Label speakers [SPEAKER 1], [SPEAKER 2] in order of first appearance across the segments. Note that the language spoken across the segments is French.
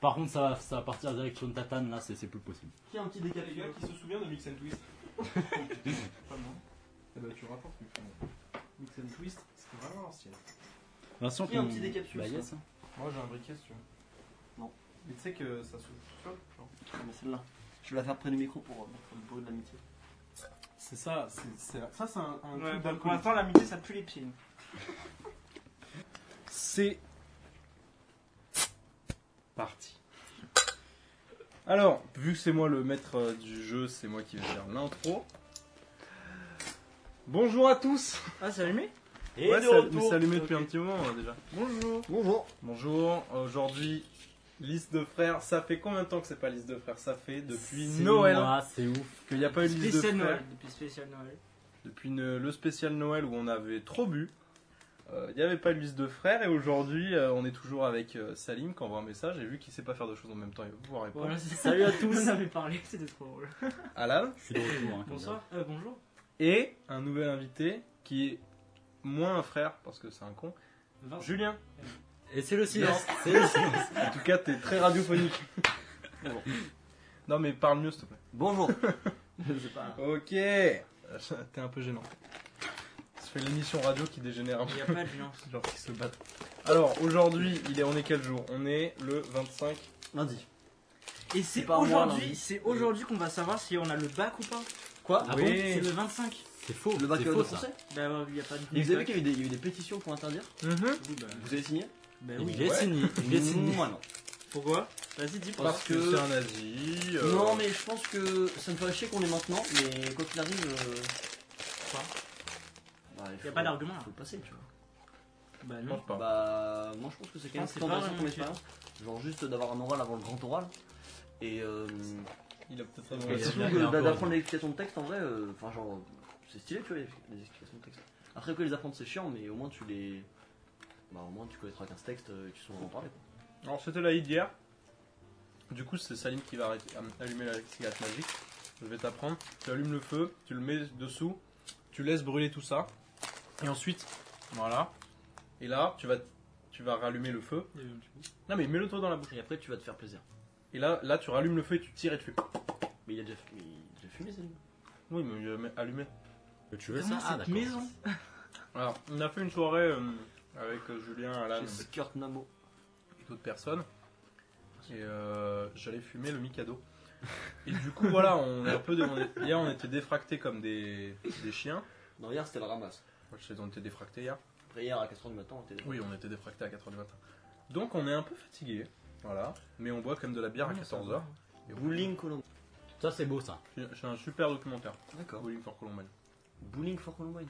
[SPEAKER 1] Par contre, ça, ça va partir à la direction de Tatane, là, c'est c'est plus possible.
[SPEAKER 2] Qui a un petit décalé
[SPEAKER 3] Les gars qui se souvient de Mix and Twist
[SPEAKER 2] Pas moi. Eh ben, tu rapportes plus. Mix and Twist, c'était vraiment ancien.
[SPEAKER 1] Vincent,
[SPEAKER 2] Qui a un
[SPEAKER 1] tu-
[SPEAKER 2] petit décapsule,
[SPEAKER 1] Bah,
[SPEAKER 2] ça
[SPEAKER 1] yes. hein.
[SPEAKER 3] Moi j'ai un briquet si tu veux.
[SPEAKER 2] Mais tu sais que ça se tout seul, genre.
[SPEAKER 4] Ah, mais celle-là. Je vais la faire près du micro pour, euh, pour le beau de l'amitié.
[SPEAKER 2] C'est ça, c'est- c'est- ça c'est un, un truc
[SPEAKER 3] Ouais, bah, pour
[SPEAKER 2] d'alcool.
[SPEAKER 3] l'instant, l'amitié ça pue les pieds.
[SPEAKER 5] C'est parti. Alors, vu que c'est moi le maître euh, du jeu, c'est moi qui vais faire l'intro. Bonjour à tous.
[SPEAKER 3] Ah, c'est allumé
[SPEAKER 1] Et
[SPEAKER 5] ouais,
[SPEAKER 1] de
[SPEAKER 5] ça-
[SPEAKER 1] retour.
[SPEAKER 5] mais c'est allumé depuis un petit moment euh, déjà.
[SPEAKER 3] Bonjour
[SPEAKER 4] Bonjour.
[SPEAKER 5] Bonjour. Aujourd'hui, liste de frères. Ça fait combien de temps que c'est pas liste de frères Ça fait depuis
[SPEAKER 1] C'est
[SPEAKER 5] Noël
[SPEAKER 1] moi, Ah, C'est ouf.
[SPEAKER 5] qu'il n'y a pas eu de liste de frères.
[SPEAKER 3] Spécial Noël. Depuis spécial Noël.
[SPEAKER 5] Depuis une- le spécial Noël où on avait trop bu, euh, il n'y avait pas de liste de frères et aujourd'hui euh, on est toujours avec euh, Salim qui envoie un message et vu qu'il sait pas faire deux choses en même temps il va pouvoir répondre.
[SPEAKER 3] Voilà, c'est ça.
[SPEAKER 1] Salut à
[SPEAKER 3] On
[SPEAKER 1] tous.
[SPEAKER 3] en avait parlé, c'était trop drôle.
[SPEAKER 5] Alan
[SPEAKER 1] Je suis de retour. hein, comme
[SPEAKER 3] Bonsoir. Euh, bonjour.
[SPEAKER 5] et un nouvel invité qui est moins un frère parce que c'est un con,
[SPEAKER 3] Vincent.
[SPEAKER 5] Julien.
[SPEAKER 1] ça. Et c'est le silence. C'est le silence.
[SPEAKER 5] En tout cas t'es très radiophonique. Bon. Non mais parle mieux s'il te plaît.
[SPEAKER 4] Bonjour.
[SPEAKER 5] Ok. T'es un peu gênant. Je fais l'émission radio qui dégénère un peu.
[SPEAKER 3] Il n'y a pas de lien.
[SPEAKER 5] Genre qui se battent. Alors aujourd'hui, il est, on est quel jour On est le 25
[SPEAKER 4] Lundi.
[SPEAKER 3] Et c'est
[SPEAKER 4] pas moi,
[SPEAKER 3] aujourd'hui
[SPEAKER 4] lundi.
[SPEAKER 3] c'est aujourd'hui qu'on va savoir si on a le bac ou pas.
[SPEAKER 4] Quoi
[SPEAKER 1] Ah
[SPEAKER 5] Oui.
[SPEAKER 1] bon
[SPEAKER 3] C'est le 25.
[SPEAKER 1] C'est faux.
[SPEAKER 4] Le
[SPEAKER 1] C'est
[SPEAKER 4] baccalauréat
[SPEAKER 1] faux
[SPEAKER 4] de
[SPEAKER 1] ça.
[SPEAKER 4] français
[SPEAKER 3] Bah, ouais, il n'y a pas de
[SPEAKER 4] Et Vous avez vu qu'il y a eu des- il y a eu des pétitions pour interdire
[SPEAKER 5] Mhm.
[SPEAKER 4] Vous avez signé
[SPEAKER 3] Bah oui.
[SPEAKER 1] Il est
[SPEAKER 5] Ouais.
[SPEAKER 1] signé. Il est signé.
[SPEAKER 4] Moi non.
[SPEAKER 3] Pourquoi Vas-y, dis.
[SPEAKER 5] Parce que,
[SPEAKER 4] que-
[SPEAKER 5] c'est un nazi. euh,
[SPEAKER 4] Non, mais je pense que ça me ferait chier qu'on est maintenant, mais quoi qu'il arrive. euh,
[SPEAKER 3] Quoi
[SPEAKER 4] bah, il
[SPEAKER 3] Y a
[SPEAKER 4] faut-
[SPEAKER 3] pas d'argument, là.
[SPEAKER 4] Faut le passer, tu vois.
[SPEAKER 3] Bah
[SPEAKER 5] je
[SPEAKER 3] non.
[SPEAKER 5] pense pas.
[SPEAKER 4] Bah, moi je pense que c'est quand même
[SPEAKER 3] pense que c'est pas
[SPEAKER 4] intéressant
[SPEAKER 3] vraiment
[SPEAKER 4] comme
[SPEAKER 3] utile.
[SPEAKER 4] expérience. Genre juste d'avoir un oral avant le grand oral. Et euh,
[SPEAKER 5] il a peut-être
[SPEAKER 1] Ouais,
[SPEAKER 5] raison.
[SPEAKER 1] il
[SPEAKER 4] surtout
[SPEAKER 1] y a-
[SPEAKER 4] que bah,
[SPEAKER 1] il y a un peu-
[SPEAKER 4] d'apprendre l'explication de texte en vrai, euh, enfin genre, c'est stylé, tu vois, les, les explications de texte. Après que les apprendre c'est chiant, mais au moins tu les. Bah, au moins tu connaîtras 15 textes euh, et tu sauras en parler. quoi.
[SPEAKER 5] Alors c'était la hit d'hier. Du coup, c'est Salim qui va arrêter- am- allumer la cigarette magique. Je vais t'apprendre. Tu allumes le feu, tu le mets dessous, tu laisses brûler tout ça. Et ensuite, voilà. Et là, tu vas, tu vas rallumer le feu.
[SPEAKER 3] Euh,
[SPEAKER 5] Non, mais mets-le toi dans la bouche.
[SPEAKER 4] Et après tu vas te faire plaisir.
[SPEAKER 5] Et là, là, tu rallumes le feu et tu tires et tu fais.
[SPEAKER 4] Mais il a déjà, fu- mais il a déjà fumé, c'est lui.
[SPEAKER 5] Oui, mais euh, mais allumé.
[SPEAKER 1] Tu veux ça
[SPEAKER 3] Comment
[SPEAKER 1] Ah,
[SPEAKER 3] cette
[SPEAKER 1] d'accord.
[SPEAKER 3] maison
[SPEAKER 5] Alors, on a fait une soirée euh, avec euh, Julien, Alan.
[SPEAKER 4] Chez Skirt Namo.
[SPEAKER 5] d'autres personnes. Et euh, j'allais fumer le Mikado. Et du coup, voilà, on est un peu. de- on est- hier, on était défractés comme des, des chiens.
[SPEAKER 4] Non, hier c'était la ramasse.
[SPEAKER 5] Moi, Je sais, on était défractés hier.
[SPEAKER 4] Après hier à 4h du matin, on était
[SPEAKER 5] Oui, on était défractés à 4h du matin. Donc, on est un peu fatigué. Voilà. Mais on boit quand même de la bière à 14h.
[SPEAKER 4] Bowling Columbine.
[SPEAKER 1] Ça, c'est beau ça.
[SPEAKER 5] C'est un super documentaire.
[SPEAKER 4] D'accord.
[SPEAKER 5] Bowling for Columbine.
[SPEAKER 4] Bowling for Columbine.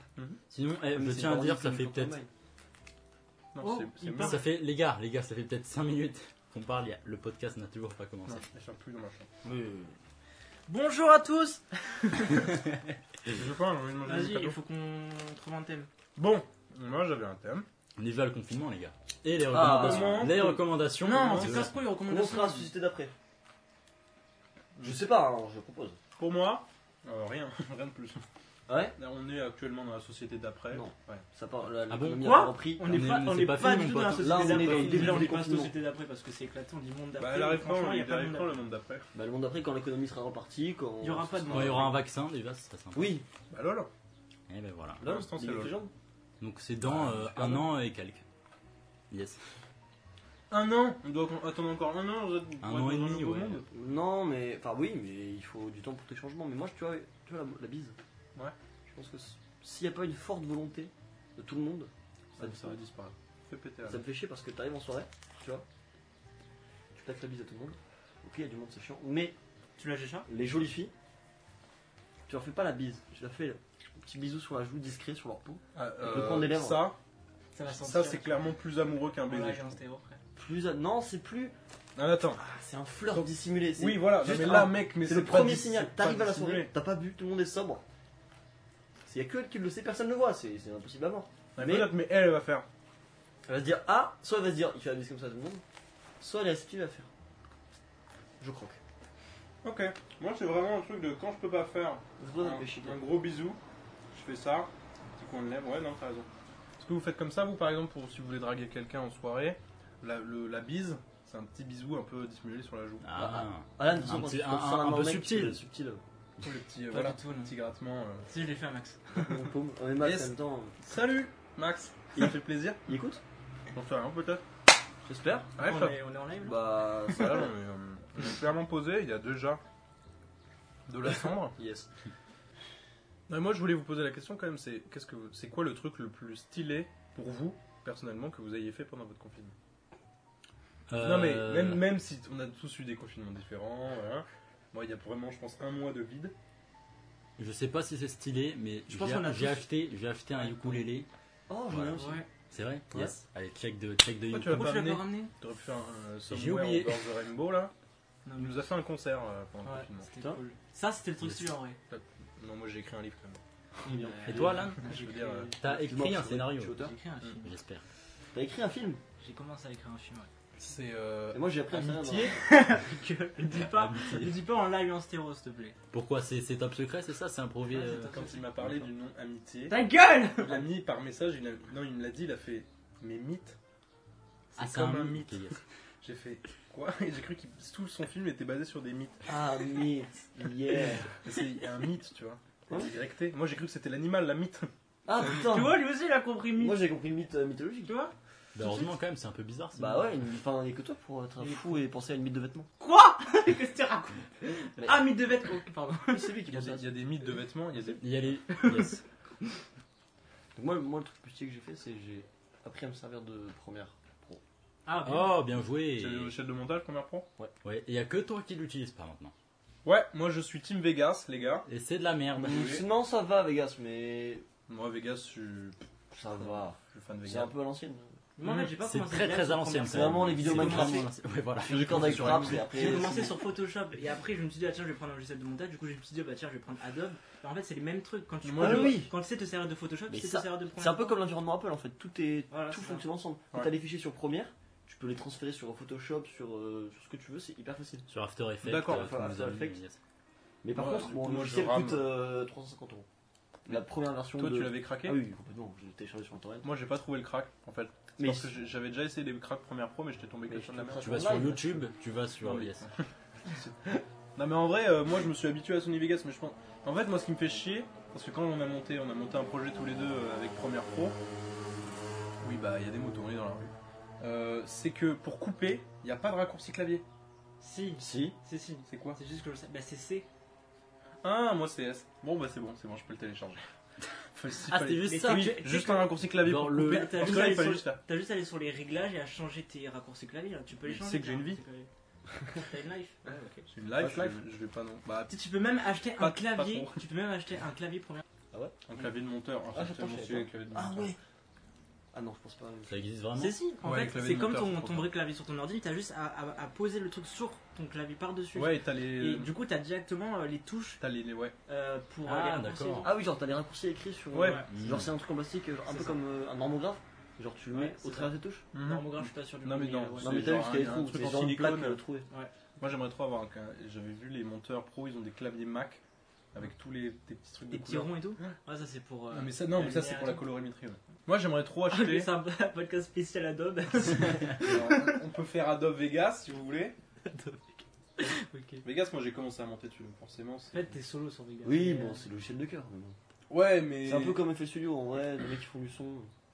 [SPEAKER 1] Sinon, eh, je
[SPEAKER 4] Mais c'est
[SPEAKER 1] tiens à
[SPEAKER 4] pas
[SPEAKER 1] dire,
[SPEAKER 4] Bowling
[SPEAKER 1] ça fait
[SPEAKER 4] for
[SPEAKER 1] peut-être.
[SPEAKER 4] Columbine.
[SPEAKER 5] Non,
[SPEAKER 3] Oh,
[SPEAKER 5] c'est- c'est
[SPEAKER 3] il
[SPEAKER 5] mieux.
[SPEAKER 3] parle.
[SPEAKER 1] Ça fait, les gars, les gars, ça fait peut-être 5 minutes qu'on parle. il y a- Le podcast n'a toujours pas commencé.
[SPEAKER 5] Non, je sens plus dans ma chambre.
[SPEAKER 1] Oui,
[SPEAKER 3] Bonjour à tous.
[SPEAKER 5] Je sais pas, j'ai envie de manger
[SPEAKER 3] Vas-y,
[SPEAKER 5] le Mikado.
[SPEAKER 3] il faut qu'on trouve un thème.
[SPEAKER 5] Bon, moi j'avais un thème.
[SPEAKER 1] Déjà le confinement, les gars. Et les
[SPEAKER 4] Ah,
[SPEAKER 1] recommandations.
[SPEAKER 5] non.
[SPEAKER 1] les recommandations.
[SPEAKER 3] Non,
[SPEAKER 1] de-
[SPEAKER 3] c'est casse quoi les
[SPEAKER 4] On
[SPEAKER 3] recommandations
[SPEAKER 4] sera à la société d'après. Je sais pas, hein, je propose.
[SPEAKER 5] Pour moi, euh, rien, rien de plus.
[SPEAKER 4] Ouais
[SPEAKER 5] Là, on est actuellement dans la société d'après.
[SPEAKER 4] Non.
[SPEAKER 5] Ouais.
[SPEAKER 4] Ça part, la,
[SPEAKER 1] Ah bon
[SPEAKER 4] l'économie
[SPEAKER 3] Quoi
[SPEAKER 4] a repris.
[SPEAKER 3] On n'est
[SPEAKER 1] On est-
[SPEAKER 3] pas,
[SPEAKER 1] on
[SPEAKER 3] on
[SPEAKER 1] s'est
[SPEAKER 3] est
[SPEAKER 1] pas
[SPEAKER 3] pas,
[SPEAKER 1] fait, mon
[SPEAKER 3] du tout dans la
[SPEAKER 1] pote.
[SPEAKER 3] société
[SPEAKER 4] Là, on est
[SPEAKER 3] d'après.
[SPEAKER 4] dans le début
[SPEAKER 3] Déjà, on
[SPEAKER 4] du
[SPEAKER 3] est pas la
[SPEAKER 4] confinement.
[SPEAKER 3] société d'après parce que c'est éclaté, on dit monde d'après.
[SPEAKER 5] Bah, elle arrive quand,
[SPEAKER 3] franchement, il y a
[SPEAKER 5] il
[SPEAKER 3] pas de
[SPEAKER 5] arrive
[SPEAKER 3] monde
[SPEAKER 5] quand, le
[SPEAKER 3] d'après.
[SPEAKER 5] monde d'après
[SPEAKER 4] Bah, le monde d'après, quand l'économie sera repartie, quand.
[SPEAKER 3] Il y aura pas de
[SPEAKER 1] Quand il y aura un vaccin, déjà, ça serait sympa.
[SPEAKER 4] Oui,
[SPEAKER 5] Bah lol
[SPEAKER 1] Et ben voilà.
[SPEAKER 5] Pour l'instant, c'est
[SPEAKER 4] il est
[SPEAKER 5] LOL.
[SPEAKER 4] légende.
[SPEAKER 1] Donc c'est dans euh, un an et quelques. Yes.
[SPEAKER 5] Un an On doit con- attendre encore un an je- pour
[SPEAKER 1] Un
[SPEAKER 5] être
[SPEAKER 1] an
[SPEAKER 5] dans
[SPEAKER 1] et demi,
[SPEAKER 5] nouveau
[SPEAKER 1] ouais.
[SPEAKER 5] monde.
[SPEAKER 4] Non, mais. Enfin, oui, mais il faut du temps pour tes changements. Mais moi, tu vois, tu vois la, la bise.
[SPEAKER 5] Ouais.
[SPEAKER 4] Je pense que c- s'il n'y a pas une forte volonté de tout le monde,
[SPEAKER 5] Ça, ça va disparaître. Fais péter.
[SPEAKER 4] Ça me fait chier parce que t'arrives en soirée, tu vois, tu claques la bise à tout le monde. Ok, il y a du monde, c'est chiant. Mais
[SPEAKER 3] Tu l'as Gécha
[SPEAKER 4] les jolies filles, tu leur fais pas la bise. Tu leur fais le petit bisou sur la joue discret sur leur peau. peut prendre des lèvres.
[SPEAKER 5] Euh, ça,
[SPEAKER 3] Ça va
[SPEAKER 5] ça c'est clairement plus amoureux qu'un
[SPEAKER 3] Voilà,
[SPEAKER 5] baiser.
[SPEAKER 3] j'ai un stéro, frère.
[SPEAKER 4] Plus à- Non, c'est plus.
[SPEAKER 5] Non, attends.
[SPEAKER 4] Ah, c'est un flirt dissimulé. c'est-
[SPEAKER 5] Oui, voilà. Non,
[SPEAKER 4] juste
[SPEAKER 5] mais là,
[SPEAKER 4] un-
[SPEAKER 5] mec, mais
[SPEAKER 4] c'est le
[SPEAKER 5] pas
[SPEAKER 4] premier
[SPEAKER 5] dis-
[SPEAKER 4] signal.
[SPEAKER 5] c'est
[SPEAKER 4] T'arrives
[SPEAKER 5] pas
[SPEAKER 4] à la
[SPEAKER 5] dissimulé.
[SPEAKER 4] soirée, t'as pas bu, tout le monde est sobre. S'il y a que elle qui le sait, personne ne le voit, c'est c'est impossible à voir.
[SPEAKER 5] Ouais,
[SPEAKER 4] Mais-
[SPEAKER 5] peut-être, Mais elle, elle va faire.
[SPEAKER 4] Elle va se dire, ah, soit elle va se dire, il fait la bise comme ça à tout le monde, soit elle a ce qu'il va faire. Je croque.
[SPEAKER 5] Ok. Moi, c'est vraiment un truc de quand je peux pas faire
[SPEAKER 4] C'est pour ça que ça me fait chier.
[SPEAKER 5] un, un gros bisou, je fais ça. Petit coin de lèvres. Ouais, non, t'as raison. Est-ce que vous faites comme ça, vous, par exemple, pour si vous voulez draguer quelqu'un en soirée la, le- la bise, C'est un petit bisou un peu dissimulé sur la joue.
[SPEAKER 1] Ah,
[SPEAKER 4] Alan,
[SPEAKER 1] Un
[SPEAKER 4] disons,
[SPEAKER 1] petit-
[SPEAKER 4] quand tu
[SPEAKER 1] un-
[SPEAKER 4] fais ça à
[SPEAKER 1] un- un
[SPEAKER 4] main
[SPEAKER 1] peu
[SPEAKER 4] mec,
[SPEAKER 1] subtil.
[SPEAKER 4] euh, Subtil.
[SPEAKER 5] Le petit, euh,
[SPEAKER 3] Pas
[SPEAKER 5] voilà,
[SPEAKER 3] du tout, non.
[SPEAKER 5] petit grattement. euh.
[SPEAKER 3] Si, je l'ai fait à Max.
[SPEAKER 4] On paume. On est mal en
[SPEAKER 5] Yes.
[SPEAKER 4] même temps.
[SPEAKER 5] Salut Max, ça fait plaisir.
[SPEAKER 4] Il écoute
[SPEAKER 5] On fait rien peut-être.
[SPEAKER 4] J'espère.
[SPEAKER 5] Ouais,
[SPEAKER 3] on,
[SPEAKER 5] ça-
[SPEAKER 3] est, on est en live là
[SPEAKER 4] Bah,
[SPEAKER 5] ça,
[SPEAKER 4] ça
[SPEAKER 5] on est,
[SPEAKER 4] va.
[SPEAKER 5] euh, on est clairement posé. Il y a déjà de la cendre.
[SPEAKER 4] Yes.
[SPEAKER 5] Non, mais moi, je voulais vous poser la question quand même. C'est qu'est-ce que vous- c'est quoi le truc le plus stylé pour vous personnellement que vous ayez fait pendant votre confinement
[SPEAKER 1] euh,
[SPEAKER 5] Non mais même, même si t- on a tous eu des confinements différents, voilà. Moi, il y a vraiment, je pense, un mois de vide.
[SPEAKER 1] Je sais pas si c'est stylé, mais
[SPEAKER 3] Je pense
[SPEAKER 1] j'ai
[SPEAKER 3] qu'on a
[SPEAKER 1] j'ai
[SPEAKER 3] tous-
[SPEAKER 1] acheté, j'ai acheté un ukulélé.
[SPEAKER 4] Oh,
[SPEAKER 3] Bah,
[SPEAKER 4] j'en ai un aussi.
[SPEAKER 3] Ouais.
[SPEAKER 1] C'est vrai
[SPEAKER 5] Ouais.
[SPEAKER 1] Yes. Allez, check de check de
[SPEAKER 5] Pourquoi
[SPEAKER 1] you.
[SPEAKER 5] tu l'as pas
[SPEAKER 3] Pourquoi tu l'as
[SPEAKER 5] amené
[SPEAKER 3] pas ramené
[SPEAKER 5] T'aurais pu faire un euh,
[SPEAKER 1] J'ai
[SPEAKER 5] Somewhere
[SPEAKER 1] oublié.
[SPEAKER 5] Over the Rainbow là.
[SPEAKER 3] Non,
[SPEAKER 5] Il
[SPEAKER 3] mais-
[SPEAKER 5] nous a fait un concert euh, pendant le
[SPEAKER 3] Ouais,
[SPEAKER 5] confinement.
[SPEAKER 3] c'était
[SPEAKER 4] Putain.
[SPEAKER 3] cool. Ça, c'était le truc
[SPEAKER 1] Yes.
[SPEAKER 3] sûr en vrai.
[SPEAKER 5] Non, moi j'ai écrit un livre quand même.
[SPEAKER 4] Il est bien.
[SPEAKER 1] Et toi, Alan
[SPEAKER 5] Je
[SPEAKER 3] J'ai
[SPEAKER 5] veux
[SPEAKER 3] écrit,
[SPEAKER 5] dire, euh,
[SPEAKER 1] T'as
[SPEAKER 4] Excuse-moi,
[SPEAKER 1] écrit un
[SPEAKER 4] je suis- je
[SPEAKER 1] scénario.
[SPEAKER 4] suis auteur.
[SPEAKER 3] j'ai écrit un film.
[SPEAKER 1] J'espère.
[SPEAKER 4] T'as écrit un film
[SPEAKER 3] J'ai commencé à écrire un film. ouais.
[SPEAKER 5] C'est euh,
[SPEAKER 4] Et moi j'ai appris un
[SPEAKER 5] Amitié.
[SPEAKER 4] scénario.
[SPEAKER 3] Que- le dis pas,
[SPEAKER 1] Amitié.
[SPEAKER 3] le dis pas en live et en stéréo, s'il te plaît.
[SPEAKER 1] Pourquoi c'est c'est top secret, c'est ça C'est
[SPEAKER 5] Ah,
[SPEAKER 1] improvisé
[SPEAKER 3] Ouais, c'est
[SPEAKER 1] euh,
[SPEAKER 3] top.
[SPEAKER 5] Quand il m'a parlé du nom Amitié,
[SPEAKER 3] Ta gueule
[SPEAKER 5] il l'a mis par message. Il a- Non, il me l'a dit. Il a fait mes mythes.
[SPEAKER 1] Ah,
[SPEAKER 5] C'est comme un mythe.
[SPEAKER 1] mythe, yes.
[SPEAKER 5] J'ai fait quoi Et j'ai cru que tout son film était basé sur des mythes.
[SPEAKER 4] Ah, mythe. Yeah.
[SPEAKER 5] Mais C'est un mythe, tu vois.
[SPEAKER 4] Hein
[SPEAKER 5] C'est directé. Moi j'ai cru que c'était l'animal, la mythe.
[SPEAKER 4] Ah,
[SPEAKER 3] Tu
[SPEAKER 4] putain.
[SPEAKER 3] vois, lui aussi, il a compris mythe.
[SPEAKER 4] Moi j'ai compris le mythe euh, mythologique.
[SPEAKER 3] Tu vois
[SPEAKER 1] Bah, heureusement, quand même, c'est un peu bizarre. sinon.
[SPEAKER 4] Bah ouais, une- enfin, il n'y a que toi pour être un
[SPEAKER 3] Il est
[SPEAKER 4] fou et penser à une mythe de vêtements.
[SPEAKER 3] Quoi Qu'est-ce que tu racontes
[SPEAKER 4] Mais-
[SPEAKER 3] Ah, mythe de vêtements. Pardon.
[SPEAKER 4] C'est lui qui
[SPEAKER 5] Il y, a
[SPEAKER 4] pense
[SPEAKER 5] des,
[SPEAKER 4] à
[SPEAKER 5] il y a des mythes de vêtements. Il y a des...
[SPEAKER 1] Il y a les. Yes.
[SPEAKER 4] Donc moi, moi, le truc plus stylé que j'ai fait, c'est j'ai appris à me servir de première pro.
[SPEAKER 3] Ah, bien.
[SPEAKER 1] Oh, bien joué.
[SPEAKER 5] C'est le chef de montage qu'on apprend
[SPEAKER 1] Ouais, et il y a que toi qui l'utilise pas maintenant.
[SPEAKER 5] Ouais, moi je suis Team Vegas, les gars.
[SPEAKER 1] Et c'est de la merde.
[SPEAKER 4] Mmh, Sinon, ça va, Vegas, mais
[SPEAKER 5] Moi, Vegas, je suis,
[SPEAKER 4] ça va.
[SPEAKER 5] je suis fan de
[SPEAKER 4] C'est un
[SPEAKER 5] Vegas.
[SPEAKER 4] peu à l'ancienne.
[SPEAKER 3] Moi, en fait, j'ai pas
[SPEAKER 1] C'est
[SPEAKER 3] commencé
[SPEAKER 1] très
[SPEAKER 3] Vegas
[SPEAKER 1] très
[SPEAKER 3] sur
[SPEAKER 1] à l'ancienne.
[SPEAKER 4] C'est
[SPEAKER 1] ça.
[SPEAKER 4] vraiment les vidéos
[SPEAKER 1] C'est
[SPEAKER 4] Minecraft.
[SPEAKER 1] vraiment à l'ancienne. Ouais, voilà.
[SPEAKER 4] Je record avec
[SPEAKER 5] sur
[SPEAKER 4] Fraps
[SPEAKER 5] YouTube.
[SPEAKER 4] et après.
[SPEAKER 3] J'ai
[SPEAKER 4] c'est-
[SPEAKER 3] commencé sur Photoshop et après je me suis dit ah tiens je vais prendre un logiciel de montage du coup je me suis dit bah tiens je vais prendre Adobe et en fait c'est les mêmes trucs quand tu,
[SPEAKER 5] Moi,
[SPEAKER 3] quand
[SPEAKER 4] je-
[SPEAKER 3] tu-
[SPEAKER 4] oui.
[SPEAKER 3] quand tu sais te servir de Photoshop
[SPEAKER 4] Mais
[SPEAKER 3] tu sais
[SPEAKER 4] ça-
[SPEAKER 3] te servir de Premiere
[SPEAKER 4] C'est un peu comme l'environnement Apple en fait, tout est
[SPEAKER 3] Voilà,
[SPEAKER 4] tout
[SPEAKER 3] c'est
[SPEAKER 4] fonctionne ensemble. Quand
[SPEAKER 5] Ouais.
[SPEAKER 4] t'as des fichiers sur première, tu peux les transférer sur Photoshop, sur, euh, sur ce que tu veux, c'est hyper facile.
[SPEAKER 1] Sur After Effects.
[SPEAKER 5] D'accord,
[SPEAKER 1] euh,
[SPEAKER 4] enfin,
[SPEAKER 1] comme
[SPEAKER 4] After
[SPEAKER 1] nous avons-
[SPEAKER 4] Effects.
[SPEAKER 1] yes.
[SPEAKER 4] Mais par
[SPEAKER 5] Ouais,
[SPEAKER 4] contre,
[SPEAKER 5] du
[SPEAKER 4] mon
[SPEAKER 5] coup, moi, je
[SPEAKER 4] logiciel
[SPEAKER 5] rame.
[SPEAKER 4] coûte euh, 350 euros. La première version
[SPEAKER 5] Toi,
[SPEAKER 4] de.
[SPEAKER 5] tu l'avais craqué
[SPEAKER 4] Ah oui, oui, complètement, je l'ai téléchargé sur internet.
[SPEAKER 5] Moi, j'ai pas trouvé le crack en fait.
[SPEAKER 4] Mais
[SPEAKER 5] Parce que j'ai- j'avais déjà essayé les cracks première pro, mais j'étais tombé
[SPEAKER 4] Mais
[SPEAKER 5] que sur de la
[SPEAKER 4] je
[SPEAKER 5] merde.
[SPEAKER 1] Tu vas
[SPEAKER 4] En
[SPEAKER 1] sur
[SPEAKER 4] live.
[SPEAKER 1] YouTube, tu vas
[SPEAKER 5] Non,
[SPEAKER 1] sur.
[SPEAKER 5] mais-
[SPEAKER 1] Yes.
[SPEAKER 5] Non, mais en vrai, euh, moi je me suis habitué à Sony Vegas, mais je pense. En fait, moi ce qui me fait chier, parce que quand on a monté, on a monté un projet tous les deux euh, avec Première Pro. Oui, bah il y a des motos, on est dans la rue. Euh, c'est que pour couper, il n'y a pas de raccourci clavier.
[SPEAKER 3] si
[SPEAKER 4] Si,
[SPEAKER 3] si si
[SPEAKER 5] C'est quoi
[SPEAKER 3] c'est juste que je sais bah c'est C
[SPEAKER 5] Ah, moi c'est S. Bon, bah c'est bon, c'est bon, je peux le télécharger. Faut- s'il
[SPEAKER 1] Ah,
[SPEAKER 5] fallait-
[SPEAKER 1] c'était juste
[SPEAKER 3] Mais
[SPEAKER 1] ça.
[SPEAKER 5] Oui,
[SPEAKER 3] tu- tu
[SPEAKER 5] juste
[SPEAKER 3] sais
[SPEAKER 5] un
[SPEAKER 3] que-
[SPEAKER 5] raccourci clavier
[SPEAKER 1] Genre
[SPEAKER 5] pour
[SPEAKER 1] le-
[SPEAKER 5] couper.
[SPEAKER 3] t'as
[SPEAKER 5] Parce
[SPEAKER 3] juste
[SPEAKER 5] que là,
[SPEAKER 3] à
[SPEAKER 5] il fallait
[SPEAKER 3] aller
[SPEAKER 5] juste faire.
[SPEAKER 3] t'as juste à aller sur les réglages et à changer tes raccourcis clavier hein. tu peux les
[SPEAKER 5] Mais tu
[SPEAKER 3] changer
[SPEAKER 5] sais que j'ai
[SPEAKER 3] tes
[SPEAKER 5] une vie.
[SPEAKER 3] raccourcis clavier. t'as une life ouais ok
[SPEAKER 5] C'est une live,
[SPEAKER 4] Pas de live.
[SPEAKER 5] je- je vais pas non. Bah,
[SPEAKER 3] tu peux même acheter
[SPEAKER 5] Pas-
[SPEAKER 3] un
[SPEAKER 5] pas
[SPEAKER 3] clavier
[SPEAKER 5] trop.
[SPEAKER 3] tu peux même acheter un clavier première
[SPEAKER 5] un clavier de monteur.
[SPEAKER 4] Ah,
[SPEAKER 5] Enfin,
[SPEAKER 4] j'attends,
[SPEAKER 5] mon
[SPEAKER 4] j'avais
[SPEAKER 5] sujet,
[SPEAKER 4] pas.
[SPEAKER 5] un clavier de
[SPEAKER 4] Ah
[SPEAKER 5] monteur.
[SPEAKER 4] ouais Ah non, je pense pas.
[SPEAKER 1] Ça existe vraiment
[SPEAKER 3] c'est si en
[SPEAKER 5] Ah Ouais,
[SPEAKER 3] fait
[SPEAKER 5] clavier
[SPEAKER 3] c'est
[SPEAKER 5] de
[SPEAKER 3] comme
[SPEAKER 5] moteur,
[SPEAKER 3] ton,
[SPEAKER 5] je
[SPEAKER 3] ton
[SPEAKER 5] comprends.
[SPEAKER 3] vrai clavier sur ton ordi t'as juste à, à- à poser le truc sur ton clavier par dessus
[SPEAKER 5] Ouais, euh. et t'as les.
[SPEAKER 3] et du coup t'as directement euh, les touches
[SPEAKER 5] T'as les. les- Ouais.
[SPEAKER 3] euh, pour
[SPEAKER 1] Ah,
[SPEAKER 3] euh, les raccourcis.
[SPEAKER 1] d'accord.
[SPEAKER 4] Ah oui, genre t'as les raccourcis écrits sur. euh,
[SPEAKER 5] Ouais.
[SPEAKER 1] Mmh.
[SPEAKER 4] Genre c'est un truc en plastique, genre, un
[SPEAKER 3] C'est
[SPEAKER 4] peu
[SPEAKER 3] ça.
[SPEAKER 4] comme euh, un normographe. Genre tu le mets
[SPEAKER 3] Ouais, c'est
[SPEAKER 4] au travers des touches.
[SPEAKER 3] Normographe, je suis pas sûr du
[SPEAKER 5] Mmh. Non,
[SPEAKER 3] nom,
[SPEAKER 5] mais non,
[SPEAKER 3] euh, ouais.
[SPEAKER 5] C'est
[SPEAKER 4] Non mais t'as vu
[SPEAKER 5] genre
[SPEAKER 4] ce
[SPEAKER 5] un-
[SPEAKER 4] qu'il y
[SPEAKER 5] un
[SPEAKER 4] avait
[SPEAKER 5] truc
[SPEAKER 4] c'est
[SPEAKER 5] en
[SPEAKER 4] genre une plaque
[SPEAKER 5] silicone.
[SPEAKER 4] euh, trouée.
[SPEAKER 5] Moi j'aimerais trop avoir un. ca- J'avais vu les monteurs pro, ils ont des claviers Mac avec tous les des petits trucs de
[SPEAKER 3] Des petits
[SPEAKER 5] couleur.
[SPEAKER 3] ronds et tout
[SPEAKER 5] Ouais.
[SPEAKER 3] Ouais, ça c'est pour. euh,
[SPEAKER 5] Non, mais ça, non,
[SPEAKER 3] la
[SPEAKER 5] mais ça c'est
[SPEAKER 3] lumière
[SPEAKER 5] pour
[SPEAKER 3] et
[SPEAKER 5] la
[SPEAKER 3] tout.
[SPEAKER 5] colorimétrie. ouais. Moi j'aimerais trop
[SPEAKER 3] Ah, mais
[SPEAKER 5] acheter.
[SPEAKER 3] c'est un podcast spécial Adobe.
[SPEAKER 5] Alors, on peut faire Adobe Vegas si vous voulez.
[SPEAKER 3] ok.
[SPEAKER 5] Vegas, moi j'ai commencé à monter dessus, donc forcément.
[SPEAKER 3] En
[SPEAKER 5] c'est-
[SPEAKER 3] fait, t'es solo sur Vegas.
[SPEAKER 4] Oui,
[SPEAKER 3] Mais,
[SPEAKER 4] bon,
[SPEAKER 3] euh,
[SPEAKER 4] c'est le logiciel de cœur. mais bon.
[SPEAKER 5] Ouais, mais.
[SPEAKER 4] C'est un peu comme FL Studio en vrai, les mecs qui font du son,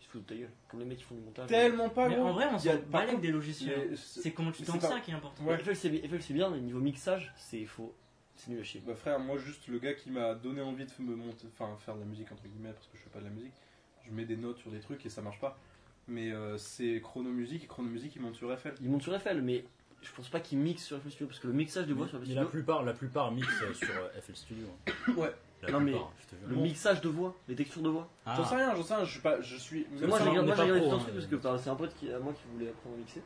[SPEAKER 4] ils se foutent de ta gueule. Comme les mecs qui font du montage.
[SPEAKER 5] Tellement pas
[SPEAKER 3] Mais en
[SPEAKER 5] gros.
[SPEAKER 3] vrai, on
[SPEAKER 5] Il y
[SPEAKER 3] s'en
[SPEAKER 5] a- par
[SPEAKER 3] bat avec
[SPEAKER 5] contre,
[SPEAKER 3] des logiciels.
[SPEAKER 5] Mais-
[SPEAKER 3] C'est comment tu
[SPEAKER 5] mais
[SPEAKER 3] t'en
[SPEAKER 5] c'est pas-
[SPEAKER 3] sers qui est important.
[SPEAKER 5] Ouais.
[SPEAKER 4] FL c'est FL, c'est bien, mais niveau mixage, c'est faux. C'est nul à chier.
[SPEAKER 5] Bah frère, moi juste le gars qui m'a donné envie de me monter, enfin faire de la musique entre guillemets parce que je fais pas de la musique, je mets des notes sur des trucs et ça marche pas. Mais euh, c'est Chrono Music et Chrono Music ils montent sur FL.
[SPEAKER 4] Ils montent sur FL, mais je pense pas qu'ils mixent sur FL Studio parce que le mixage de voix sur FL
[SPEAKER 1] Mais la
[SPEAKER 4] Studio.
[SPEAKER 1] plupart, la plupart mixent euh, sur euh, FL Studio.
[SPEAKER 5] Ouais.
[SPEAKER 1] La
[SPEAKER 4] Non, mais
[SPEAKER 1] plupart, je te jure.
[SPEAKER 4] Le mixage de voix, les textures de voix.
[SPEAKER 1] Ah.
[SPEAKER 5] J'en sais rien, j'en sais rien, je suis pas, je suis.
[SPEAKER 4] Parce
[SPEAKER 5] mais
[SPEAKER 4] que moi
[SPEAKER 1] ça,
[SPEAKER 4] j'ai
[SPEAKER 1] on
[SPEAKER 4] regardé,
[SPEAKER 1] n'est
[SPEAKER 4] moi, j'ai
[SPEAKER 1] pas
[SPEAKER 4] regardé
[SPEAKER 1] pro,
[SPEAKER 4] plein de trucs
[SPEAKER 1] hein,
[SPEAKER 4] parce que enfin, c'est un pote qui, à moi qui voulait apprendre à mixer.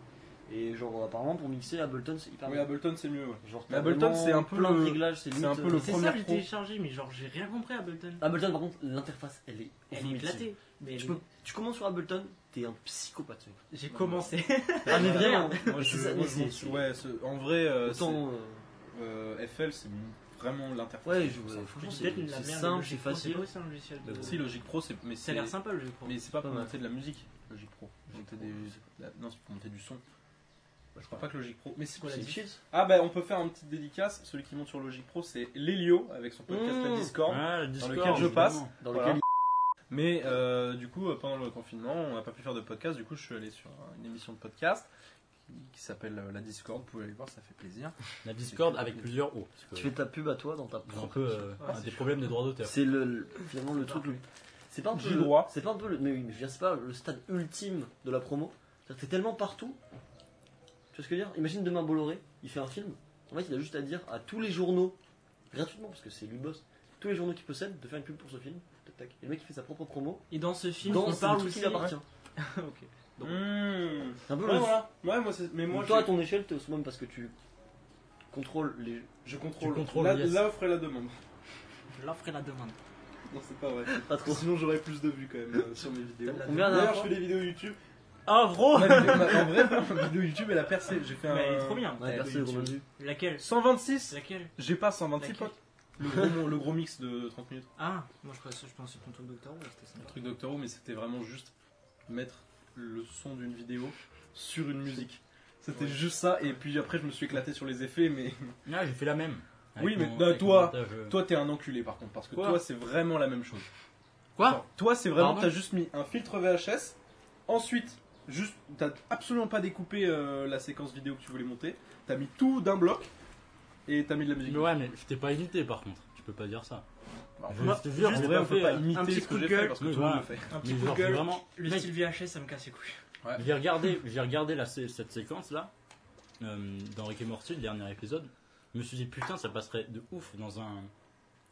[SPEAKER 4] Et genre apparemment pour mixer Ableton c'est hyper
[SPEAKER 5] Ah Oui,
[SPEAKER 4] bien.
[SPEAKER 5] Ableton c'est mieux, ouais.
[SPEAKER 4] Genre,
[SPEAKER 5] Mais
[SPEAKER 4] t'as
[SPEAKER 5] Ableton,
[SPEAKER 4] vraiment
[SPEAKER 5] c'est un peu
[SPEAKER 4] plein
[SPEAKER 5] le-
[SPEAKER 4] de réglages, c'est
[SPEAKER 5] c'est
[SPEAKER 4] limite,
[SPEAKER 5] un peu
[SPEAKER 4] euh,
[SPEAKER 5] le
[SPEAKER 3] C'est
[SPEAKER 5] Première
[SPEAKER 3] ça que j'ai
[SPEAKER 5] pro.
[SPEAKER 3] téléchargé, mais genre j'ai rien compris à Ableton.
[SPEAKER 4] Ableton, par contre, l'interface, elle est,
[SPEAKER 3] Elle est
[SPEAKER 4] horrible.
[SPEAKER 3] éclatée. Mais
[SPEAKER 4] Ah, Tu,
[SPEAKER 3] elle
[SPEAKER 4] peux-
[SPEAKER 3] est-
[SPEAKER 4] tu commences sur Ableton, t'es un psychopathe. mec.
[SPEAKER 3] J'ai commencé.
[SPEAKER 4] Ah, mais vraiment,
[SPEAKER 5] Moi
[SPEAKER 4] C'est
[SPEAKER 5] je,
[SPEAKER 4] ça,
[SPEAKER 5] moi,
[SPEAKER 4] mais
[SPEAKER 5] je
[SPEAKER 4] c'est-
[SPEAKER 5] monte sur- ouais, ce- en vrai, euh,
[SPEAKER 4] Autant, euh,
[SPEAKER 5] c'est- euh, FL c'est vraiment l'interface.
[SPEAKER 4] ouais, je- ouais, franchement,
[SPEAKER 3] J'ai
[SPEAKER 4] c'est
[SPEAKER 3] peut-être la
[SPEAKER 4] c'est
[SPEAKER 3] merde,
[SPEAKER 4] simple,
[SPEAKER 3] Logic
[SPEAKER 4] c'est
[SPEAKER 3] Pro,
[SPEAKER 4] facile.
[SPEAKER 3] pas aussi un logiciel de-
[SPEAKER 5] Si Logic Pro c'est, mais
[SPEAKER 3] Ça a
[SPEAKER 5] Bah, c'est,
[SPEAKER 3] l'air sympa le jeu.
[SPEAKER 5] mais c'est pas pour
[SPEAKER 4] Ouais.
[SPEAKER 5] monter de la musique, Logic Pro. Logic Pro.
[SPEAKER 4] Logic
[SPEAKER 5] Monter
[SPEAKER 4] Pro.
[SPEAKER 5] des, la- non c'est pour monter du son. Je crois pas que Logic Pro. Mais c'est quoi la
[SPEAKER 4] C'est une
[SPEAKER 5] différence
[SPEAKER 4] cheat
[SPEAKER 5] Ah bah on peut faire une petite dédicace. Celui qui monte sur Logic Pro, c'est Lelio avec son podcast
[SPEAKER 4] Mmh.
[SPEAKER 5] La Discord.
[SPEAKER 1] Ah, le Discord,
[SPEAKER 5] lequel je passe.
[SPEAKER 1] évidemment.
[SPEAKER 4] dans
[SPEAKER 5] Voilà.
[SPEAKER 4] lequel
[SPEAKER 5] Mais euh, du coup, euh, pendant le confinement, on n'a pas pu faire de podcast. Du coup, je suis allé sur euh, une émission de podcast qui, qui s'appelle euh, La Discord. Vous pouvez aller voir, ça fait plaisir.
[SPEAKER 1] La Discord avec plusieurs O.
[SPEAKER 4] il- tu fais ta pub à toi dans ta
[SPEAKER 1] C'est un
[SPEAKER 4] propre.
[SPEAKER 1] peu euh,
[SPEAKER 5] Ouais,
[SPEAKER 1] un
[SPEAKER 5] c'est
[SPEAKER 1] des problèmes de droit d'auteur.
[SPEAKER 4] C'est le, le- finalement le truc. le- C'est pas un peu.
[SPEAKER 5] J'ai
[SPEAKER 4] le-
[SPEAKER 5] droit.
[SPEAKER 4] C'est pas un peu. le- Mais oui, mais je veux dire, c'est pas le stade ultime de la promo. C'est-à-dire que t'es tellement partout. Tu vois ce que je veux dire Imagine demain Bolloré, il fait un film. En fait, il a juste à dire à tous les journaux, gratuitement, parce que c'est lui le boss, tous les journaux qu'il possède, de faire une pub pour ce film. Tac, tac. Et le mec, il fait sa propre promo.
[SPEAKER 3] Et dans ce film,
[SPEAKER 4] Dans
[SPEAKER 3] on
[SPEAKER 4] le
[SPEAKER 3] parle
[SPEAKER 4] truc qui
[SPEAKER 3] aussi.
[SPEAKER 4] lui appartient.
[SPEAKER 3] Ok. Donc,
[SPEAKER 5] Mmh.
[SPEAKER 4] C'est un peu
[SPEAKER 5] Ouais,
[SPEAKER 4] le-
[SPEAKER 5] voilà. Ouais, moi, c'est- mais moi,
[SPEAKER 4] toi, à
[SPEAKER 5] je,
[SPEAKER 4] ton échelle, t'es au summum parce que tu contrôles les.
[SPEAKER 5] je contrôle,
[SPEAKER 1] Tu contrôles,
[SPEAKER 5] la-
[SPEAKER 1] yes.
[SPEAKER 5] l'offre et la demande.
[SPEAKER 3] l'offre et la demande.
[SPEAKER 5] Non, c'est pas vrai.
[SPEAKER 4] Pas trop.
[SPEAKER 5] Sinon, j'aurais plus de vues quand même euh, sur mes vidéos.
[SPEAKER 4] Combien la dernière
[SPEAKER 5] D'ailleurs, je
[SPEAKER 4] fois
[SPEAKER 5] fais des vidéos YouTube.
[SPEAKER 3] Ah, gros
[SPEAKER 5] Ma vidéo- ma- hein. en vrai, ma vidéo YouTube, elle a percé. J'ai fait un.
[SPEAKER 3] Mais elle est trop bien.
[SPEAKER 4] Ouais,
[SPEAKER 5] Eh,
[SPEAKER 4] perso,
[SPEAKER 5] YouTube.
[SPEAKER 4] combien de vues
[SPEAKER 3] Laquelle
[SPEAKER 5] 126
[SPEAKER 3] Laquelle
[SPEAKER 5] J'ai pas 126
[SPEAKER 3] Laquelle
[SPEAKER 5] potes. Le gros, mon- le gros mix de 30 minutes.
[SPEAKER 3] Ah, moi je pensais, je pensais ton truc docteur Who, c'était
[SPEAKER 5] Le
[SPEAKER 3] sympa.
[SPEAKER 5] truc Doctor Who, mais c'était vraiment juste mettre le son d'une vidéo sur une musique. C'était
[SPEAKER 3] Ouais.
[SPEAKER 5] juste ça, et puis après je me suis éclaté sur les effets, mais
[SPEAKER 1] Ah, j'ai fait la même.
[SPEAKER 5] Oui, mais, bah,
[SPEAKER 1] avec
[SPEAKER 5] toi,
[SPEAKER 1] montage, euh,
[SPEAKER 5] toi t'es un enculé par contre, parce que
[SPEAKER 1] Quoi
[SPEAKER 5] toi c'est vraiment la même chose.
[SPEAKER 1] Quoi
[SPEAKER 5] Genre, Toi c'est vraiment,
[SPEAKER 1] Pardon
[SPEAKER 5] t'as juste mis un filtre VHS, ensuite, juste, t'as absolument pas découpé euh, la séquence vidéo que tu voulais monter, t'as mis tout d'un bloc, et t'as mis de la musique.
[SPEAKER 1] Mais ouais, mais je t'ai pas imité par contre. Tu peux pas dire ça.
[SPEAKER 5] Bah, on
[SPEAKER 1] Je
[SPEAKER 5] peut-
[SPEAKER 1] te jure,
[SPEAKER 5] en
[SPEAKER 1] j'ai
[SPEAKER 5] vrai,
[SPEAKER 1] pas
[SPEAKER 5] on peut
[SPEAKER 1] fait,
[SPEAKER 5] pas
[SPEAKER 1] euh,
[SPEAKER 3] un
[SPEAKER 5] imiter
[SPEAKER 3] petit
[SPEAKER 5] ce
[SPEAKER 3] coup
[SPEAKER 5] que
[SPEAKER 3] de
[SPEAKER 5] j'ai fait
[SPEAKER 3] gueule.
[SPEAKER 5] parce que
[SPEAKER 1] Mais
[SPEAKER 5] tout le monde
[SPEAKER 1] voilà.
[SPEAKER 5] le fait.
[SPEAKER 3] Un petit
[SPEAKER 1] Mais
[SPEAKER 3] coup de
[SPEAKER 1] genre, c'est
[SPEAKER 3] gueule.
[SPEAKER 1] vraiment.
[SPEAKER 3] Le
[SPEAKER 1] Mec,
[SPEAKER 3] style VHS, ça me casse les couilles.
[SPEAKER 1] J'ai regardé, j'ai regardé la, sé- cette séquence là, euh, dans Rick et Morty, le dernier épisode. Je me suis dit putain, ça passerait de ouf dans un,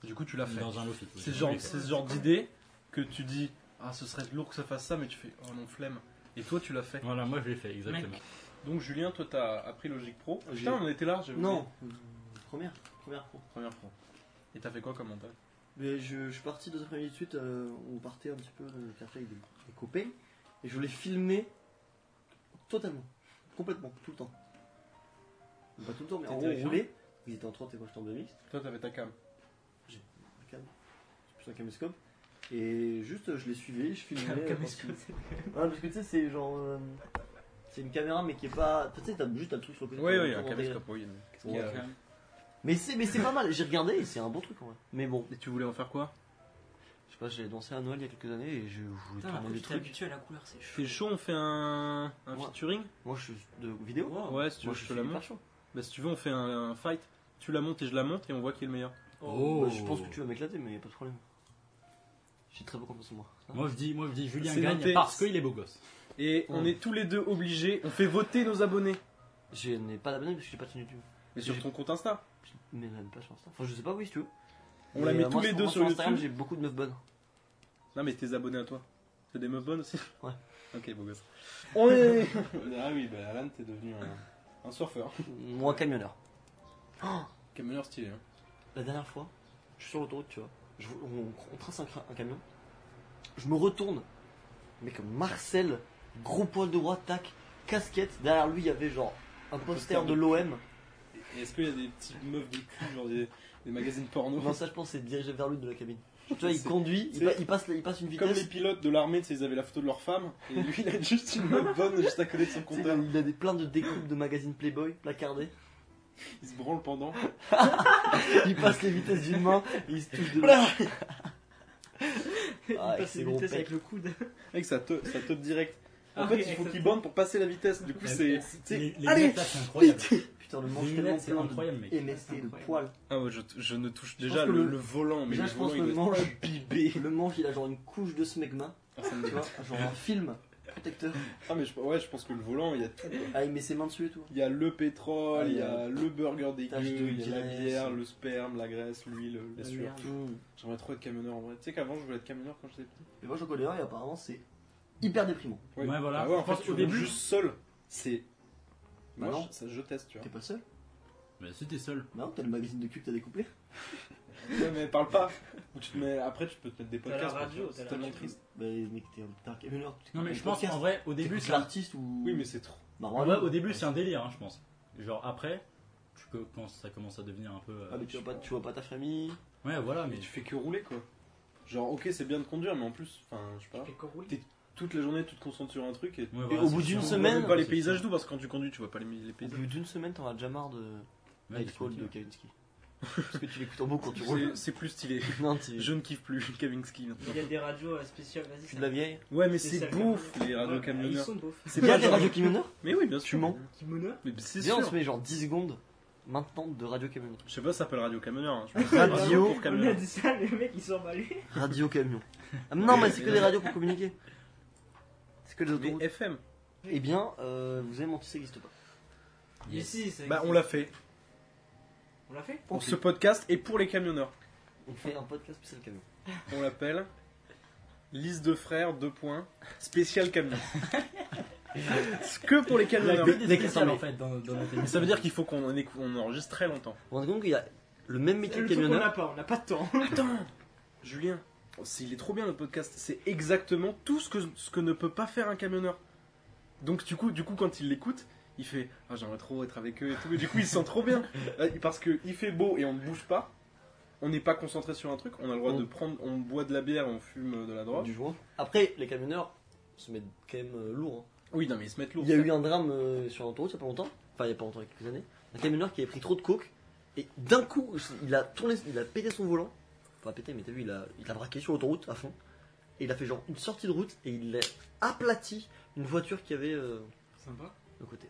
[SPEAKER 5] Du coup tu l'as fait.
[SPEAKER 1] dans un lofi.
[SPEAKER 5] C'est ce genre, c'est ce genre d'idée que tu dis Ah, ce serait lourd que ça fasse ça, mais tu fais Oh non, flemme. Et toi, tu l'as fait.
[SPEAKER 1] Voilà, moi je l'ai fait, exactement.
[SPEAKER 3] Mec.
[SPEAKER 5] Donc, Julien, toi, t'as appris Logic Pro.
[SPEAKER 4] J'ai-
[SPEAKER 5] Putain, on était là, j'avais
[SPEAKER 4] Non,
[SPEAKER 5] oublié.
[SPEAKER 4] première, première pro.
[SPEAKER 5] Première pro. Et t'as fait quoi comme montage
[SPEAKER 4] Mais je, je suis parti deux après-midi de suite, euh, on partait un petit peu dans le café avec des, des copains, et je l'ai filmé totalement, complètement, tout le temps. Pas tout le temps, mais en gros, on
[SPEAKER 5] T'étais
[SPEAKER 4] roulait, ils étaient en 30 et moi j'étais en 2
[SPEAKER 5] Toi, t'avais ta cam.
[SPEAKER 4] c'est plus un caméscope, et juste euh, je les suivais, je filmais. euh,
[SPEAKER 3] Comme
[SPEAKER 4] parce que- Ouais, parce que tu sais, c'est genre. euh, c'est une caméra, mais qui est pas. Tu sais, t'as juste t'as le truc sur le côté.
[SPEAKER 5] Oui,
[SPEAKER 4] pour-
[SPEAKER 5] oui,
[SPEAKER 4] pour
[SPEAKER 5] un
[SPEAKER 4] monter.
[SPEAKER 5] caméscope, oui. mais qu'est-ce qu'il y a
[SPEAKER 4] Ouais. Mais c'est mais c'est pas mal, j'ai regardé et c'est un bon truc en vrai. Mais bon,
[SPEAKER 5] Et tu voulais en faire quoi
[SPEAKER 4] je sais pas, j'ai dansé à Noël il y a quelques années et je voulais
[SPEAKER 5] Ah,
[SPEAKER 3] Putain,
[SPEAKER 4] tourner
[SPEAKER 3] après,
[SPEAKER 4] des
[SPEAKER 3] tu t'es
[SPEAKER 4] trucs.
[SPEAKER 3] habitué à la couleur, c'est chaud.
[SPEAKER 5] T'es chaud, on fait un, un
[SPEAKER 4] Ouais.
[SPEAKER 5] featuring
[SPEAKER 4] Moi je suis de vidéo.
[SPEAKER 5] Ouais, si tu veux,
[SPEAKER 4] Moi
[SPEAKER 5] je, te
[SPEAKER 4] suis
[SPEAKER 5] la
[SPEAKER 4] hyper
[SPEAKER 5] montre.
[SPEAKER 4] chaud.
[SPEAKER 5] Bah, si tu veux, on fait un, un fight. Tu la montes et je la monte, et on voit qui est le meilleur.
[SPEAKER 1] Oh.
[SPEAKER 4] Bah, je pense que tu vas m'éclater, mais y a pas de problème. J'ai très peu confiance en moi.
[SPEAKER 1] Moi je dis, moi je dis, Julien
[SPEAKER 5] C'est
[SPEAKER 1] gagne
[SPEAKER 5] noté.
[SPEAKER 1] parce qu'il est beau gosse.
[SPEAKER 5] Et on
[SPEAKER 4] Oh.
[SPEAKER 5] est tous les deux obligés, on fait voter nos abonnés.
[SPEAKER 4] Je n'ai pas d'abonnés parce que j'ai pas de chaîne YouTube.
[SPEAKER 5] Et sur
[SPEAKER 4] J'ai-
[SPEAKER 5] ton compte Insta.
[SPEAKER 4] Mais même pas sur Insta. Enfin, je sais pas, oui, si tu veux.
[SPEAKER 5] On la
[SPEAKER 4] Mais,
[SPEAKER 5] met
[SPEAKER 4] euh,
[SPEAKER 5] tous
[SPEAKER 4] moi,
[SPEAKER 5] les
[SPEAKER 4] sur-
[SPEAKER 5] deux
[SPEAKER 4] moi,
[SPEAKER 5] sur
[SPEAKER 4] Instagram,
[SPEAKER 5] YouTube.
[SPEAKER 4] j'ai beaucoup de meufs bonnes.
[SPEAKER 5] Non, mais tes abonnés à toi. C'est des meufs bonnes aussi
[SPEAKER 4] Ouais.
[SPEAKER 5] Ok, beau gosse. On est. ah oui, bah Alan, t'es devenu un, un surfeur.
[SPEAKER 4] Moi, camionneur. Oh,
[SPEAKER 5] Camionneur stylé. Hein.
[SPEAKER 4] La dernière fois, je suis sur l'autoroute, tu vois. Je- on, on trace un, cra- un camion. Je me retourne. Mais comme Marcel, gros poil de roi, tac, casquette. Derrière lui, il y avait genre un poster de l'OM.
[SPEAKER 5] Et Est-ce qu'il y a des petites meufs de cul, genre des, des magazines porno
[SPEAKER 4] Non, ça, je pense, c'est dirigé vers lui de la cabine. Tu vois, il
[SPEAKER 5] C'est-
[SPEAKER 4] conduit, il,
[SPEAKER 5] c'est-
[SPEAKER 4] pa- il passe, il passe une
[SPEAKER 5] Comme
[SPEAKER 4] vitesse.
[SPEAKER 5] les pilotes de l'armée, tu sais, ils avaient la photo de leur femme, et lui il a juste une meuf bonne juste à côté de son
[SPEAKER 4] Tu sais,
[SPEAKER 5] compteur.
[SPEAKER 4] Il a des, plein de découpes de magazines Playboy placardés.
[SPEAKER 5] Il se branle pendant.
[SPEAKER 4] Il passe les vitesses d'une main et il se touche de l'autre.
[SPEAKER 3] Il
[SPEAKER 4] Ah, avec
[SPEAKER 3] passe
[SPEAKER 4] ses
[SPEAKER 3] les
[SPEAKER 4] gros
[SPEAKER 3] vitesses avec
[SPEAKER 4] pecs.
[SPEAKER 3] le coude.
[SPEAKER 5] Mec, ça te, ça te direct. En
[SPEAKER 3] Ah
[SPEAKER 5] fait,
[SPEAKER 3] oui,
[SPEAKER 5] il faut
[SPEAKER 3] exactement.
[SPEAKER 5] qu'il bande pour passer la vitesse. Du coup, c'est. c'est-
[SPEAKER 1] Les, les
[SPEAKER 5] Allez
[SPEAKER 1] lunettes, là, c'est incroyable.
[SPEAKER 4] Putain, le
[SPEAKER 1] Les
[SPEAKER 4] manche
[SPEAKER 1] lunettes,
[SPEAKER 4] tellement
[SPEAKER 1] c'est
[SPEAKER 4] plein de-
[SPEAKER 1] incroyable, mec.
[SPEAKER 4] Et mais c'est le poil.
[SPEAKER 5] Ah, ouais, je, je ne touche
[SPEAKER 4] Je
[SPEAKER 5] déjà
[SPEAKER 4] pense que
[SPEAKER 5] le,
[SPEAKER 4] le-
[SPEAKER 5] le volant, mais
[SPEAKER 4] déjà,
[SPEAKER 5] le
[SPEAKER 4] je
[SPEAKER 5] volant
[SPEAKER 4] pense que
[SPEAKER 5] il
[SPEAKER 4] le
[SPEAKER 5] doit être
[SPEAKER 4] manche-
[SPEAKER 5] imbibé.
[SPEAKER 4] Le manche, il a genre une couche de smegma.
[SPEAKER 5] Ah, ça me
[SPEAKER 4] Tu
[SPEAKER 5] dégoûte.
[SPEAKER 4] vois, genre un film protecteur.
[SPEAKER 5] Ah, mais je, ouais, je pense que le volant, il y a tout.
[SPEAKER 4] Ah, il met ses mains dessus et tout.
[SPEAKER 5] Il y a le pétrole,
[SPEAKER 4] Ah,
[SPEAKER 5] il y a le burger dégueu,
[SPEAKER 4] tache de
[SPEAKER 5] il y a la
[SPEAKER 4] graisse.
[SPEAKER 5] bière, le sperme, la graisse, l'huile,
[SPEAKER 3] Ah,
[SPEAKER 5] la sueur.
[SPEAKER 4] Mm.
[SPEAKER 5] J'aimerais trop être camionneur en vrai. Tu sais qu'avant je voulais être camionneur quand j'étais petit.
[SPEAKER 4] Mais moi, j'en connais un et apparemment, c'est hyper déprimant.
[SPEAKER 1] Ouais, voilà.
[SPEAKER 5] Ah ouais, en
[SPEAKER 1] Je pense
[SPEAKER 5] fait, tu
[SPEAKER 1] au
[SPEAKER 5] roules
[SPEAKER 1] début-
[SPEAKER 5] juste seul, c'est.
[SPEAKER 4] Bah
[SPEAKER 5] Moi,
[SPEAKER 4] non.
[SPEAKER 5] je, ça, je teste, tu vois.
[SPEAKER 4] T'es pas le seul
[SPEAKER 1] Mais si t'es seul.
[SPEAKER 4] Bah Non, t'as le magazine de cul que t'as découpé.
[SPEAKER 5] Ouais, mais parle pas. Ou tu te mets- Après, tu peux te mettre des
[SPEAKER 3] la
[SPEAKER 5] podcasts.
[SPEAKER 3] radio,
[SPEAKER 5] quoi.
[SPEAKER 3] t'as
[SPEAKER 5] c'est
[SPEAKER 3] la
[SPEAKER 5] tellement
[SPEAKER 3] radio.
[SPEAKER 5] triste.
[SPEAKER 4] Bah, mec, t'es un t'es un camionneur.
[SPEAKER 1] Non, mais je pense qu'en vrai, au début,
[SPEAKER 4] Début,
[SPEAKER 1] c'est
[SPEAKER 4] c'est
[SPEAKER 1] un...
[SPEAKER 4] l'artiste ou.
[SPEAKER 5] Oui, mais c'est trop.
[SPEAKER 4] Bah,
[SPEAKER 1] en
[SPEAKER 4] vraiment.
[SPEAKER 1] vrai, au début, c'est un délire, hein, je pense. Genre après, tu co- quand ça commence à devenir un peu. euh,
[SPEAKER 4] Ah, mais tu vois pas, tu vois pas ta famille.
[SPEAKER 1] Ouais, voilà,
[SPEAKER 5] Mais
[SPEAKER 1] mais
[SPEAKER 5] tu fais que rouler, quoi. Genre, ok, c'est bien de conduire, mais en plus, enfin, je sais pas.
[SPEAKER 3] Fait que rouler.
[SPEAKER 5] T'es toute la journée, tu te concentres sur un truc et,
[SPEAKER 1] Ouais,
[SPEAKER 5] et
[SPEAKER 1] voilà,
[SPEAKER 4] au
[SPEAKER 1] c'est
[SPEAKER 4] bout d'une
[SPEAKER 1] chiant.
[SPEAKER 5] tu
[SPEAKER 1] Ouais,
[SPEAKER 5] vois
[SPEAKER 4] semaine-
[SPEAKER 5] même pas les
[SPEAKER 1] c'est
[SPEAKER 5] paysages
[SPEAKER 1] chiant.
[SPEAKER 5] d'où parce que quand tu conduis, tu vois pas les, les
[SPEAKER 4] Au
[SPEAKER 5] paysages.
[SPEAKER 4] bout d'une semaine, t'en as déjà marre de
[SPEAKER 1] Ouais,
[SPEAKER 4] Nightfall de
[SPEAKER 1] définitivement.
[SPEAKER 4] Kavinsky. Parce que tu l'écoutes en boucle quand tu roules.
[SPEAKER 5] C'est- C'est plus stylé.
[SPEAKER 4] Non, tu-
[SPEAKER 5] Je ne kiffe plus Kavinsky.
[SPEAKER 3] Il y a des radios euh, spéciales, vas-y.
[SPEAKER 4] je suis de la vieille.
[SPEAKER 5] Ouais, mais
[SPEAKER 3] ça,
[SPEAKER 5] c'est
[SPEAKER 3] le
[SPEAKER 5] beauf
[SPEAKER 3] camionneur.
[SPEAKER 5] les
[SPEAKER 3] Ouais, Ah,
[SPEAKER 5] radios
[SPEAKER 3] Ils
[SPEAKER 5] camionneurs.
[SPEAKER 3] sont beaufs.
[SPEAKER 5] C'est
[SPEAKER 4] Il y a
[SPEAKER 5] pas
[SPEAKER 4] des
[SPEAKER 5] genre-
[SPEAKER 4] radios Kimono
[SPEAKER 5] Mais oui, bien sûr.
[SPEAKER 4] Tu mens.
[SPEAKER 3] Kimono
[SPEAKER 5] Mais c'est
[SPEAKER 4] Viens, on se
[SPEAKER 5] sûr.
[SPEAKER 4] met genre 10 secondes maintenant de radio camion.
[SPEAKER 5] Je sais pas, ça s'appelle radio camionneur. hein. Je pense que c'est
[SPEAKER 4] Radio
[SPEAKER 5] pour
[SPEAKER 3] On a
[SPEAKER 5] camionneur.
[SPEAKER 3] dit ça, le mec il s'en bat lui.
[SPEAKER 4] Radio camion. Ah, mais non, mais c'est que des radios pour communiquer. C'est que des autoroutes.
[SPEAKER 5] Mais FM.
[SPEAKER 4] Eh bien, euh, vous avez menti, ça n'existe pas.
[SPEAKER 3] Mais
[SPEAKER 1] Yes.
[SPEAKER 3] si, ça
[SPEAKER 5] Bah, on
[SPEAKER 3] existe.
[SPEAKER 5] l'a fait
[SPEAKER 3] On l'a fait
[SPEAKER 5] pour ce podcast et pour les camionneurs.
[SPEAKER 4] On fait un podcast spécial camion.
[SPEAKER 5] On l'appelle Liste de frères, deux points, spécial camion. C'est que pour les
[SPEAKER 1] Il y a
[SPEAKER 5] camionneurs.
[SPEAKER 1] que des
[SPEAKER 4] spéciales,
[SPEAKER 1] spéciales en fait dans, dans notre
[SPEAKER 5] Mais ça veut dire qu'il faut qu'on en écou- on enregistre très longtemps.
[SPEAKER 4] Vous vous rendez compte qu'il y a le même métier
[SPEAKER 3] Le
[SPEAKER 4] de
[SPEAKER 3] truc qu'on n'a
[SPEAKER 4] camionneur
[SPEAKER 3] pas, on n'a pas de temps.
[SPEAKER 5] Attends, Julien, c'est- il est trop bien le podcast. C'est exactement tout ce que, ce que ne peut pas faire un camionneur. Donc du coup, du coup quand il l'écoute, il fait ah j'aimerais trop être avec eux et tout. Et du coup, il se sent trop bien Euh, parce que il fait beau et on ne bouge pas. On n'est pas concentré sur un truc. On a le droit
[SPEAKER 4] On-
[SPEAKER 5] de prendre, on boit de la bière, on fume euh, de la drogue.
[SPEAKER 4] du joint. Après, les camionneurs se mettent quand même euh, lourd. hein.
[SPEAKER 5] Oui, non mais ils se mettent lourd.
[SPEAKER 4] Il y a eu un drame euh, sur l'autoroute il y a pas longtemps. Enfin, il y a pas longtemps, il y a quelques années. Un camionneur qui avait pris trop de coke. Et d'un coup, il a tourné, il a pété son volant. Enfin, pété, mais t'as vu, il a, il a braqué sur l'autoroute à fond. Et il a fait genre une sortie de route et il a aplati une voiture qui avait euh,
[SPEAKER 3] Sympa.
[SPEAKER 4] de côté.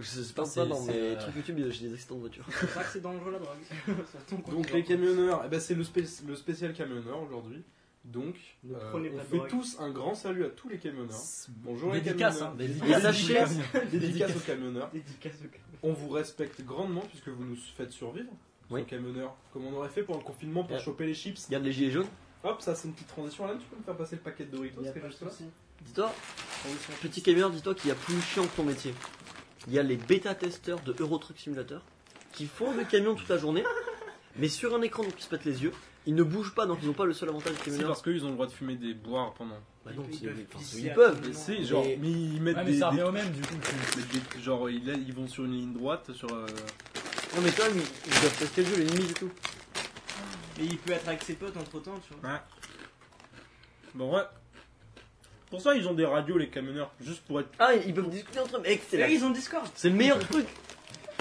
[SPEAKER 4] Je sais pas,
[SPEAKER 1] C'est-
[SPEAKER 4] ça dans
[SPEAKER 1] c'est,
[SPEAKER 4] mes
[SPEAKER 1] euh,
[SPEAKER 4] trucs YouTube, j'ai des accidents de voiture.
[SPEAKER 3] C'est pour ça que c'est dangereux la drogue. Ça tombe contre
[SPEAKER 5] Donc
[SPEAKER 3] toi.
[SPEAKER 5] les camionneurs, eh ben, c'est le, spé- le spécial camionneur aujourd'hui. Donc
[SPEAKER 3] Ne
[SPEAKER 5] euh,
[SPEAKER 3] prenez pas
[SPEAKER 5] on
[SPEAKER 3] de
[SPEAKER 5] fait
[SPEAKER 3] drogue.
[SPEAKER 5] tous un grand salut à tous les camionneurs. Bonjour les
[SPEAKER 1] Dédicace,
[SPEAKER 5] camionneurs.
[SPEAKER 1] hein,
[SPEAKER 5] Dédicace,
[SPEAKER 4] dédicace.
[SPEAKER 5] dédicace aux camionneurs.
[SPEAKER 3] Dédicace au camion.
[SPEAKER 5] On vous respecte grandement puisque vous nous faites survivre.
[SPEAKER 4] Oui.
[SPEAKER 5] Sans camionneur, comme on aurait fait pendant le confinement pour
[SPEAKER 4] Ouais.
[SPEAKER 5] choper les chips.
[SPEAKER 4] Regarde les gilets jaunes.
[SPEAKER 5] Hop, ça c'est une petite transition. Là, tu peux me faire passer le paquet de Doritos
[SPEAKER 3] Il y a
[SPEAKER 5] qui est
[SPEAKER 3] pas de
[SPEAKER 5] juste là
[SPEAKER 3] souci.
[SPEAKER 4] Dis-toi,
[SPEAKER 5] Transition.
[SPEAKER 4] petit camionneur, dis-toi qu'il y a plus chiant que ton métier. Il y a les bêta-testeurs de Eurotruck Simulator qui font le camion toute la journée, mais sur un écran donc ils se pètent les yeux. Ils ne bougent pas donc ils n'ont pas le seul avantage du
[SPEAKER 5] C'est
[SPEAKER 4] camionneur.
[SPEAKER 5] parce qu'ils ont le droit de fumer des boires pendant.
[SPEAKER 4] Bah non,
[SPEAKER 3] Ils
[SPEAKER 4] c'est-
[SPEAKER 3] peuvent
[SPEAKER 4] mais- enfin,
[SPEAKER 3] pisser
[SPEAKER 4] ils
[SPEAKER 3] à
[SPEAKER 4] peuvent.
[SPEAKER 3] tout
[SPEAKER 5] Mais
[SPEAKER 3] moment.
[SPEAKER 5] c'est genre,
[SPEAKER 4] Mais-
[SPEAKER 5] mais ils mettent
[SPEAKER 1] Ouais,
[SPEAKER 5] des,
[SPEAKER 1] mais ça
[SPEAKER 5] des-
[SPEAKER 1] revient au même du coup.
[SPEAKER 5] mettent des- Genre, ils, ils vont sur une ligne droite. sur. euh,
[SPEAKER 4] Non mais quand même, ils ils doivent tester le jeu, l'ennemi du tout.
[SPEAKER 3] Mais il peut être avec ses potes entre temps, tu vois.
[SPEAKER 5] Bon, ouais. Pour ça, ils ont des radios, les camionneurs, juste pour être.
[SPEAKER 4] Ah, ils peuvent discuter entre eux, mec, c'est la-
[SPEAKER 3] Et ils ont Discord.
[SPEAKER 4] c'est le meilleur truc.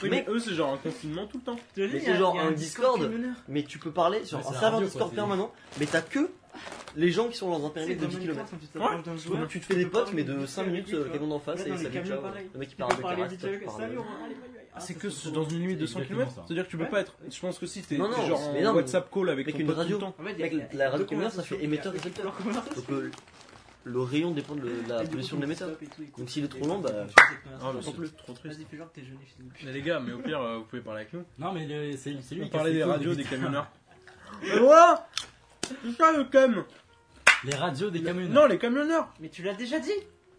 [SPEAKER 5] Oui,
[SPEAKER 4] Mais-
[SPEAKER 5] mais eux, c'est genre un confinement tout le temps.
[SPEAKER 3] Tu l'as
[SPEAKER 4] Mais
[SPEAKER 3] vu,
[SPEAKER 4] c'est
[SPEAKER 3] il y a-
[SPEAKER 4] genre
[SPEAKER 3] il y a
[SPEAKER 4] un Discord.
[SPEAKER 3] camionneur.
[SPEAKER 4] Mais tu peux parler sur
[SPEAKER 1] Ouais, c'est
[SPEAKER 4] un
[SPEAKER 1] la
[SPEAKER 4] serveur
[SPEAKER 1] radio,
[SPEAKER 4] Discord
[SPEAKER 1] quoi, c'est-
[SPEAKER 4] permanent, mais t'as que les gens qui sont dans un
[SPEAKER 3] C'est
[SPEAKER 4] périmètre de
[SPEAKER 3] dans
[SPEAKER 4] 10
[SPEAKER 3] même
[SPEAKER 4] km.
[SPEAKER 3] temps, tu te
[SPEAKER 5] Ouais.
[SPEAKER 3] parles d'un joueur,
[SPEAKER 4] tu te fais des
[SPEAKER 3] peux
[SPEAKER 4] potes,
[SPEAKER 3] parler
[SPEAKER 4] mais
[SPEAKER 3] du
[SPEAKER 4] de
[SPEAKER 3] Discord
[SPEAKER 4] 5
[SPEAKER 3] avec
[SPEAKER 4] minutes,
[SPEAKER 3] lui, tu
[SPEAKER 4] euh,
[SPEAKER 3] vois.
[SPEAKER 4] quelqu'un d'en face
[SPEAKER 3] Là,
[SPEAKER 4] et
[SPEAKER 3] dans
[SPEAKER 4] il
[SPEAKER 3] les
[SPEAKER 4] s'habille
[SPEAKER 3] camions,
[SPEAKER 4] ciao.
[SPEAKER 3] pareil.
[SPEAKER 4] Le mec qui
[SPEAKER 3] Tu peux
[SPEAKER 4] parle avec un
[SPEAKER 3] parler
[SPEAKER 4] reste,
[SPEAKER 3] du dialogue
[SPEAKER 4] tu parles-
[SPEAKER 3] extérieur, ouais. Allez, allez, allez. Ah,
[SPEAKER 5] Ah, c'est
[SPEAKER 3] ça,
[SPEAKER 5] que
[SPEAKER 3] c'est
[SPEAKER 5] dans une limite de 100
[SPEAKER 1] exactement
[SPEAKER 5] km
[SPEAKER 1] ça.
[SPEAKER 5] C'est-à-dire que tu peux
[SPEAKER 3] Ouais.
[SPEAKER 5] pas être. Je pense que si t'es
[SPEAKER 4] Non,
[SPEAKER 5] t'es
[SPEAKER 4] non,
[SPEAKER 5] genre
[SPEAKER 4] mais
[SPEAKER 5] en
[SPEAKER 4] non, mais-
[SPEAKER 5] WhatsApp call avec,
[SPEAKER 4] avec
[SPEAKER 5] ton
[SPEAKER 4] une
[SPEAKER 5] pote tout
[SPEAKER 4] radio.
[SPEAKER 5] le temps.
[SPEAKER 3] En fait, il y a-
[SPEAKER 4] Mec,
[SPEAKER 3] il y a- il y
[SPEAKER 4] la
[SPEAKER 3] a
[SPEAKER 4] radio
[SPEAKER 3] deux
[SPEAKER 4] camionneur, ça
[SPEAKER 3] conversations,
[SPEAKER 4] fait
[SPEAKER 3] il y a
[SPEAKER 4] émetteur,
[SPEAKER 3] deux
[SPEAKER 4] récepteur.
[SPEAKER 3] leur conversation.
[SPEAKER 4] Donc le, le rayon dépend de la
[SPEAKER 3] Et du
[SPEAKER 4] pression
[SPEAKER 3] coup,
[SPEAKER 4] de l'émetteur.
[SPEAKER 3] stop et tout, écoute.
[SPEAKER 4] Donc s'il est trop
[SPEAKER 3] Et
[SPEAKER 4] long,
[SPEAKER 3] tu
[SPEAKER 4] bah-
[SPEAKER 3] fais cette
[SPEAKER 5] Ah,
[SPEAKER 3] conversation.
[SPEAKER 5] mais
[SPEAKER 4] non
[SPEAKER 5] c'est
[SPEAKER 4] plus.
[SPEAKER 5] trop triste.
[SPEAKER 3] Vas-y, fais genre que t'es jeune et Philippe.
[SPEAKER 5] Mais les gars, mais au pire, euh, vous pouvez parler avec nous.
[SPEAKER 1] Non mais le- c'est c'est lui
[SPEAKER 5] On
[SPEAKER 1] qui a
[SPEAKER 5] parlait
[SPEAKER 1] fait
[SPEAKER 5] des
[SPEAKER 1] tout,
[SPEAKER 5] radios des
[SPEAKER 1] putain.
[SPEAKER 5] camionneurs. Et voilà C'est ça le thème
[SPEAKER 1] Les radios des camionneurs.
[SPEAKER 5] Non, les camionneurs
[SPEAKER 3] Mais tu l'as déjà dit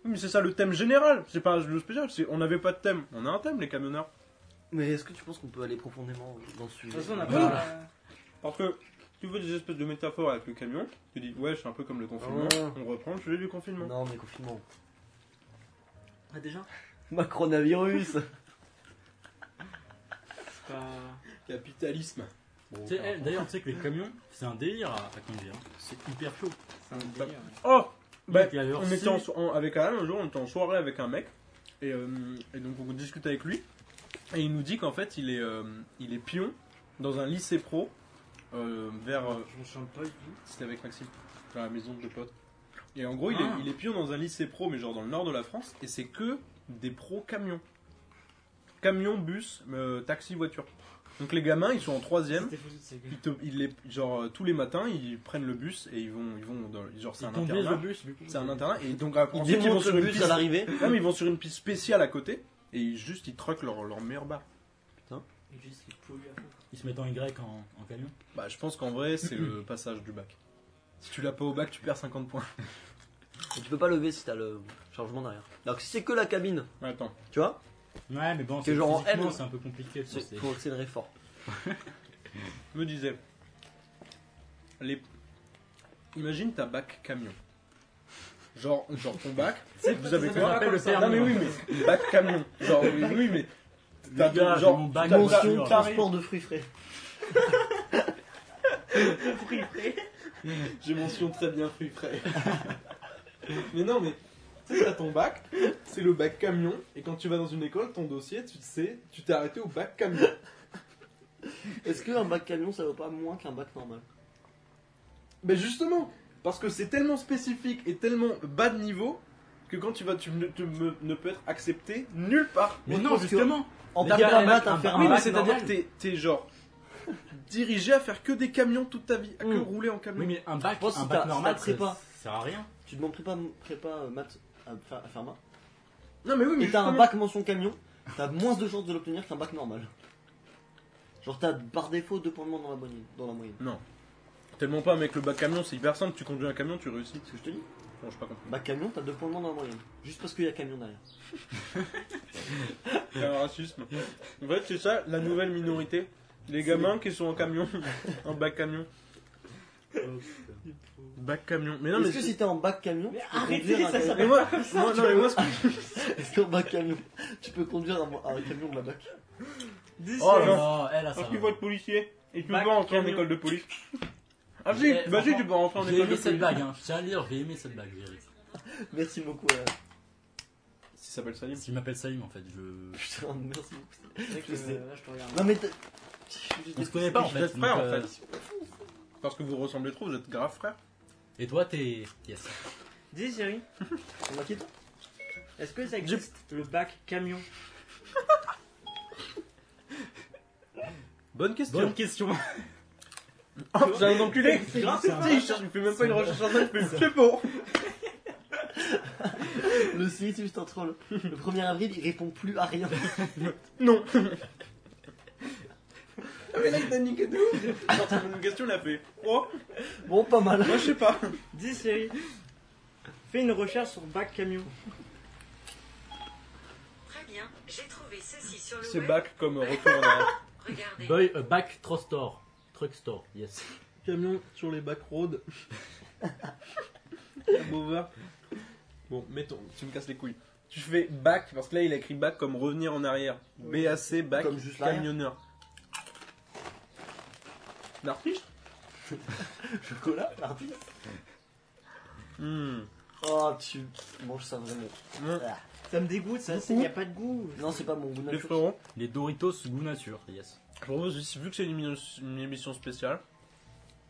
[SPEAKER 5] Oui, Mais c'est ça le thème général, c'est pas le spécial, c'est on n'avait pas de thème. On a un thème, les camionneurs.
[SPEAKER 4] Mais est-ce que tu penses qu'on peut aller profondément dans ce
[SPEAKER 3] De
[SPEAKER 4] sujet
[SPEAKER 3] toute façon, on a
[SPEAKER 1] Voilà.
[SPEAKER 3] pas. euh,
[SPEAKER 5] Parce que tu veux des espèces de métaphores avec le camion, tu dis ouais, c'est un peu comme le confinement,
[SPEAKER 4] Ah.
[SPEAKER 5] on reprend le sujet du confinement.
[SPEAKER 4] Non, mais confinement.
[SPEAKER 3] Ah, déjà
[SPEAKER 4] Ma coronavirus
[SPEAKER 3] Euh, C'est pas.
[SPEAKER 5] Capitalisme.
[SPEAKER 1] Tu sais, eh, D'ailleurs, tu sais que les camions, c'est un délire à, à conduire. hein. C'est hyper chaud.
[SPEAKER 3] C'est un délire.
[SPEAKER 5] Oh Bah,
[SPEAKER 1] Donc, il y a leur
[SPEAKER 5] on
[SPEAKER 1] scie.
[SPEAKER 5] était en so- en- avec Alain un jour, on était en soirée avec un mec, et, euh, et donc on discute avec lui, et il nous dit qu'en fait il est, euh, il est pion dans un lycée pro, euh, vers. euh,
[SPEAKER 3] Je me chante pas du tout.
[SPEAKER 5] C'était avec Maxime, dans la maison de potes. Et en gros, il, est,
[SPEAKER 3] Ah.
[SPEAKER 5] il est pion dans un lycée pro, mais genre dans le nord de la France, et c'est que des pros camions. Camion, bus, euh, taxi, voiture. Donc les gamins, ils sont en troisième.
[SPEAKER 3] C'était foutu de ses gueules.
[SPEAKER 5] Ils te- ils les, genre euh, tous les matins, ils prennent le bus et ils vont, ils vont dans, genre c'est
[SPEAKER 1] Ils
[SPEAKER 5] un
[SPEAKER 1] conduisent le
[SPEAKER 5] internat.
[SPEAKER 1] bus, du coup.
[SPEAKER 5] C'est un internat et donc euh,
[SPEAKER 4] Ils
[SPEAKER 5] ensuite, ils vont
[SPEAKER 4] démontent
[SPEAKER 5] sur
[SPEAKER 4] le
[SPEAKER 5] une
[SPEAKER 4] bus à
[SPEAKER 5] piste.
[SPEAKER 4] l'arrivée.
[SPEAKER 5] Non, mais ils vont sur une piste spéciale à côté et ils, juste ils troquent leur, leur meilleur bar.
[SPEAKER 3] Et juste, il pollue à fond.
[SPEAKER 1] Ils se mettent en Y en, en camion.
[SPEAKER 5] Bah je pense qu'en vrai c'est le passage du bac. Si tu l'as pas au bac, tu perds 50 points.
[SPEAKER 4] Et tu peux pas lever si t'as le chargement derrière. Alors que si c'est que la cabine,
[SPEAKER 5] Attends,
[SPEAKER 4] tu vois,
[SPEAKER 1] Ouais, mais bon,
[SPEAKER 4] Que
[SPEAKER 1] c'est
[SPEAKER 4] genre en
[SPEAKER 1] physiquement,
[SPEAKER 4] L.
[SPEAKER 1] c'est un peu compliqué. tu sais,
[SPEAKER 4] c'est
[SPEAKER 1] c'est-
[SPEAKER 4] faut accélérer fort.
[SPEAKER 5] me disais, les... imagine ta bac camion. Genre, genre ton bac, vous avez
[SPEAKER 1] ça
[SPEAKER 5] quoi
[SPEAKER 1] s'appelle le
[SPEAKER 5] Non mais
[SPEAKER 1] permis,
[SPEAKER 5] oui
[SPEAKER 1] ouais.
[SPEAKER 5] mais bac camion. Genre oui, oui, mais t'as
[SPEAKER 1] Les gars,
[SPEAKER 5] ton- genre
[SPEAKER 1] j'ai mon bac
[SPEAKER 5] t'as-
[SPEAKER 1] en
[SPEAKER 5] t'as-
[SPEAKER 1] voiture.
[SPEAKER 5] t'as-
[SPEAKER 4] transport de fruits frais.
[SPEAKER 5] J'ai mention très bien fruit frais. Mais non, mais tu sais, t'as ton bac, c'est le bac camion, et quand tu vas dans une école, ton dossier, tu sais, tu t'es arrêté au bac camion.
[SPEAKER 4] Est-ce qu'un bac camion ça vaut pas moins qu'un bac normal
[SPEAKER 5] Mais justement, parce que c'est tellement spécifique et tellement bas de niveau que quand tu vas, tu ne, tu me- ne peux être accepté nulle part. Oh
[SPEAKER 1] Mais
[SPEAKER 4] Je
[SPEAKER 1] non,
[SPEAKER 4] pense que-
[SPEAKER 1] justement
[SPEAKER 4] En
[SPEAKER 1] Les
[SPEAKER 4] bac
[SPEAKER 1] gars, un
[SPEAKER 4] normal,
[SPEAKER 1] bac-
[SPEAKER 4] t'as
[SPEAKER 1] un
[SPEAKER 4] fait
[SPEAKER 1] bac-
[SPEAKER 4] un
[SPEAKER 5] oui, mais
[SPEAKER 4] bac.
[SPEAKER 5] c'est-à-dire
[SPEAKER 1] normal.
[SPEAKER 5] que t'es, t'es genre dirigé à faire que des camions toute ta vie, à que
[SPEAKER 4] Mm.
[SPEAKER 5] rouler en camion.
[SPEAKER 1] Oui, mais un bac,
[SPEAKER 4] Je pense que
[SPEAKER 1] un
[SPEAKER 4] si
[SPEAKER 1] bac
[SPEAKER 4] t'as-
[SPEAKER 1] normal,
[SPEAKER 4] si t'as
[SPEAKER 1] ça,
[SPEAKER 4] prépa.
[SPEAKER 1] ça sert à rien.
[SPEAKER 4] Tu demandes prépa, prépa euh, maths à, fa- à faire maths.
[SPEAKER 5] Non, mais oui, mais
[SPEAKER 4] Et t'as un
[SPEAKER 5] justement.
[SPEAKER 4] bac mention camion, t'as moins de chances de l'obtenir qu'un bac normal. Genre t'as par défaut deux points de moins dans la moyenne. Dans la moyenne.
[SPEAKER 5] Tellement pas, mec, le bac camion, c'est hyper simple. Tu conduis un camion, tu réussis.
[SPEAKER 4] C'est ce que je te dis.
[SPEAKER 5] Non, j'ai pas compris.
[SPEAKER 4] Bac camion, t'as deux points de moins dans la moyenne. Juste parce qu'il y a camion derrière.
[SPEAKER 5] C'est un racisme. En fait, c'est ça la nouvelle minorité. Les gamins qui sont en camion, en bac camion. Bac camion. Mais non, mais.
[SPEAKER 4] Est-ce que si t'es en bac camion,
[SPEAKER 3] Mais
[SPEAKER 4] tu peux
[SPEAKER 3] arrêtez,
[SPEAKER 4] conduire un
[SPEAKER 3] ça
[SPEAKER 4] camion
[SPEAKER 5] Mais moi, moi, non, mais moi, ce que-
[SPEAKER 4] Est-ce qu'en bac camion, tu peux conduire un, un camion de la bac
[SPEAKER 5] Oh, non.
[SPEAKER 1] non, elle a
[SPEAKER 5] Quand tu vas être policier et tu
[SPEAKER 3] Bac
[SPEAKER 5] vas rentrer en
[SPEAKER 3] camion.
[SPEAKER 5] école de police. Ah si,
[SPEAKER 1] Eh,
[SPEAKER 5] vas-y,
[SPEAKER 1] franchement,
[SPEAKER 5] tu peux rentrer en
[SPEAKER 1] J'ai
[SPEAKER 5] école de
[SPEAKER 1] aimé cette
[SPEAKER 5] police.
[SPEAKER 1] blague, hein. je tiens à le dire, j'ai aimé cette blague, Eric.
[SPEAKER 4] Merci beaucoup. euh,
[SPEAKER 5] Si ça s'appelle Salim.
[SPEAKER 1] S'il m'appelle Salim en fait, je.
[SPEAKER 4] Putain, merci beaucoup.
[SPEAKER 3] C'est vrai que
[SPEAKER 4] Je sais.
[SPEAKER 3] euh, là, je te regarde.
[SPEAKER 4] Non mais t'as-
[SPEAKER 1] On se connaît pas en
[SPEAKER 5] Vous
[SPEAKER 1] fait.
[SPEAKER 5] êtes frères,
[SPEAKER 1] donc,
[SPEAKER 5] en
[SPEAKER 1] euh,
[SPEAKER 5] fait. Parce que vous ressemblez trop, vous êtes grave frère.
[SPEAKER 1] Et toi, t'es. Yes.
[SPEAKER 3] Dis Siri,
[SPEAKER 4] On m'a quitté.
[SPEAKER 3] est-ce que ça existe le bac camion
[SPEAKER 5] Bonne
[SPEAKER 1] Bonne
[SPEAKER 5] question.
[SPEAKER 1] question.
[SPEAKER 5] Oh, c'est un enculé.
[SPEAKER 3] C'est grave, c'est un
[SPEAKER 5] Tu sais, il cherche, il fait même pas une recherche en net, mais c'est pour.
[SPEAKER 4] Le site, juste un troll. Le 1er avril, il répond plus à rien.
[SPEAKER 5] Non. Ah, mais là, il t'a niqué de ouf. Quand tu poses une question, il a fait. Oh,
[SPEAKER 4] Bon, pas mal.
[SPEAKER 5] moi, je sais pas.
[SPEAKER 3] Dis Siri, fais une recherche sur bac camion.
[SPEAKER 6] Très bien, j'ai trouvé ceci sur le
[SPEAKER 5] C'est
[SPEAKER 6] web.
[SPEAKER 5] bac comme retour en
[SPEAKER 6] Regardez.
[SPEAKER 1] Boy, a back, truck store. Truck store, yes.
[SPEAKER 5] Camion sur les back roads. La Beauvoir. Bon, mettons, tu me casses les couilles. Tu fais back, parce que là il a écrit back comme revenir en arrière. BAC, back,
[SPEAKER 4] Comme juste l'arrière.
[SPEAKER 5] camionneur. L'artiste
[SPEAKER 4] Chocolat, l'artiste.
[SPEAKER 5] Hmm.
[SPEAKER 4] Oh, tu manges ça vraiment.
[SPEAKER 5] Hmm.
[SPEAKER 3] Ça me dégoûte, ça, il n'y a pas de goût.
[SPEAKER 4] Non, c'est pas mon goût
[SPEAKER 5] Les
[SPEAKER 4] nature.
[SPEAKER 5] frérots,
[SPEAKER 1] Les Doritos goût nature, yes.
[SPEAKER 5] je propose aussi, vu que c'est une, émi- une émission spéciale,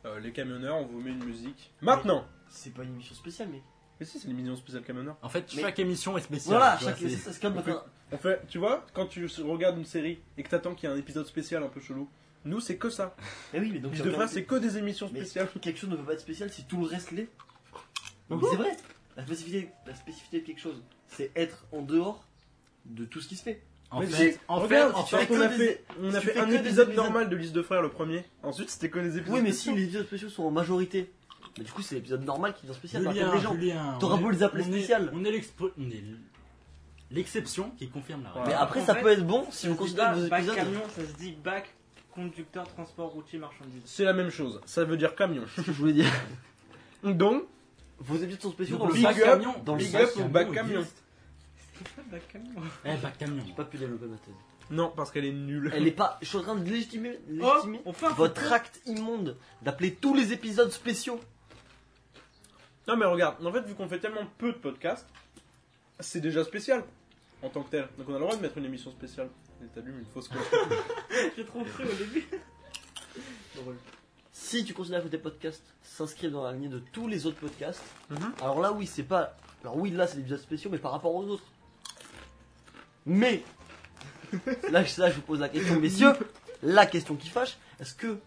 [SPEAKER 5] euh, les camionneurs, on vous met une musique. Maintenant
[SPEAKER 4] C'est pas une émission spéciale, mais.
[SPEAKER 5] Mais si, c'est une émission spéciale camionneur.
[SPEAKER 1] En fait,
[SPEAKER 4] Mais-
[SPEAKER 1] chaque émission est spéciale.
[SPEAKER 4] Voilà,
[SPEAKER 1] tu vois,
[SPEAKER 4] chaque.
[SPEAKER 1] c'est-
[SPEAKER 4] C'est comme
[SPEAKER 5] On fait- On fait, tu vois, quand tu regardes une série et que t'attends qu'il y ait un épisode spécial un peu chelou, nous c'est que ça.
[SPEAKER 4] Eh oui, mais donc.
[SPEAKER 5] Puis
[SPEAKER 4] ça
[SPEAKER 5] de
[SPEAKER 4] aucun-
[SPEAKER 5] face, c'est que des émissions
[SPEAKER 4] Mais
[SPEAKER 5] spéciales.
[SPEAKER 4] quelque chose ne peut pas être spécial si tout le reste l'est. Non, mais C'est vrai. La spécificité, la spécificité de quelque chose, c'est être en dehors de tout ce qui se fait.
[SPEAKER 1] En
[SPEAKER 5] Mais
[SPEAKER 1] fait,
[SPEAKER 5] si,
[SPEAKER 1] en
[SPEAKER 5] regarde,
[SPEAKER 1] fait, en
[SPEAKER 5] tu vois
[SPEAKER 1] fait,
[SPEAKER 5] qu'on a
[SPEAKER 4] que
[SPEAKER 5] fait, on a
[SPEAKER 4] tu
[SPEAKER 5] fait
[SPEAKER 4] fais
[SPEAKER 5] un
[SPEAKER 4] que des
[SPEAKER 5] épisode
[SPEAKER 4] épisodes.
[SPEAKER 5] normal de Liste de Frères le premier. Ensuite, c'était que les épisodes.
[SPEAKER 4] Oui, mais si
[SPEAKER 5] spéciaux.
[SPEAKER 4] les épisodes spéciaux sont en majorité, mais du coup, c'est l'épisode normal qui devient spécial. par
[SPEAKER 1] Julien,
[SPEAKER 4] contre, des gens.
[SPEAKER 1] Julien,
[SPEAKER 4] T'auras
[SPEAKER 1] on
[SPEAKER 4] beau
[SPEAKER 1] est-
[SPEAKER 4] les appeler
[SPEAKER 1] on est-
[SPEAKER 4] spéciales.
[SPEAKER 1] On est l'expo- on est l'exception qui confirme la règle.
[SPEAKER 4] Mais
[SPEAKER 5] Voilà.
[SPEAKER 4] après,
[SPEAKER 3] En
[SPEAKER 4] ça
[SPEAKER 3] fait,
[SPEAKER 4] peut être bon si
[SPEAKER 3] Ça
[SPEAKER 4] vous
[SPEAKER 3] se dit pas
[SPEAKER 4] considérez vos
[SPEAKER 3] bac
[SPEAKER 4] épisodes.
[SPEAKER 3] camion, ça se dit bac conducteur transport routier marchandise.
[SPEAKER 5] C'est la même chose. Ça veut dire camion.
[SPEAKER 4] ce que je voulais dire.
[SPEAKER 5] Donc,
[SPEAKER 4] Vos épisodes sont spéciaux
[SPEAKER 1] Donc,
[SPEAKER 4] dans le
[SPEAKER 1] le
[SPEAKER 5] big
[SPEAKER 1] bac
[SPEAKER 5] up,
[SPEAKER 1] camion,
[SPEAKER 4] dans le
[SPEAKER 5] big
[SPEAKER 4] sac,
[SPEAKER 5] up au bac
[SPEAKER 1] il
[SPEAKER 5] camion.
[SPEAKER 1] existe.
[SPEAKER 3] C'est pas bac camion.
[SPEAKER 1] Eh, bac camion.
[SPEAKER 4] J'ai pas pu développer ma thèse.
[SPEAKER 5] Non, parce qu'elle est nulle.
[SPEAKER 4] Elle est pas. Je suis en train de légitimer,
[SPEAKER 3] Oh,
[SPEAKER 4] légitimer
[SPEAKER 3] on fait un
[SPEAKER 4] votre acte immonde d'appeler tous les épisodes spéciaux.
[SPEAKER 5] Non, mais regarde. En fait, vu qu'on fait tellement peu de podcasts, c'est déjà spécial en tant que tel. Donc, on a le droit de mettre une émission spéciale. Et T'allumes une fausse cloche.
[SPEAKER 3] J'ai trop cru au début. Drôle.
[SPEAKER 4] Si tu considères que tes podcasts s'inscrivent dans la lignée de tous les autres podcasts,
[SPEAKER 5] Mhm.
[SPEAKER 4] alors là oui, c'est pas. Alors oui, là c'est des épisodes spéciaux, mais par rapport aux autres. Mais là, je- là, je vous pose la question, messieurs, la question qui fâche, est-ce que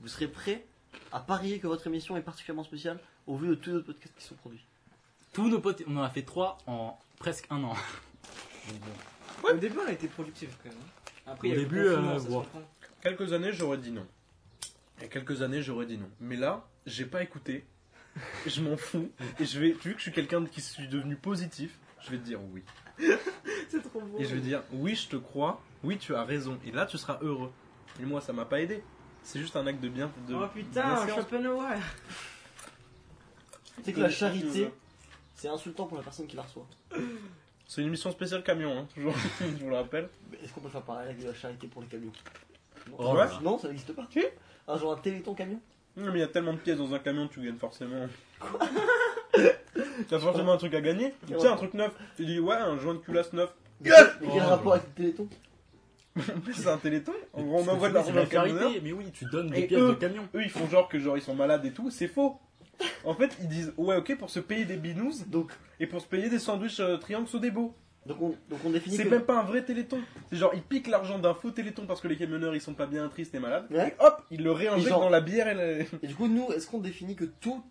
[SPEAKER 4] vous serez prêts à parier que votre émission est particulièrement spéciale au vu de tous les autres podcasts qui sont produits
[SPEAKER 1] Tous nos potes, on en a fait trois en presque un an.
[SPEAKER 3] Au début, on était productif quand même. hein. Après,
[SPEAKER 1] Au
[SPEAKER 3] il y a eu
[SPEAKER 1] début,
[SPEAKER 3] le confinement,
[SPEAKER 1] euh,
[SPEAKER 3] ça se
[SPEAKER 1] bon.
[SPEAKER 3] comprend.
[SPEAKER 5] Quelques années, j'aurais dit non. Et quelques années, j'aurais dit non. Mais là, j'ai pas écouté. Je m'en fous. Et je vais, vu que je suis quelqu'un qui suis devenu positif, je vais te dire oui.
[SPEAKER 3] C'est trop beau.
[SPEAKER 5] Et je vais dire, oui, je te crois, oui, tu as raison, et là, tu seras heureux. Et moi, ça m'a pas aidé. C'est juste un acte de bien. De,
[SPEAKER 3] Oh putain,
[SPEAKER 5] bienséance.
[SPEAKER 3] Schopenhauer.
[SPEAKER 4] C'est que
[SPEAKER 5] Euh,
[SPEAKER 4] la charité, c'est insultant pour la personne qui la reçoit.
[SPEAKER 5] C'est une émission spéciale camion, hein, toujours, je vous le rappelle.
[SPEAKER 4] Mais Est-ce qu'on peut faire pareil avec de la charité pour les camions Non,
[SPEAKER 1] Oh
[SPEAKER 5] là
[SPEAKER 4] ça-
[SPEAKER 1] là.
[SPEAKER 4] non, ça n'existe pas. Un genre un téléthon camion
[SPEAKER 5] Non, mais il y a tellement de pièces dans un camion, tu gagnes forcément. T'as forcément un truc à gagner. Tu sais, un truc neuf. Tu dis, ouais, un joint de culasse neuf.
[SPEAKER 4] Mais quel rapport avec le téléthon
[SPEAKER 5] C'est un téléthon. En gros, on
[SPEAKER 1] Ce que
[SPEAKER 5] envoie
[SPEAKER 1] tu
[SPEAKER 5] de
[SPEAKER 1] fais, c'est
[SPEAKER 5] l'argent
[SPEAKER 1] de la
[SPEAKER 5] au camionneur.
[SPEAKER 1] charité, mais oui, tu donnes des
[SPEAKER 5] Et
[SPEAKER 1] pièces
[SPEAKER 5] eux-
[SPEAKER 1] de camion.
[SPEAKER 5] Eux, ils font genre que genre ils sont malades et tout. C'est faux. En fait, ils disent, ouais, ok, pour se payer des binous
[SPEAKER 4] Donc,
[SPEAKER 5] et pour se payer des sandwichs euh, triangle sous des beaux.
[SPEAKER 4] donc, on, donc on définit
[SPEAKER 5] C'est
[SPEAKER 4] que-
[SPEAKER 5] même pas un vrai téléthon. C'est genre, ils piquent l'argent d'un faux téléthon parce que les camionneurs ils sont pas bien tristes et malades.
[SPEAKER 4] Ouais.
[SPEAKER 5] Et hop, ils le réinjectent
[SPEAKER 4] Ils en-
[SPEAKER 5] dans la bière et la-
[SPEAKER 4] Et du coup, nous, est-ce qu'on définit que tous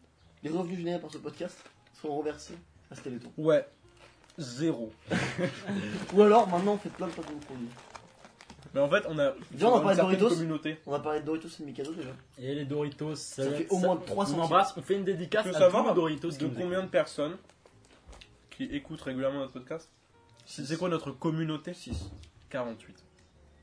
[SPEAKER 4] les revenus générés par ce podcast seront reversés à ce téléthon
[SPEAKER 5] Ouais. Zéro.
[SPEAKER 4] Ou alors, maintenant, on fait plein de plein de produits.
[SPEAKER 5] Mais en fait, on a
[SPEAKER 4] Viens, on va parler
[SPEAKER 5] une
[SPEAKER 4] de
[SPEAKER 5] certaine
[SPEAKER 4] Doritos.
[SPEAKER 5] communauté.
[SPEAKER 4] On va parler de Doritos et de Mikado déjà.
[SPEAKER 1] Et les Doritos, ça,
[SPEAKER 4] Ça fait au moins 300.
[SPEAKER 1] On embrasse, on fait une dédicace
[SPEAKER 5] Je veux
[SPEAKER 1] à tous
[SPEAKER 5] savoir
[SPEAKER 1] les Doritos qui
[SPEAKER 5] De
[SPEAKER 1] nous
[SPEAKER 5] combien de personnes qui écoutent régulièrement notre podcast C'est c'est quoi notre communauté 6. 48.
[SPEAKER 1] écoutent.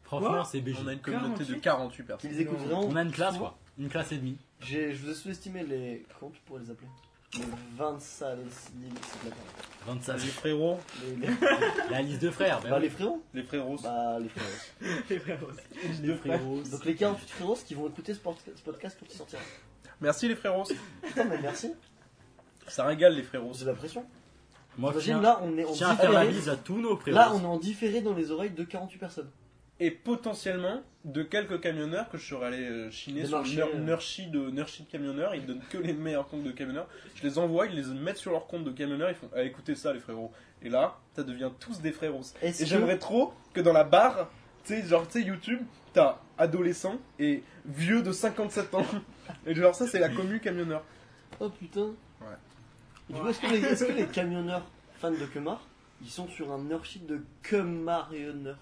[SPEAKER 1] Franchement, c'est
[SPEAKER 5] On a
[SPEAKER 1] BG.
[SPEAKER 5] une communauté de
[SPEAKER 3] 48?
[SPEAKER 4] Qui
[SPEAKER 5] 48 personnes.
[SPEAKER 4] les écoute vraiment
[SPEAKER 1] On a une classe, quoi. Une classe et demie.
[SPEAKER 4] J'ai- Je vous ai sous-estimé les. Comment tu pourrais les appeler Les 20 sales. Les, c'est de la merde.
[SPEAKER 1] 25.
[SPEAKER 5] Les frérots,
[SPEAKER 4] les, les,
[SPEAKER 1] La liste de frères. ben
[SPEAKER 4] bah,
[SPEAKER 1] oui.
[SPEAKER 4] les frérots
[SPEAKER 5] les frérots,
[SPEAKER 4] Bah, les frérots.
[SPEAKER 1] les frérots.
[SPEAKER 4] Donc, les 48 frérots qui vont écouter ce, port- ce podcast quand il sortira.
[SPEAKER 5] Merci les frérots.
[SPEAKER 4] Putain, mais merci.
[SPEAKER 5] Ça régale les frérots.
[SPEAKER 4] J'ai la pression.
[SPEAKER 1] Moi, je
[SPEAKER 4] Imagine,
[SPEAKER 1] tiens,
[SPEAKER 4] là, on est en
[SPEAKER 1] je tiens à faire la
[SPEAKER 4] différé.
[SPEAKER 1] bise à tous nos frérots.
[SPEAKER 4] Là, on est en différé dans les oreilles de 48 personnes.
[SPEAKER 5] Et potentiellement de quelques camionneurs que je serais allé euh, chiner
[SPEAKER 4] Des
[SPEAKER 5] sur
[SPEAKER 4] marchés,
[SPEAKER 5] Ner-
[SPEAKER 4] euh.
[SPEAKER 5] Nerchi de Nerchi de camionneurs. Ils donnent que les meilleurs comptes de camionneurs. Je les envoie, ils les mettent sur leur compte de camionneurs. Ils font ah, écoutez ça les frérots. Et là, ça devient tous des frérots.
[SPEAKER 4] Est-ce
[SPEAKER 5] Et
[SPEAKER 4] que-
[SPEAKER 5] j'aimerais trop que dans la barre, tu sais, genre, tu sais, YouTube, t'as adolescent et vieux de 57 ans. Et genre, ça, c'est la commu camionneur.
[SPEAKER 4] Oh putain.
[SPEAKER 5] Ouais.
[SPEAKER 4] Et du coup, est-ce que, les- est-ce que les camionneurs fans de Kemar, ils sont sur un heurship de Kemarionner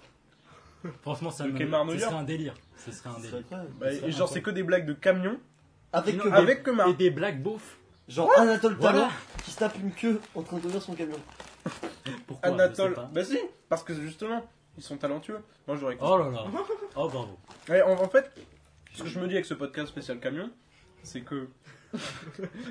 [SPEAKER 1] Franchement, ça
[SPEAKER 5] Le
[SPEAKER 1] me...
[SPEAKER 5] Kemar New
[SPEAKER 1] ce
[SPEAKER 5] York.
[SPEAKER 1] serait un délire. Ce serait un
[SPEAKER 4] C'est
[SPEAKER 1] délire.
[SPEAKER 4] incroyable.
[SPEAKER 5] Bah,
[SPEAKER 1] Ça serait
[SPEAKER 5] et genre, c'est que des blagues de camion
[SPEAKER 4] Avec
[SPEAKER 1] Non,
[SPEAKER 4] que
[SPEAKER 1] ah,
[SPEAKER 4] des-
[SPEAKER 5] avec que ma.
[SPEAKER 1] Et des blagues beaufs.
[SPEAKER 4] genre Anatole
[SPEAKER 1] Voilà.
[SPEAKER 4] Talon qui se tape une queue en train de conduire son camion.
[SPEAKER 1] Pourquoi je sais
[SPEAKER 5] Anatole.
[SPEAKER 1] pas.
[SPEAKER 5] Bah, si, parce que justement, ils sont talentueux. Moi, j'aurais cru.
[SPEAKER 1] Oh là là. Oh, bravo.
[SPEAKER 5] Ouais, en, en fait, ce que je me dis avec ce podcast spécial camion, c'est que.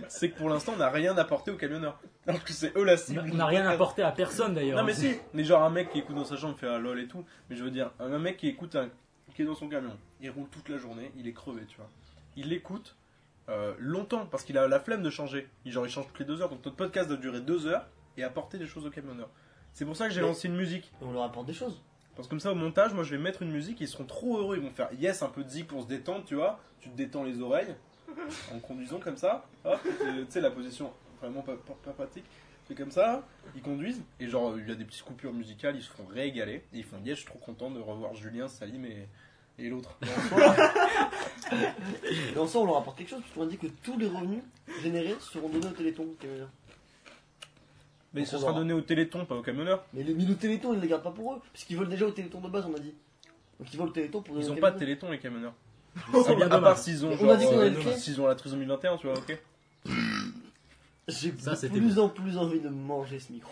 [SPEAKER 5] c'est que pour l'instant, on n'a rien apporté aux camionneurs. Alors que c'est eux la
[SPEAKER 1] On a-
[SPEAKER 5] cible.
[SPEAKER 1] Bah, on n'a rien apporté à personne d'ailleurs. hein.
[SPEAKER 5] Non mais si, mais genre un mec qui écoute dans sa chambre fait ah lol et tout, mais je veux dire, un mec qui écoute, un- qui est dans son camion, il roule toute la journée, il est crevé, tu vois. Il l'écoute euh, longtemps parce qu'il a la flemme de changer. Il, genre il change toutes les deux heures, donc notre podcast doit durer deux heures et apporter des choses au camionneur. C'est pour ça que j'ai
[SPEAKER 4] Mais-
[SPEAKER 5] lancé une musique.
[SPEAKER 4] Et on leur apporte des choses.
[SPEAKER 5] Parce que comme ça au montage, moi je vais mettre une musique, ils seront trop heureux, ils vont faire yes un peu de zik pour se détendre, tu vois. Tu te détends les oreilles en conduisant comme ça. Hop, et, tu sais la position vraiment pas, pas, pas pratique. C'est comme ça, ils conduisent et genre il y a des petites coupures musicales, ils se font régaler et ils font yes, je suis trop content de revoir Julien, Salim et, et l'autre.
[SPEAKER 4] Et en soi, et en soi, on leur apporte quelque chose parce qu'on a dit que tous les revenus générés seront donnés au Téléthon. camionneur.
[SPEAKER 5] Mais
[SPEAKER 4] Donc,
[SPEAKER 5] ce
[SPEAKER 4] on
[SPEAKER 5] sera
[SPEAKER 4] aura-
[SPEAKER 5] donné au Téléthon, pas au camionneur.
[SPEAKER 4] Mais le, mais le Téléthon, ils ne les gardent pas pour eux, parce qu'ils veulent déjà au Téléthon de base, on a dit. Donc ils veulent au Téléthon pour
[SPEAKER 5] Ils
[SPEAKER 4] donner
[SPEAKER 5] ont
[SPEAKER 4] au
[SPEAKER 5] pas de
[SPEAKER 4] Téléthon.
[SPEAKER 5] Téléthon les camionneurs.
[SPEAKER 1] C'est bien
[SPEAKER 5] à part
[SPEAKER 1] dommage.
[SPEAKER 5] s'ils ont
[SPEAKER 4] On a
[SPEAKER 5] genre
[SPEAKER 4] dit qu'on
[SPEAKER 5] euh,
[SPEAKER 4] avait le fait.
[SPEAKER 5] s'ils ont la trisomie 21, tu vois, ok.
[SPEAKER 4] J'ai de
[SPEAKER 1] Ça, c'était
[SPEAKER 4] plus en plus envie de manger ce micro.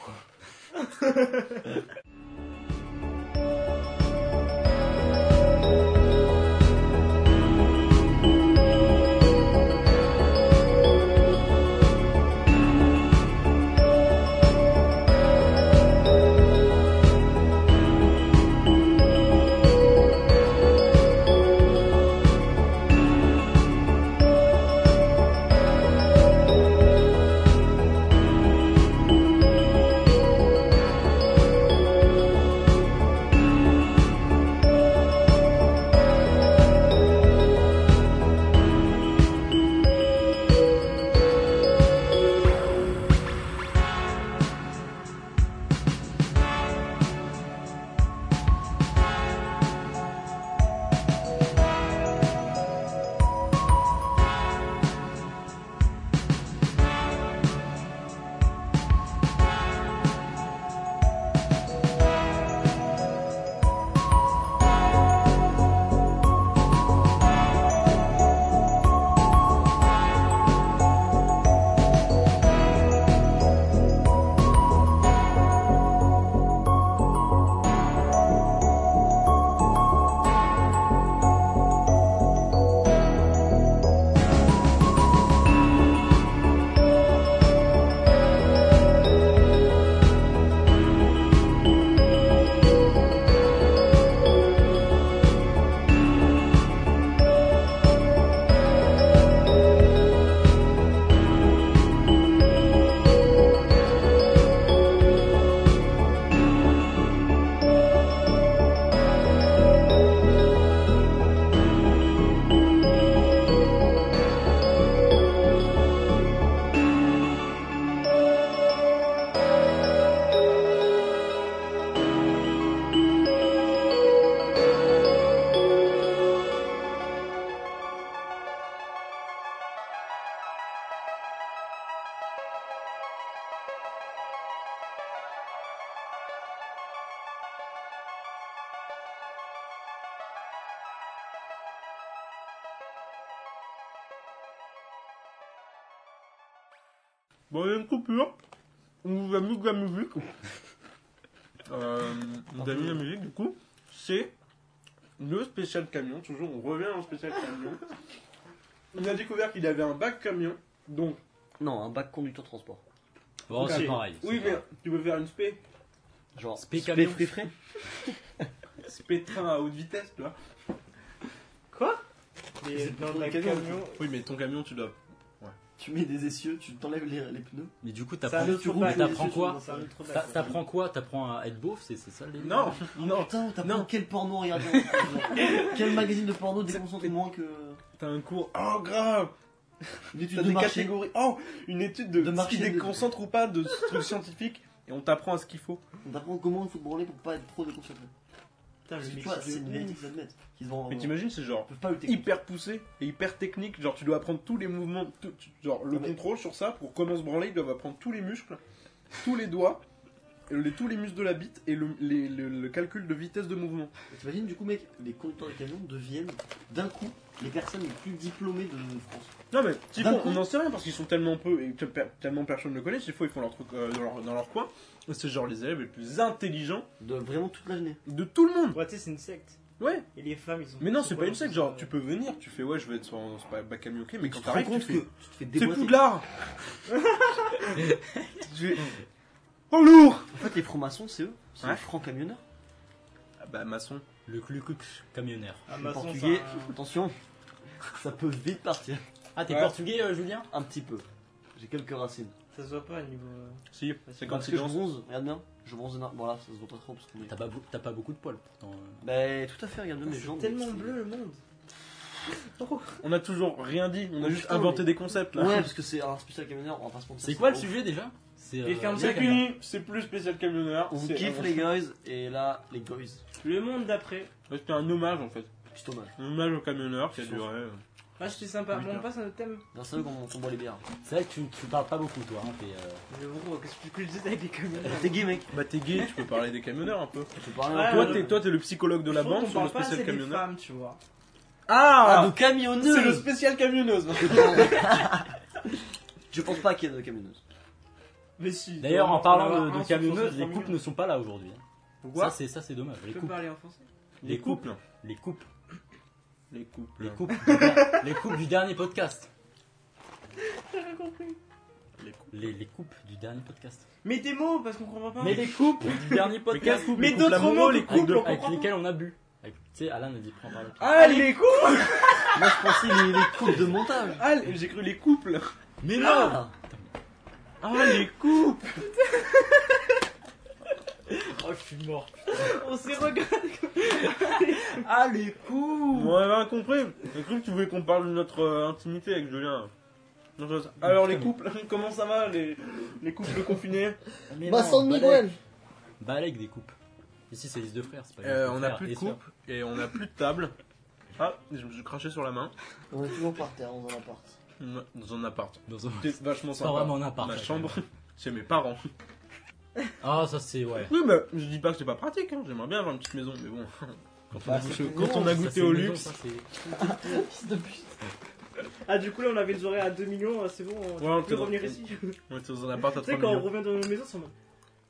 [SPEAKER 5] Bon, il y a une coupure. On vous a mis de la musique. Euh, on vous a mis de la musique, du coup. C'est le spécial camion. Toujours, on revient au spécial camion. On a découvert qu'il avait un bac camion. Donc,
[SPEAKER 4] Non, un bac conducteur transport.
[SPEAKER 1] Bon, c'est
[SPEAKER 5] Ok.
[SPEAKER 1] pareil.
[SPEAKER 5] oui, mais tu peux faire une spé.
[SPEAKER 4] Genre,
[SPEAKER 1] Spé
[SPEAKER 4] spé
[SPEAKER 1] camion.
[SPEAKER 4] free free.
[SPEAKER 5] Spé de train à haute vitesse, tu vois.
[SPEAKER 2] Mais dans
[SPEAKER 4] pour
[SPEAKER 2] le
[SPEAKER 4] les camions.
[SPEAKER 2] camion,
[SPEAKER 5] Oui, mais ton camion, tu dois.
[SPEAKER 4] Tu mets des essieux, tu t'enlèves les, les pneus.
[SPEAKER 1] Mais du coup,
[SPEAKER 2] ça
[SPEAKER 1] t'apprends
[SPEAKER 2] a
[SPEAKER 1] mais
[SPEAKER 2] autre bac.
[SPEAKER 1] t'apprends quoi
[SPEAKER 2] Ça a autre bac.
[SPEAKER 1] T'a- T'apprends quoi T'apprends à être beauf C'est c'est ça le délire
[SPEAKER 5] Non, non.
[SPEAKER 4] Putain, t'as
[SPEAKER 5] Non.
[SPEAKER 4] pas quel porno regarder Quel magazine de porno déconcentre moins que.
[SPEAKER 5] T'as un cours. Oh, grave.
[SPEAKER 4] Une étude
[SPEAKER 5] T'as
[SPEAKER 4] de
[SPEAKER 5] des
[SPEAKER 4] marché.
[SPEAKER 5] catégories. Oh, une étude de,
[SPEAKER 4] De
[SPEAKER 5] ce qui
[SPEAKER 4] marché, de-
[SPEAKER 5] déconcentre ou pas de ce truc scientifique. Et on t'apprend à ce qu'il faut.
[SPEAKER 4] On t'apprend comment il faut branler pour pas être trop déconcentré.
[SPEAKER 3] Putain,
[SPEAKER 4] Parce
[SPEAKER 3] Ah,
[SPEAKER 4] que
[SPEAKER 3] le
[SPEAKER 4] tu
[SPEAKER 3] mix
[SPEAKER 4] vois, c'est une
[SPEAKER 3] de
[SPEAKER 4] vérité
[SPEAKER 3] ouf.
[SPEAKER 4] qu'ils admettent. Qu'ils vont.
[SPEAKER 5] Mais t'imagines, c'est genre.
[SPEAKER 4] Ils peuvent pas le technique.
[SPEAKER 5] hyper poussé et hyper technique. Genre, tu dois apprendre tous les mouvements, tout- tu- genre le
[SPEAKER 4] Ah, mais-
[SPEAKER 5] contrôle sur ça pour comment se branler. Ils doivent apprendre tous les muscles, tous les doigts, et les- tous les muscles de la bite et le, les- le- le calcul de vitesse de mouvement.
[SPEAKER 4] T'imagines du coup, mec, les conducteurs de camions deviennent d'un coup les personnes les plus diplômées de France.
[SPEAKER 5] Non, mais Tifo,
[SPEAKER 4] D'un coup-
[SPEAKER 5] on n'en sait rien parce qu'ils sont tellement peu et que per- tellement personne ne le connaît. Tifo, ils font leur truc euh, dans, leur, dans leur coin. Et C'est genre les élèves les plus intelligents
[SPEAKER 4] De vraiment toute la journée.
[SPEAKER 5] de tout le monde.
[SPEAKER 2] Ouais, tu sais, c'est une secte.
[SPEAKER 5] Ouais,
[SPEAKER 2] Et les femmes, ils ont.
[SPEAKER 5] mais non, c'est pas une secte. Genre,
[SPEAKER 2] euh,
[SPEAKER 5] tu peux venir, tu fais ouais, je vais être sur un sur un bac à mioquet,
[SPEAKER 4] Tu
[SPEAKER 5] mais quand
[SPEAKER 4] te rends
[SPEAKER 5] t'arrives, tu
[SPEAKER 4] compte que
[SPEAKER 5] fais.
[SPEAKER 4] tu te fais
[SPEAKER 5] C'est
[SPEAKER 4] déboîter.
[SPEAKER 5] Poudlard Je vais- Oh lourd
[SPEAKER 4] En fait, les francs-maçons, c'est eux. C'est
[SPEAKER 5] Ouais.
[SPEAKER 4] les francs camionneurs.
[SPEAKER 5] Ah bah maçon.
[SPEAKER 1] Le Ku Klux camionnaire.
[SPEAKER 2] un
[SPEAKER 4] Les
[SPEAKER 2] maçon,
[SPEAKER 4] portugais,
[SPEAKER 2] c'est un-
[SPEAKER 4] attention, ça peut vite partir.
[SPEAKER 1] Ah, t'es
[SPEAKER 5] Ouais.
[SPEAKER 1] portugais, euh, Julien
[SPEAKER 4] Un petit peu. J'ai quelques racines.
[SPEAKER 2] Ça se voit pas au niveau. euh,
[SPEAKER 5] Si, c'est quand
[SPEAKER 4] Parce que
[SPEAKER 5] tu
[SPEAKER 4] je
[SPEAKER 5] danses.
[SPEAKER 4] bronze, regarde bien. Je bronze énorme. Bon, là, ça se voit pas trop parce qu'on est.
[SPEAKER 1] T'as pas, beau- t'as pas beaucoup de poils pourtant. euh.
[SPEAKER 4] Bah, tout à fait,
[SPEAKER 3] Ah,
[SPEAKER 4] regarde bien mes
[SPEAKER 2] C'est
[SPEAKER 4] jambes.
[SPEAKER 2] tellement bleu le monde.
[SPEAKER 5] On a toujours rien dit, on a
[SPEAKER 4] Oh,
[SPEAKER 5] juste
[SPEAKER 4] putain,
[SPEAKER 5] inventé
[SPEAKER 4] mais-
[SPEAKER 5] des concepts là.
[SPEAKER 4] Ouais, parce que c'est un spécial camionneur, on va pas se mentir.
[SPEAKER 1] C'est quoi le
[SPEAKER 4] gros.
[SPEAKER 1] sujet déjà Oh. C'est euh,
[SPEAKER 2] Les fermes
[SPEAKER 5] C'est
[SPEAKER 1] les camions.
[SPEAKER 5] fini, c'est plus spécial camionneur.
[SPEAKER 4] On vous
[SPEAKER 5] c'est-
[SPEAKER 4] kiffe
[SPEAKER 5] on-
[SPEAKER 4] les guys, et là, les guys.
[SPEAKER 2] Le monde d'après.
[SPEAKER 5] Ouais, C'était un hommage en fait.
[SPEAKER 4] C'est dommage.
[SPEAKER 5] Un hommage au camionneur qui a
[SPEAKER 4] Sauf-
[SPEAKER 5] duré. euh,
[SPEAKER 2] Ah, c'était sympa.
[SPEAKER 5] Oui,
[SPEAKER 2] Bon,
[SPEAKER 5] bien.
[SPEAKER 2] on passe à notre thème.
[SPEAKER 4] Grâce à eux qu'on qu'on boit les bières.
[SPEAKER 1] C'est vrai que tu, tu parles pas beaucoup toi. Hein, t'es, euh,
[SPEAKER 2] Mais gros, qu'est-ce que tu le disais avec les camionneurs
[SPEAKER 4] T'es gay, mec.
[SPEAKER 5] Bah t'es gay, tu peux parler des camionneurs un peu.
[SPEAKER 4] Tu parles
[SPEAKER 2] Ouais,
[SPEAKER 4] un peu.
[SPEAKER 5] toi
[SPEAKER 2] ouais,
[SPEAKER 5] t'es
[SPEAKER 2] ouais.
[SPEAKER 5] toi t'es le psychologue de la
[SPEAKER 2] Je trouve
[SPEAKER 5] bande
[SPEAKER 2] qu'on
[SPEAKER 5] sur le
[SPEAKER 2] parle pas
[SPEAKER 5] spécial
[SPEAKER 2] assez des
[SPEAKER 5] camionneur.
[SPEAKER 2] femmes, tu vois.
[SPEAKER 4] Ah,
[SPEAKER 5] Ah,
[SPEAKER 4] de camionneuse
[SPEAKER 5] C'est le spécial camionneuse.
[SPEAKER 4] Je pense pas qu'il y ait de camionneuse.
[SPEAKER 2] Mais si.
[SPEAKER 1] D'ailleurs,
[SPEAKER 2] on
[SPEAKER 1] en
[SPEAKER 2] va
[SPEAKER 1] parlant de,
[SPEAKER 2] avoir
[SPEAKER 1] de
[SPEAKER 2] un sur
[SPEAKER 1] camionneuses, les
[SPEAKER 2] 3
[SPEAKER 1] couples
[SPEAKER 2] millions.
[SPEAKER 1] ne sont pas là aujourd'hui. hein. Ça,
[SPEAKER 5] Pourquoi
[SPEAKER 1] c'est ça, c'est dommage. Les
[SPEAKER 2] Tu peux
[SPEAKER 1] couples,
[SPEAKER 2] parler en français
[SPEAKER 5] Les couples. hein.
[SPEAKER 1] les couples,
[SPEAKER 5] Les couples.
[SPEAKER 1] les couples, du der- les couples du dernier podcast.
[SPEAKER 2] T'as rien compris.
[SPEAKER 5] Les couples.
[SPEAKER 1] Les, les couples du dernier podcast.
[SPEAKER 2] Mets des mots parce qu'on comprend pas.
[SPEAKER 1] Mais les couples du dernier podcast.
[SPEAKER 5] couples,
[SPEAKER 2] Mais
[SPEAKER 5] les couples
[SPEAKER 2] d'autres
[SPEAKER 5] amoureux,
[SPEAKER 2] mots,
[SPEAKER 5] les
[SPEAKER 2] les
[SPEAKER 5] couples,
[SPEAKER 2] couples,
[SPEAKER 5] on
[SPEAKER 2] on
[SPEAKER 1] Avec
[SPEAKER 2] comprend
[SPEAKER 1] lesquels on a bu. Avec- Tu sais, Alain a dit prends par là.
[SPEAKER 5] Ah les couples.
[SPEAKER 4] Moi, je pensais les, les coupes de montage.
[SPEAKER 5] Ah les- j'ai cru les couples.
[SPEAKER 1] Mais
[SPEAKER 4] Ah
[SPEAKER 5] Ah les couples.
[SPEAKER 1] Oh, je suis mort.
[SPEAKER 2] pas. On s'est regardé.
[SPEAKER 1] Ah, les couples
[SPEAKER 5] On avait rien compris. J'ai cru que tu voulais qu'on parle de notre euh, intimité avec Julien. Non, je- Alors les couples, comment ça va les, les couples confinés
[SPEAKER 4] Vincent de Miguel.
[SPEAKER 1] Bah avec des coupes. Ici c'est liste de frères, c'est pas
[SPEAKER 5] Euh,
[SPEAKER 1] grave.
[SPEAKER 5] on n'a
[SPEAKER 1] Frères
[SPEAKER 5] plus de
[SPEAKER 1] et
[SPEAKER 5] coupe et on n'a plus de table. Ah, je me suis craché sur la main
[SPEAKER 4] On est toujours par terre dans un appart.
[SPEAKER 5] dans un appart.
[SPEAKER 1] sœurs. Dans un-
[SPEAKER 5] C'était vachement
[SPEAKER 1] C'est pas vraiment
[SPEAKER 5] sympa.
[SPEAKER 1] un appart.
[SPEAKER 5] Ma
[SPEAKER 1] ça,
[SPEAKER 5] chambre,
[SPEAKER 1] quand même.
[SPEAKER 5] chez mes parents.
[SPEAKER 1] Ah ça c'est ouais.
[SPEAKER 5] Oui, mais je dis pas que c'est pas pratique, hein. j'aimerais bien avoir une petite maison, mais bon. Quand on,
[SPEAKER 4] Bah,
[SPEAKER 5] a,
[SPEAKER 4] c'est
[SPEAKER 5] goûté-
[SPEAKER 4] une
[SPEAKER 5] quand on a
[SPEAKER 1] Ça,
[SPEAKER 5] goûté
[SPEAKER 1] c'est
[SPEAKER 5] au
[SPEAKER 1] maison,
[SPEAKER 5] luxe.
[SPEAKER 1] ça, c'est-
[SPEAKER 4] Fils de pute.
[SPEAKER 2] Ah, du coup, là, on avait les horaires à 2 millions. euh, C'est bon, on
[SPEAKER 5] Ouais, on
[SPEAKER 2] peut
[SPEAKER 5] peut-
[SPEAKER 2] revenir ici. Tu
[SPEAKER 5] On était dans un appart à 3
[SPEAKER 2] sais, quand on
[SPEAKER 5] millions.
[SPEAKER 2] revient dans nos maisons, c'est en mode.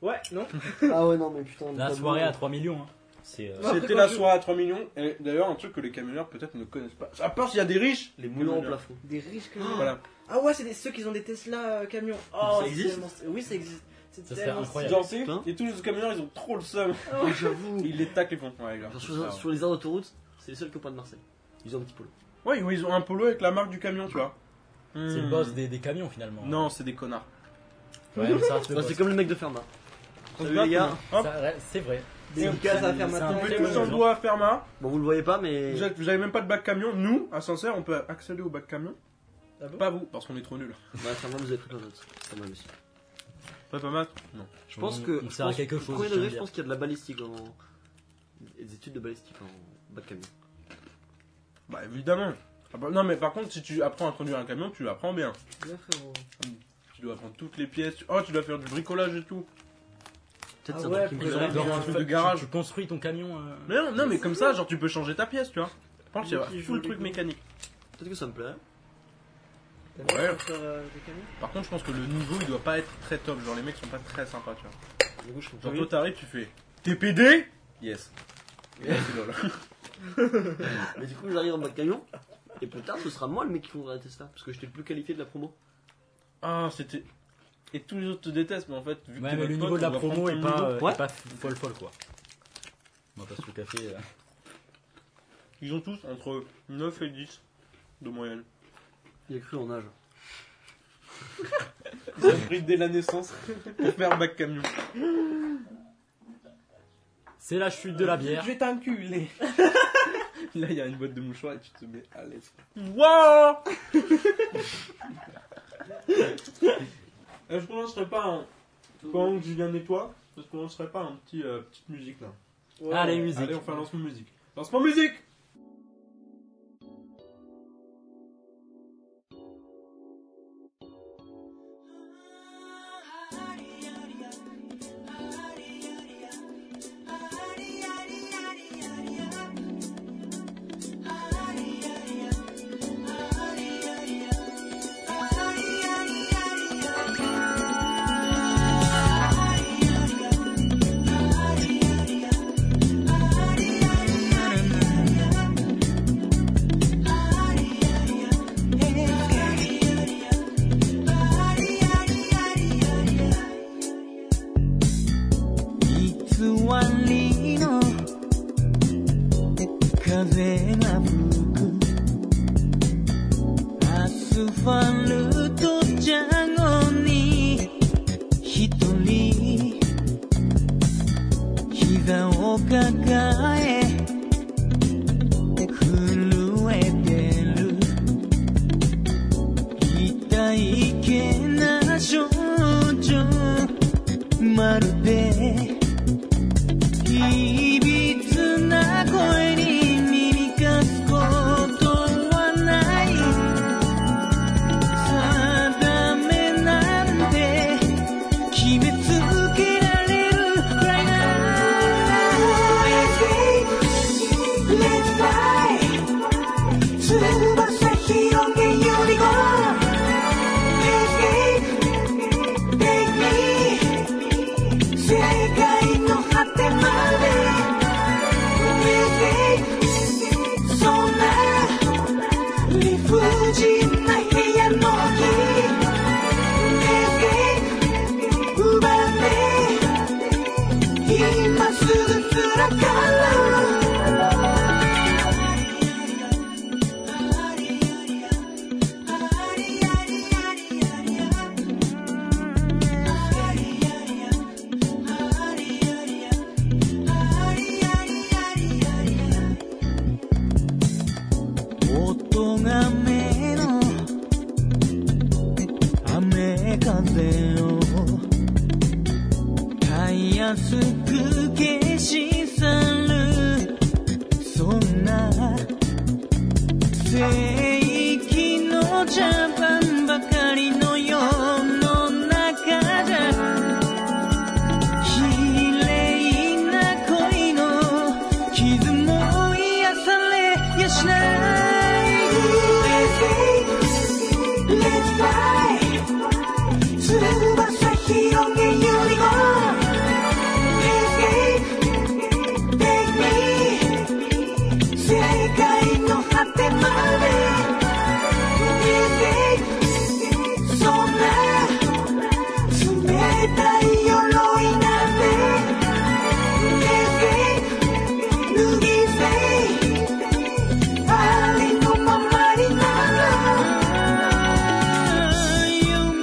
[SPEAKER 2] Ouais, non
[SPEAKER 4] Ah ouais, non, mais putain.
[SPEAKER 1] La
[SPEAKER 4] t'as
[SPEAKER 1] soirée
[SPEAKER 5] euh,
[SPEAKER 4] beau.
[SPEAKER 1] à 3 millions. hein. C'est euh,
[SPEAKER 2] Ouais. Après,
[SPEAKER 5] C'était
[SPEAKER 2] quand
[SPEAKER 5] la
[SPEAKER 2] je-
[SPEAKER 5] soirée à 3 millions, et d'ailleurs, un truc que les camionneurs peut-être ne connaissent pas. À part s'il y a des riches,
[SPEAKER 4] Les moulins au plafond.
[SPEAKER 2] Des riches camions.
[SPEAKER 5] voilà.
[SPEAKER 2] Ah ouais, c'est des- ceux qui ont des Tesla euh, camions. Oh,
[SPEAKER 4] Ça
[SPEAKER 2] c'est
[SPEAKER 4] existe
[SPEAKER 2] tellement- Oui, ça existe. C'est
[SPEAKER 1] Ça serait
[SPEAKER 2] tellement-
[SPEAKER 1] incroyable.
[SPEAKER 5] Genre, c'est-
[SPEAKER 4] Putain.
[SPEAKER 5] et tous les camionneurs ils ont trop le seum.
[SPEAKER 4] Ah, J'avoue.
[SPEAKER 5] Ils les taclent, ils font. Ouais, grave.
[SPEAKER 4] Genre, Sur, sur les aires d'autoroute, c'est les seuls copains de Marseille. Ils ont un petit polo.
[SPEAKER 5] Ouais, ouais, ils ont un polo avec la marque du camion, tu vois.
[SPEAKER 1] c'est le
[SPEAKER 5] Hmm.
[SPEAKER 1] boss des, des camions finalement.
[SPEAKER 5] Non, c'est des connards.
[SPEAKER 1] Ouais, mais ça reste le
[SPEAKER 4] Bah,
[SPEAKER 1] boss.
[SPEAKER 4] c'est comme le mec de Fermat. Salut
[SPEAKER 5] Hop.
[SPEAKER 4] les gars.
[SPEAKER 5] Hop.
[SPEAKER 1] Ça reste- C'est vrai.
[SPEAKER 2] Des cases à faire
[SPEAKER 1] c'est un
[SPEAKER 2] maintenant.
[SPEAKER 1] peu
[SPEAKER 5] Vous
[SPEAKER 1] Ouais,
[SPEAKER 5] êtes
[SPEAKER 1] ouais,
[SPEAKER 5] tous
[SPEAKER 1] ouais,
[SPEAKER 5] sur le
[SPEAKER 1] genre.
[SPEAKER 5] doigt à Fermat.
[SPEAKER 4] Bon, vous le voyez pas, mais.
[SPEAKER 5] Vous, êtes- vous avez même pas de bac camion. Nous, à Sancerre, on peut accéder au bac camion.
[SPEAKER 2] Ah bon
[SPEAKER 5] pas vous, parce qu'on est trop nuls.
[SPEAKER 4] Bah, Fermat, vous avez pris plein d'autres. Pas mal aussi.
[SPEAKER 5] Pas pas mal. Non.
[SPEAKER 4] Je pense que.
[SPEAKER 1] On
[SPEAKER 4] je
[SPEAKER 1] sert à
[SPEAKER 4] pense-
[SPEAKER 1] quelque
[SPEAKER 4] au
[SPEAKER 1] chose.
[SPEAKER 4] Premier
[SPEAKER 1] je tiens à
[SPEAKER 4] degré,
[SPEAKER 1] le
[SPEAKER 4] je
[SPEAKER 1] dire.
[SPEAKER 4] pense qu'il y a de la balistique en. Des études de balistique en bac camion.
[SPEAKER 5] Bah évidemment. Ah bah, non mais par contre, si tu apprends à conduire un camion, tu apprends bien.
[SPEAKER 2] Bien, frérot.
[SPEAKER 5] Tu dois apprendre toutes les pièces. Oh, tu dois faire du bricolage et tout.
[SPEAKER 4] Peut-être
[SPEAKER 2] Ah
[SPEAKER 4] c'est un
[SPEAKER 2] ouais,
[SPEAKER 4] truc qui me
[SPEAKER 2] faut-
[SPEAKER 4] plairait.
[SPEAKER 5] Genre,
[SPEAKER 1] Genre,
[SPEAKER 5] un
[SPEAKER 1] tu
[SPEAKER 5] truc
[SPEAKER 1] fais-
[SPEAKER 5] de
[SPEAKER 1] tu-
[SPEAKER 5] garage.
[SPEAKER 1] Tu construis ton camion. euh,
[SPEAKER 5] Mais non, non mais comme ça, genre tu peux changer ta pièce, tu vois. Par contre, il y a
[SPEAKER 2] Qui
[SPEAKER 5] tout le
[SPEAKER 2] joue les
[SPEAKER 5] truc
[SPEAKER 2] coups.
[SPEAKER 5] mécanique.
[SPEAKER 4] Peut-être que ça me plairait.
[SPEAKER 3] T'as vu
[SPEAKER 5] Ouais.
[SPEAKER 3] sur, euh, des camions
[SPEAKER 5] Par contre, je pense que le niveau il doit pas être très top. Genre, les mecs sont pas très sympas, tu vois.
[SPEAKER 4] Du coup, je suis
[SPEAKER 5] Genre,
[SPEAKER 4] curieux.
[SPEAKER 5] toi, t'arrives, tu fais TPD Yes. Et là, c'est lol.
[SPEAKER 4] Mais du coup, j'arrive en bas de camion. Et plus tard, ce sera moi le mec qui conduira la Tesla. Parce que j'étais le plus qualifié de la promo.
[SPEAKER 5] Ah, c'était. Et tous les autres te détestent, mais en fait, vu que
[SPEAKER 1] Ouais, mais
[SPEAKER 5] t'es notre
[SPEAKER 1] le niveau
[SPEAKER 5] pote,
[SPEAKER 1] de la
[SPEAKER 5] on va prendre
[SPEAKER 1] promo
[SPEAKER 5] ton
[SPEAKER 1] est pas,
[SPEAKER 5] niveau.
[SPEAKER 1] euh,
[SPEAKER 4] Ouais.
[SPEAKER 1] est pas folle folle quoi. On va pas se le café. euh.
[SPEAKER 5] Ils ont tous entre 9 et 10 de moyenne.
[SPEAKER 4] Il a cru en âge.
[SPEAKER 5] Ils ont pris dès la naissance pour faire bac camion.
[SPEAKER 1] C'est la chute de la bière.
[SPEAKER 5] Je vais t'enculer. Là, il y a une boîte de mouchoirs et tu te mets à l'aise.
[SPEAKER 2] Wow
[SPEAKER 5] Est-ce qu'on lancerait pas un. Pendant que Julien nettoie, est-ce qu'on lancerait pas un petit euh, petite musique là
[SPEAKER 1] Allez, musique.
[SPEAKER 5] Allez, on fait un lancement musique. Lancement musique
[SPEAKER 7] まるでいびつな声に耳かすことはない定めなんて決めつけられるくらいな Let's fly 翼広げより go Let's take me 世界の果てまでそんな理不尽な部屋の木奪って今すぐつらか音が目の雨風をたやすく消し去るそんな聖域の茶番ばかりの世の中じゃ綺麗な恋の傷も癒されやしない Let's fly 翼広げよりも Let's take me 世界の果てまで Let's take そんな冷たい鎧なんて Let's get 脱ぎ捨てありのままになろう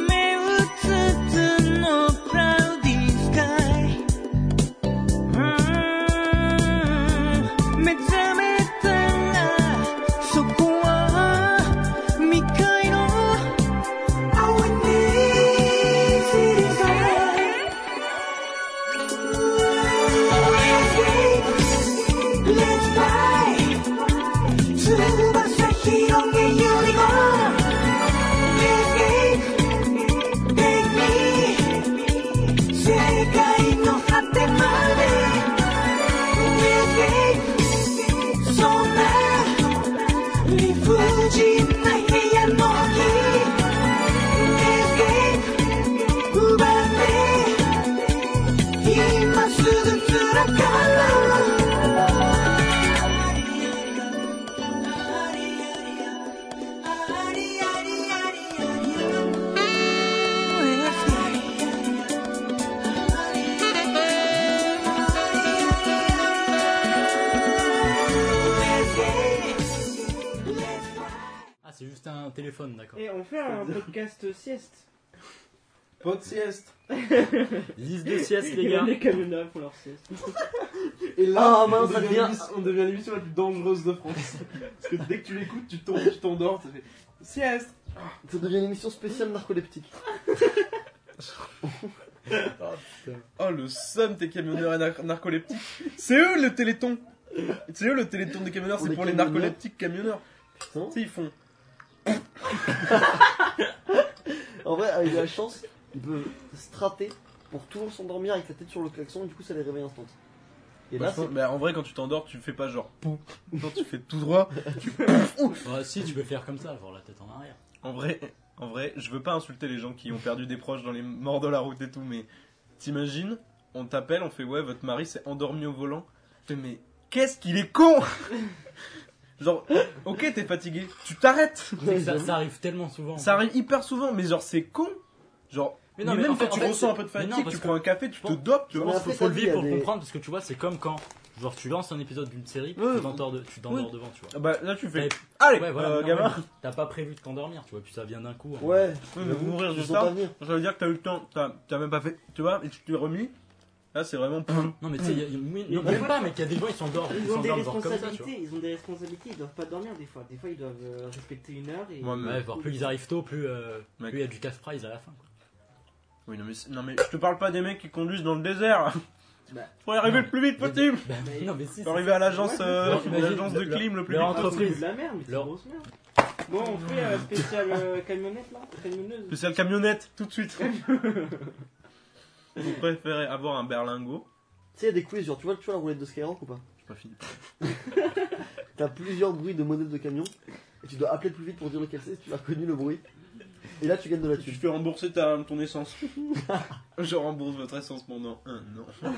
[SPEAKER 7] 夢うつつの cloudy sky 目覚めたらそこは未開の Our cities are Let's fly 翼広げよりも Let's take me 世界の果てまで Let's take そんな理不尽な部屋の日
[SPEAKER 1] Ah, c'est juste un téléphone, d'accord.
[SPEAKER 8] Et on fait un podcast sieste.
[SPEAKER 2] Pas de sieste.
[SPEAKER 1] Liste de sieste, les
[SPEAKER 8] Il y a
[SPEAKER 1] gars.
[SPEAKER 8] les camionneurs pour leur sieste.
[SPEAKER 2] Et là,
[SPEAKER 4] Ah, maintenant,
[SPEAKER 2] on,
[SPEAKER 4] ça
[SPEAKER 2] devient
[SPEAKER 4] devient-
[SPEAKER 2] l'émission- on devient l'émission la plus dangereuse de France. Parce que dès que tu l'écoutes, tu tombes, tu t'endors, ça fait sieste.
[SPEAKER 4] Ça devient une émission spéciale narcoleptique.
[SPEAKER 5] Oh le somme des camionneurs et nar- narcoleptiques. C'est eux le téléthon. C'est eux le téléthon des camionneurs,
[SPEAKER 4] Pour
[SPEAKER 5] c'est
[SPEAKER 4] les
[SPEAKER 5] pour les
[SPEAKER 4] camionneurs.
[SPEAKER 5] narcoleptiques camionneurs.
[SPEAKER 4] Putain.
[SPEAKER 5] Tu sais, ils font.
[SPEAKER 4] En vrai, avec de la chance, il peut strater pour toujours s'endormir avec sa tête sur le klaxon, et du coup, ça les réveille instant. Et là, c'est.
[SPEAKER 5] Franchement, mais Bah, en vrai, quand tu t'endors, tu fais pas genre pouf. Non, tu fais tout droit.
[SPEAKER 1] Bah, si, tu peux faire comme ça, genre la tête en arrière.
[SPEAKER 5] En vrai, en vrai, je veux pas insulter les gens qui ont perdu des proches dans les morts de la route et tout, mais t'imagines, on t'appelle, on fait ouais, votre mari s'est endormi au volant. Je fais, mais qu'est-ce qu'il est con Genre, ok, t'es fatigué, tu t'arrêtes.
[SPEAKER 1] C'est que Ça, ça arrive tellement souvent.
[SPEAKER 5] Ça arrive hyper souvent, mais genre, c'est con. Genre,
[SPEAKER 1] Mais non,
[SPEAKER 5] mais
[SPEAKER 1] mais
[SPEAKER 5] même
[SPEAKER 1] en fait-
[SPEAKER 5] quand tu
[SPEAKER 1] en fait,
[SPEAKER 5] ressens un
[SPEAKER 1] c'est-
[SPEAKER 5] peu de
[SPEAKER 1] mais non,
[SPEAKER 5] fatigue,
[SPEAKER 1] parce
[SPEAKER 5] tu
[SPEAKER 1] que-
[SPEAKER 5] prends un café, tu te
[SPEAKER 1] Bon.
[SPEAKER 5] dopes, tu
[SPEAKER 1] Je
[SPEAKER 5] vois.
[SPEAKER 1] pense
[SPEAKER 4] après,
[SPEAKER 1] qu'il faut
[SPEAKER 4] t'as
[SPEAKER 1] le
[SPEAKER 4] dit,
[SPEAKER 1] vivre pour
[SPEAKER 4] il y a des-
[SPEAKER 1] comprendre, parce que tu vois, c'est comme quand genre tu lances un épisode d'une série,
[SPEAKER 5] Ouais.
[SPEAKER 1] tu t'endors de- tu t'endors
[SPEAKER 5] Ouais.
[SPEAKER 1] devant, tu vois.
[SPEAKER 5] Ah Bah là, tu fais.
[SPEAKER 1] Ouais,
[SPEAKER 5] Allez,
[SPEAKER 1] ouais, voilà,
[SPEAKER 5] euh,
[SPEAKER 1] non,
[SPEAKER 5] gamin.
[SPEAKER 1] mais T'as pas prévu de t'endormir, tu vois, puis ça vient d'un coup. hein.
[SPEAKER 4] Ouais,
[SPEAKER 5] Oui, mais
[SPEAKER 4] j'avoue,
[SPEAKER 5] mourir
[SPEAKER 4] je
[SPEAKER 5] juste
[SPEAKER 4] sens pas
[SPEAKER 5] là.
[SPEAKER 4] venir.
[SPEAKER 5] Ça veut dire que t'as eu le temps, t'as t'as même pas fait, tu vois, et tu t'es remis. Là, c'est vraiment.
[SPEAKER 1] Non, mais tu sais, y a- y a- oui, non,
[SPEAKER 8] Mais
[SPEAKER 1] même
[SPEAKER 8] ouais.
[SPEAKER 1] pas, mais qu'il y a des gens, ils s'endorment. Ils
[SPEAKER 8] Ils ont des
[SPEAKER 1] s'endorment genre comme ça, tu vois.
[SPEAKER 8] responsabilités, ils ont des responsabilités, ils doivent pas dormir des fois. Des fois, ils doivent euh, respecter une heure et.
[SPEAKER 5] Moi, mais-
[SPEAKER 1] Ouais, voire plus ils arrivent tôt, plus euh, plus
[SPEAKER 5] Mec.
[SPEAKER 1] il y a du cash prize à la fin. quoi.
[SPEAKER 5] Oui, non mais, c'est- non, mais je te parle pas des mecs qui conduisent dans le désert.
[SPEAKER 8] Bah,
[SPEAKER 5] Faut y arriver
[SPEAKER 1] non,
[SPEAKER 5] le plus vite
[SPEAKER 1] mais-
[SPEAKER 5] possible.
[SPEAKER 1] Bah,
[SPEAKER 8] Mais-
[SPEAKER 1] non, mais si,
[SPEAKER 5] Faut
[SPEAKER 1] c'est-
[SPEAKER 5] arriver à l'agence euh,
[SPEAKER 1] Ouais, imagine,
[SPEAKER 5] l'agence de
[SPEAKER 1] le-
[SPEAKER 5] clim le plus
[SPEAKER 1] leur
[SPEAKER 5] vite.
[SPEAKER 8] Ah, c'est
[SPEAKER 1] entreprise.
[SPEAKER 8] de la merde, mais c'est
[SPEAKER 1] Leur-
[SPEAKER 8] une grosse merde. Bon, on fait euh, spécial euh, camionnette là Camionneuse
[SPEAKER 5] Spécial camionnette, tout de suite. Vous préférez avoir un berlingot
[SPEAKER 4] Tu sais, il y a des quiz, genre, tu vois, tu vois la roulette de Skyrock ou pas
[SPEAKER 5] J'ai pas fini.
[SPEAKER 4] T'as plusieurs bruits de modèles de camion, et tu dois appeler le plus vite pour dire lequel c'est, si tu as reconnu le bruit. Et là, tu gagnes de la
[SPEAKER 5] Tu te
[SPEAKER 4] thune.
[SPEAKER 5] fais rembourser ta, ton essence. je rembourse votre essence pendant un an.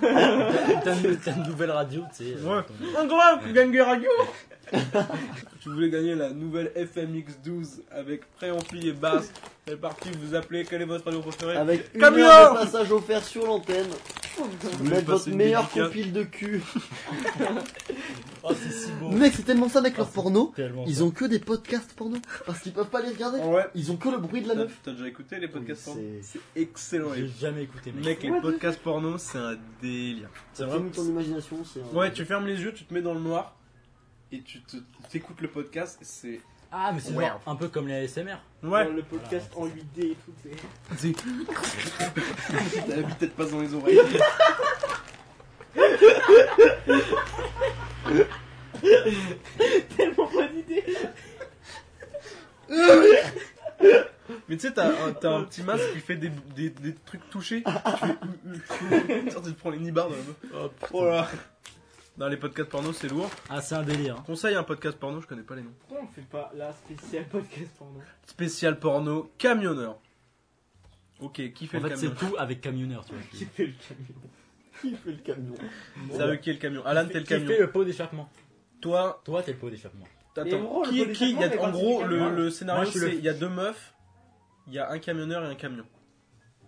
[SPEAKER 1] T'as une, t'as une nouvelle radio, tu sais. euh,
[SPEAKER 5] Ouais.
[SPEAKER 1] ton-
[SPEAKER 5] En grave, tu gagnes des radios Tu voulais gagner la nouvelle FMX12 avec préampli et basse. C'est parti, vous appelez, quel est votre radio préféré
[SPEAKER 4] Avec une
[SPEAKER 5] Camion
[SPEAKER 4] heure de passage offert sur l'antenne,
[SPEAKER 5] Vous voulez
[SPEAKER 4] mettre votre
[SPEAKER 5] passer une
[SPEAKER 4] meilleure
[SPEAKER 5] dédicace
[SPEAKER 4] compile de cul.
[SPEAKER 1] Oh, c'est si beau.
[SPEAKER 4] Mec, c'est tellement ça
[SPEAKER 5] Ah,
[SPEAKER 4] avec leur porno,
[SPEAKER 1] Tellement
[SPEAKER 4] ils ont que des podcasts porno, parce qu'ils peuvent pas les regarder.
[SPEAKER 5] Ah ouais.
[SPEAKER 4] Ils ont que le bruit de la
[SPEAKER 5] T'as
[SPEAKER 4] meuf.
[SPEAKER 5] t'as déjà écouté les podcasts porno
[SPEAKER 4] Oui,
[SPEAKER 5] C'est excellent.
[SPEAKER 1] J'ai
[SPEAKER 5] Les...
[SPEAKER 1] jamais écouté, mec.
[SPEAKER 5] Mec, les podcasts porno, c'est un délire. C'est
[SPEAKER 4] C'est
[SPEAKER 5] vraiment.
[SPEAKER 4] vraiment ton imagination, c'est. un-
[SPEAKER 5] Ouais, tu fermes les yeux, tu te mets dans le noir et tu te- t'écoutes le podcast. C'est.
[SPEAKER 1] Ah, mais c'est
[SPEAKER 5] Ouais.
[SPEAKER 1] genre un peu comme les ASMR.
[SPEAKER 5] Ouais.
[SPEAKER 8] le podcast en 8D et tout. c'est-
[SPEAKER 5] C'est. T'as la vie peut-être passe dans les oreilles.
[SPEAKER 8] Tellement pas d'idée
[SPEAKER 5] Mais tu sais, t'as un, t'as un petit masque qui fait des, des, des trucs touchés. Tu fais. Tiens, tu te prends les nibards dans la main. Oh, là. Dans les podcasts porno, c'est lourd.
[SPEAKER 1] Ah, c'est un délire. hein.
[SPEAKER 5] Conseil un podcast porno, je connais pas les noms.
[SPEAKER 8] Pourquoi on fait pas la spéciale podcast pendant
[SPEAKER 5] Spécial porno, camionneur. Ok, qui fait
[SPEAKER 1] En
[SPEAKER 5] le
[SPEAKER 1] fait, c'est
[SPEAKER 5] camionneur
[SPEAKER 1] tout avec camionneur, tu vois. qui-
[SPEAKER 8] Qui fait le camion
[SPEAKER 4] Qui fait le camion
[SPEAKER 5] Ça veut qui est le camion Alan, t'es le
[SPEAKER 1] qui fait
[SPEAKER 5] camion.
[SPEAKER 1] le pot d'échappement
[SPEAKER 5] Toi,
[SPEAKER 1] Toi, t'es le pot d'échappement.
[SPEAKER 8] Et en
[SPEAKER 5] Attends,
[SPEAKER 8] gros, le
[SPEAKER 5] qui est
[SPEAKER 8] pot
[SPEAKER 5] qui Il y a-
[SPEAKER 8] d'échappement
[SPEAKER 5] En
[SPEAKER 8] fait
[SPEAKER 5] gros,
[SPEAKER 8] partie du
[SPEAKER 5] le,
[SPEAKER 8] camion.
[SPEAKER 5] le scénario,
[SPEAKER 1] Moi, je suis le
[SPEAKER 5] c'est il y a deux meufs, il y a un camionneur et un camion.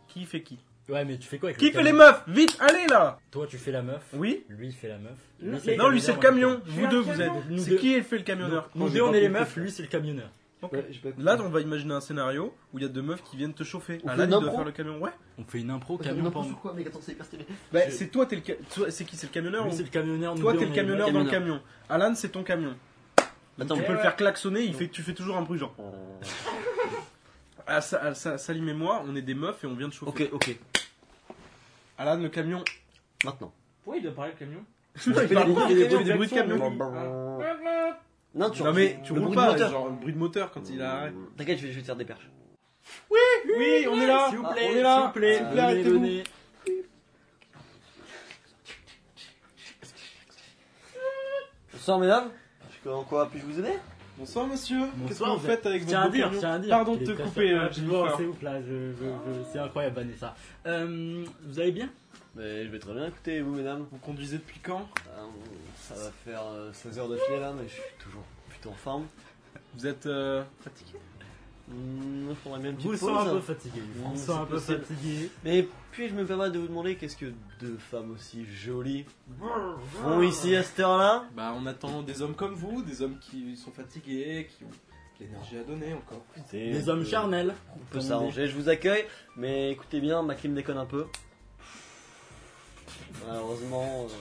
[SPEAKER 5] Qui fait qui
[SPEAKER 1] Ouais, mais tu fais quoi avec
[SPEAKER 5] Qui
[SPEAKER 1] le
[SPEAKER 5] fait les
[SPEAKER 1] camion
[SPEAKER 5] meufs Vite, allez là
[SPEAKER 1] Toi, tu fais la meuf.
[SPEAKER 5] Oui
[SPEAKER 1] Lui, il fait la meuf.
[SPEAKER 8] Non,
[SPEAKER 1] c'est
[SPEAKER 8] Et
[SPEAKER 5] Non, lui c'est le camion.
[SPEAKER 8] Je suis
[SPEAKER 5] Vous
[SPEAKER 8] un
[SPEAKER 5] deux, vous
[SPEAKER 8] camion.
[SPEAKER 5] êtes.
[SPEAKER 1] Nous
[SPEAKER 5] C'est
[SPEAKER 1] deux.
[SPEAKER 5] qui est fait le camionneur
[SPEAKER 1] Nous
[SPEAKER 4] j'ai
[SPEAKER 1] deux,
[SPEAKER 4] pas
[SPEAKER 1] on est les
[SPEAKER 4] compris,
[SPEAKER 1] meufs,
[SPEAKER 4] frère.
[SPEAKER 1] lui, c'est le camionneur.
[SPEAKER 5] Ok.
[SPEAKER 4] Ouais, j'ai pas compris.
[SPEAKER 5] Là, on va imaginer un scénario où il y a deux meufs qui viennent te chauffer. Ah,
[SPEAKER 4] On
[SPEAKER 5] Alan,
[SPEAKER 4] fait
[SPEAKER 5] il
[SPEAKER 4] une
[SPEAKER 5] doit
[SPEAKER 4] impro
[SPEAKER 5] faire le camion. Ouais.
[SPEAKER 1] On fait une impro
[SPEAKER 4] Attends,
[SPEAKER 1] camion
[SPEAKER 4] n'importe
[SPEAKER 1] pendant.
[SPEAKER 4] quoi, mec, attends, c'est hyper stylé.
[SPEAKER 5] Bah, c'est toi, t'es le. ca- toi, C'est qui C'est le camionneur
[SPEAKER 1] Lui,
[SPEAKER 5] ou-
[SPEAKER 1] c'est le camionneur. nous
[SPEAKER 5] Toi,
[SPEAKER 1] deux,
[SPEAKER 5] t'es
[SPEAKER 1] on
[SPEAKER 5] le
[SPEAKER 1] est
[SPEAKER 5] camionneur
[SPEAKER 1] les
[SPEAKER 5] dans
[SPEAKER 1] meufs.
[SPEAKER 5] le camion. Alan, c'est ton camion.
[SPEAKER 4] Attends,
[SPEAKER 5] tu peux le
[SPEAKER 8] ouais.
[SPEAKER 5] faire klaxonner, il fait, tu fais toujours un bruit genre.
[SPEAKER 4] Euh,
[SPEAKER 5] Ah, ça, ah, ça- Salim et moi, on est des meufs et on vient de chauffer.
[SPEAKER 4] Ok, ok,
[SPEAKER 5] Alan, le camion.
[SPEAKER 4] maintenant.
[SPEAKER 8] Pourquoi il doit parler le camion
[SPEAKER 5] Il
[SPEAKER 4] fait
[SPEAKER 5] parle
[SPEAKER 4] des
[SPEAKER 5] pas,
[SPEAKER 4] bruits-
[SPEAKER 5] il
[SPEAKER 4] des
[SPEAKER 5] fait des
[SPEAKER 8] bruits
[SPEAKER 5] bruits de camion. Ah,
[SPEAKER 4] Non, tu
[SPEAKER 5] Non mais tu
[SPEAKER 4] le
[SPEAKER 5] roules
[SPEAKER 4] bruit
[SPEAKER 5] pas,
[SPEAKER 4] de moteur.
[SPEAKER 5] genre le bruit de moteur quand il a.
[SPEAKER 4] T'inquiète, je vais, je vais te faire des perches.
[SPEAKER 5] Oui, on est là.
[SPEAKER 1] S'il vous
[SPEAKER 4] Ah,
[SPEAKER 1] plaît,
[SPEAKER 5] on
[SPEAKER 1] s'il
[SPEAKER 5] est là.
[SPEAKER 1] vous plaît,
[SPEAKER 5] S'il vous plaît,
[SPEAKER 1] venez,
[SPEAKER 5] arrêtez-vous.
[SPEAKER 1] venez.
[SPEAKER 4] Bonsoir, mesdames. En quoi puis-je vous aider
[SPEAKER 5] Bonsoir monsieur. Qu'est-ce que
[SPEAKER 1] Bonsoir,
[SPEAKER 5] vous faites avec
[SPEAKER 1] Tiens à
[SPEAKER 5] votre
[SPEAKER 1] dire,
[SPEAKER 5] camion
[SPEAKER 1] tiens à dire.
[SPEAKER 5] Pardon de
[SPEAKER 1] qu'il
[SPEAKER 5] te
[SPEAKER 1] est très
[SPEAKER 5] couper,
[SPEAKER 1] fier.
[SPEAKER 5] euh,
[SPEAKER 1] Je vois,
[SPEAKER 5] Jennifer.
[SPEAKER 1] C'est ouf là, je- je- je- c'est incroyable Vanessa. Euh, vous allez bien
[SPEAKER 4] Mais je vais très bien, écoutez, vous, mesdames. Euh,
[SPEAKER 5] Vous conduisez depuis quand
[SPEAKER 4] ça va faire 16 heures de filet là, mais je suis toujours plutôt en forme.
[SPEAKER 5] Vous êtes euh, fatigué
[SPEAKER 4] Mmh, faudrait bien une petite
[SPEAKER 1] Vous
[SPEAKER 4] pause.
[SPEAKER 1] sont un peu fatigués. Vous
[SPEAKER 4] Mmh,
[SPEAKER 1] sont un
[SPEAKER 4] c'est
[SPEAKER 1] peu
[SPEAKER 4] possible.
[SPEAKER 1] fatigués.
[SPEAKER 4] Mais puis-je me permettre de vous demander qu'est-ce que deux femmes aussi jolies font ici à cette heure-là
[SPEAKER 5] Bah on attend des hommes comme vous, des hommes qui sont fatigués, qui ont
[SPEAKER 2] L'énergie à donner encore.
[SPEAKER 1] Des hommes charnels.
[SPEAKER 4] On peut s'arranger. Je vous accueille, mais écoutez bien, ma clim déconne un peu. Malheureusement, euh,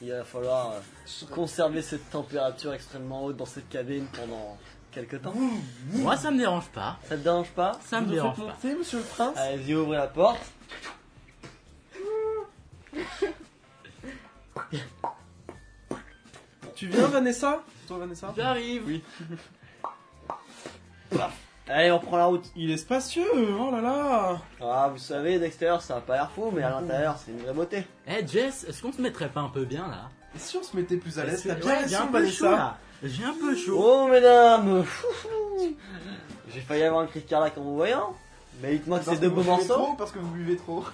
[SPEAKER 4] il va falloir euh, conserver cette température extrêmement haute dans cette cabine pendant quelques temps.
[SPEAKER 1] Moi, ça me dérange pas.
[SPEAKER 4] Ça te dérange pas
[SPEAKER 1] Ça me dérange pas.
[SPEAKER 4] monter, monsieur le prince
[SPEAKER 5] Ah,
[SPEAKER 4] Allez-y, ouvrez la porte.
[SPEAKER 5] Tu viens, Vanessa C'est toi, Vanessa
[SPEAKER 1] J'arrive.
[SPEAKER 4] Allez, on prend la route.
[SPEAKER 5] Il est spacieux, oh là là
[SPEAKER 4] Ah, vous savez, d'extérieur, ça a pas l'air fou, mais à l'intérieur, c'est une vraie beauté.
[SPEAKER 1] Eh Jess, est-ce qu'on se mettrait pas un peu bien là
[SPEAKER 2] Et si on se mettait plus à l'aise, t'as bien
[SPEAKER 1] Ouais, j'ai un
[SPEAKER 2] raison,
[SPEAKER 1] peu chaud
[SPEAKER 2] Vanessa.
[SPEAKER 1] là. J'ai un peu chaud.
[SPEAKER 4] Oh, mesdames J'ai failli avoir un cri de carlac en vous voyant, mais dites-moi que
[SPEAKER 2] Parce
[SPEAKER 4] c'est
[SPEAKER 2] que
[SPEAKER 4] deux
[SPEAKER 2] vous
[SPEAKER 4] beaux
[SPEAKER 2] buvez
[SPEAKER 4] morceaux.
[SPEAKER 2] trop, Parce que vous buvez trop.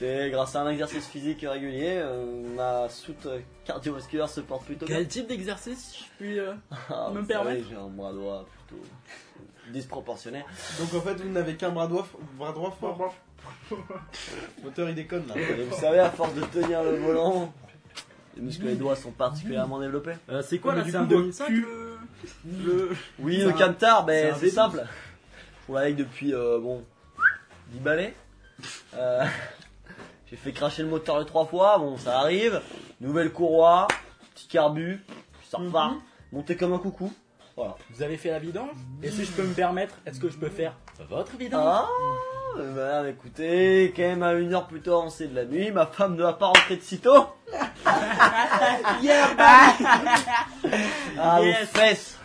[SPEAKER 4] Et grâce à un exercice physique régulier, euh, ma soute cardiovasculaire se porte plutôt bien.
[SPEAKER 1] Quel type d'exercice je puis euh,
[SPEAKER 4] Ah,
[SPEAKER 1] me
[SPEAKER 4] vous savez,
[SPEAKER 1] permettre
[SPEAKER 4] J'ai un bras droit plutôt disproportionné.
[SPEAKER 5] Donc en fait, vous n'avez qu'un bras droit, bras droit fort. Moteur, il déconne là.
[SPEAKER 4] Et vous savez, à force de tenir le volant, les muscles des doigts sont particulièrement développés.
[SPEAKER 1] euh, C'est quoi
[SPEAKER 5] Mais
[SPEAKER 1] là
[SPEAKER 5] du
[SPEAKER 1] C'est
[SPEAKER 5] coup,
[SPEAKER 1] un
[SPEAKER 5] de
[SPEAKER 1] 2005 le... le-
[SPEAKER 4] Oui,
[SPEAKER 1] C'est
[SPEAKER 4] le
[SPEAKER 1] un-
[SPEAKER 4] camtar,
[SPEAKER 1] c'est
[SPEAKER 4] ben
[SPEAKER 1] un
[SPEAKER 4] c'est
[SPEAKER 1] V12.
[SPEAKER 4] simple. Je roule avec depuis, euh, bon, 10 balais. Euh, J'ai fait cracher le moteur les trois fois, bon, ça arrive. Nouvelle courroie, petit carbu, ça
[SPEAKER 1] Mhm.
[SPEAKER 4] repart. Monter comme un coucou.
[SPEAKER 1] Vous avez fait la vidange Et si je peux me permettre, est-ce que je peux faire votre vidange
[SPEAKER 4] Ah, bah écoutez, quand même à une heure plus tôt avancée de la nuit, ma femme ne va pas rentrer de sitôt. yeah, bye. ah, vos
[SPEAKER 1] Yes.
[SPEAKER 4] fesses.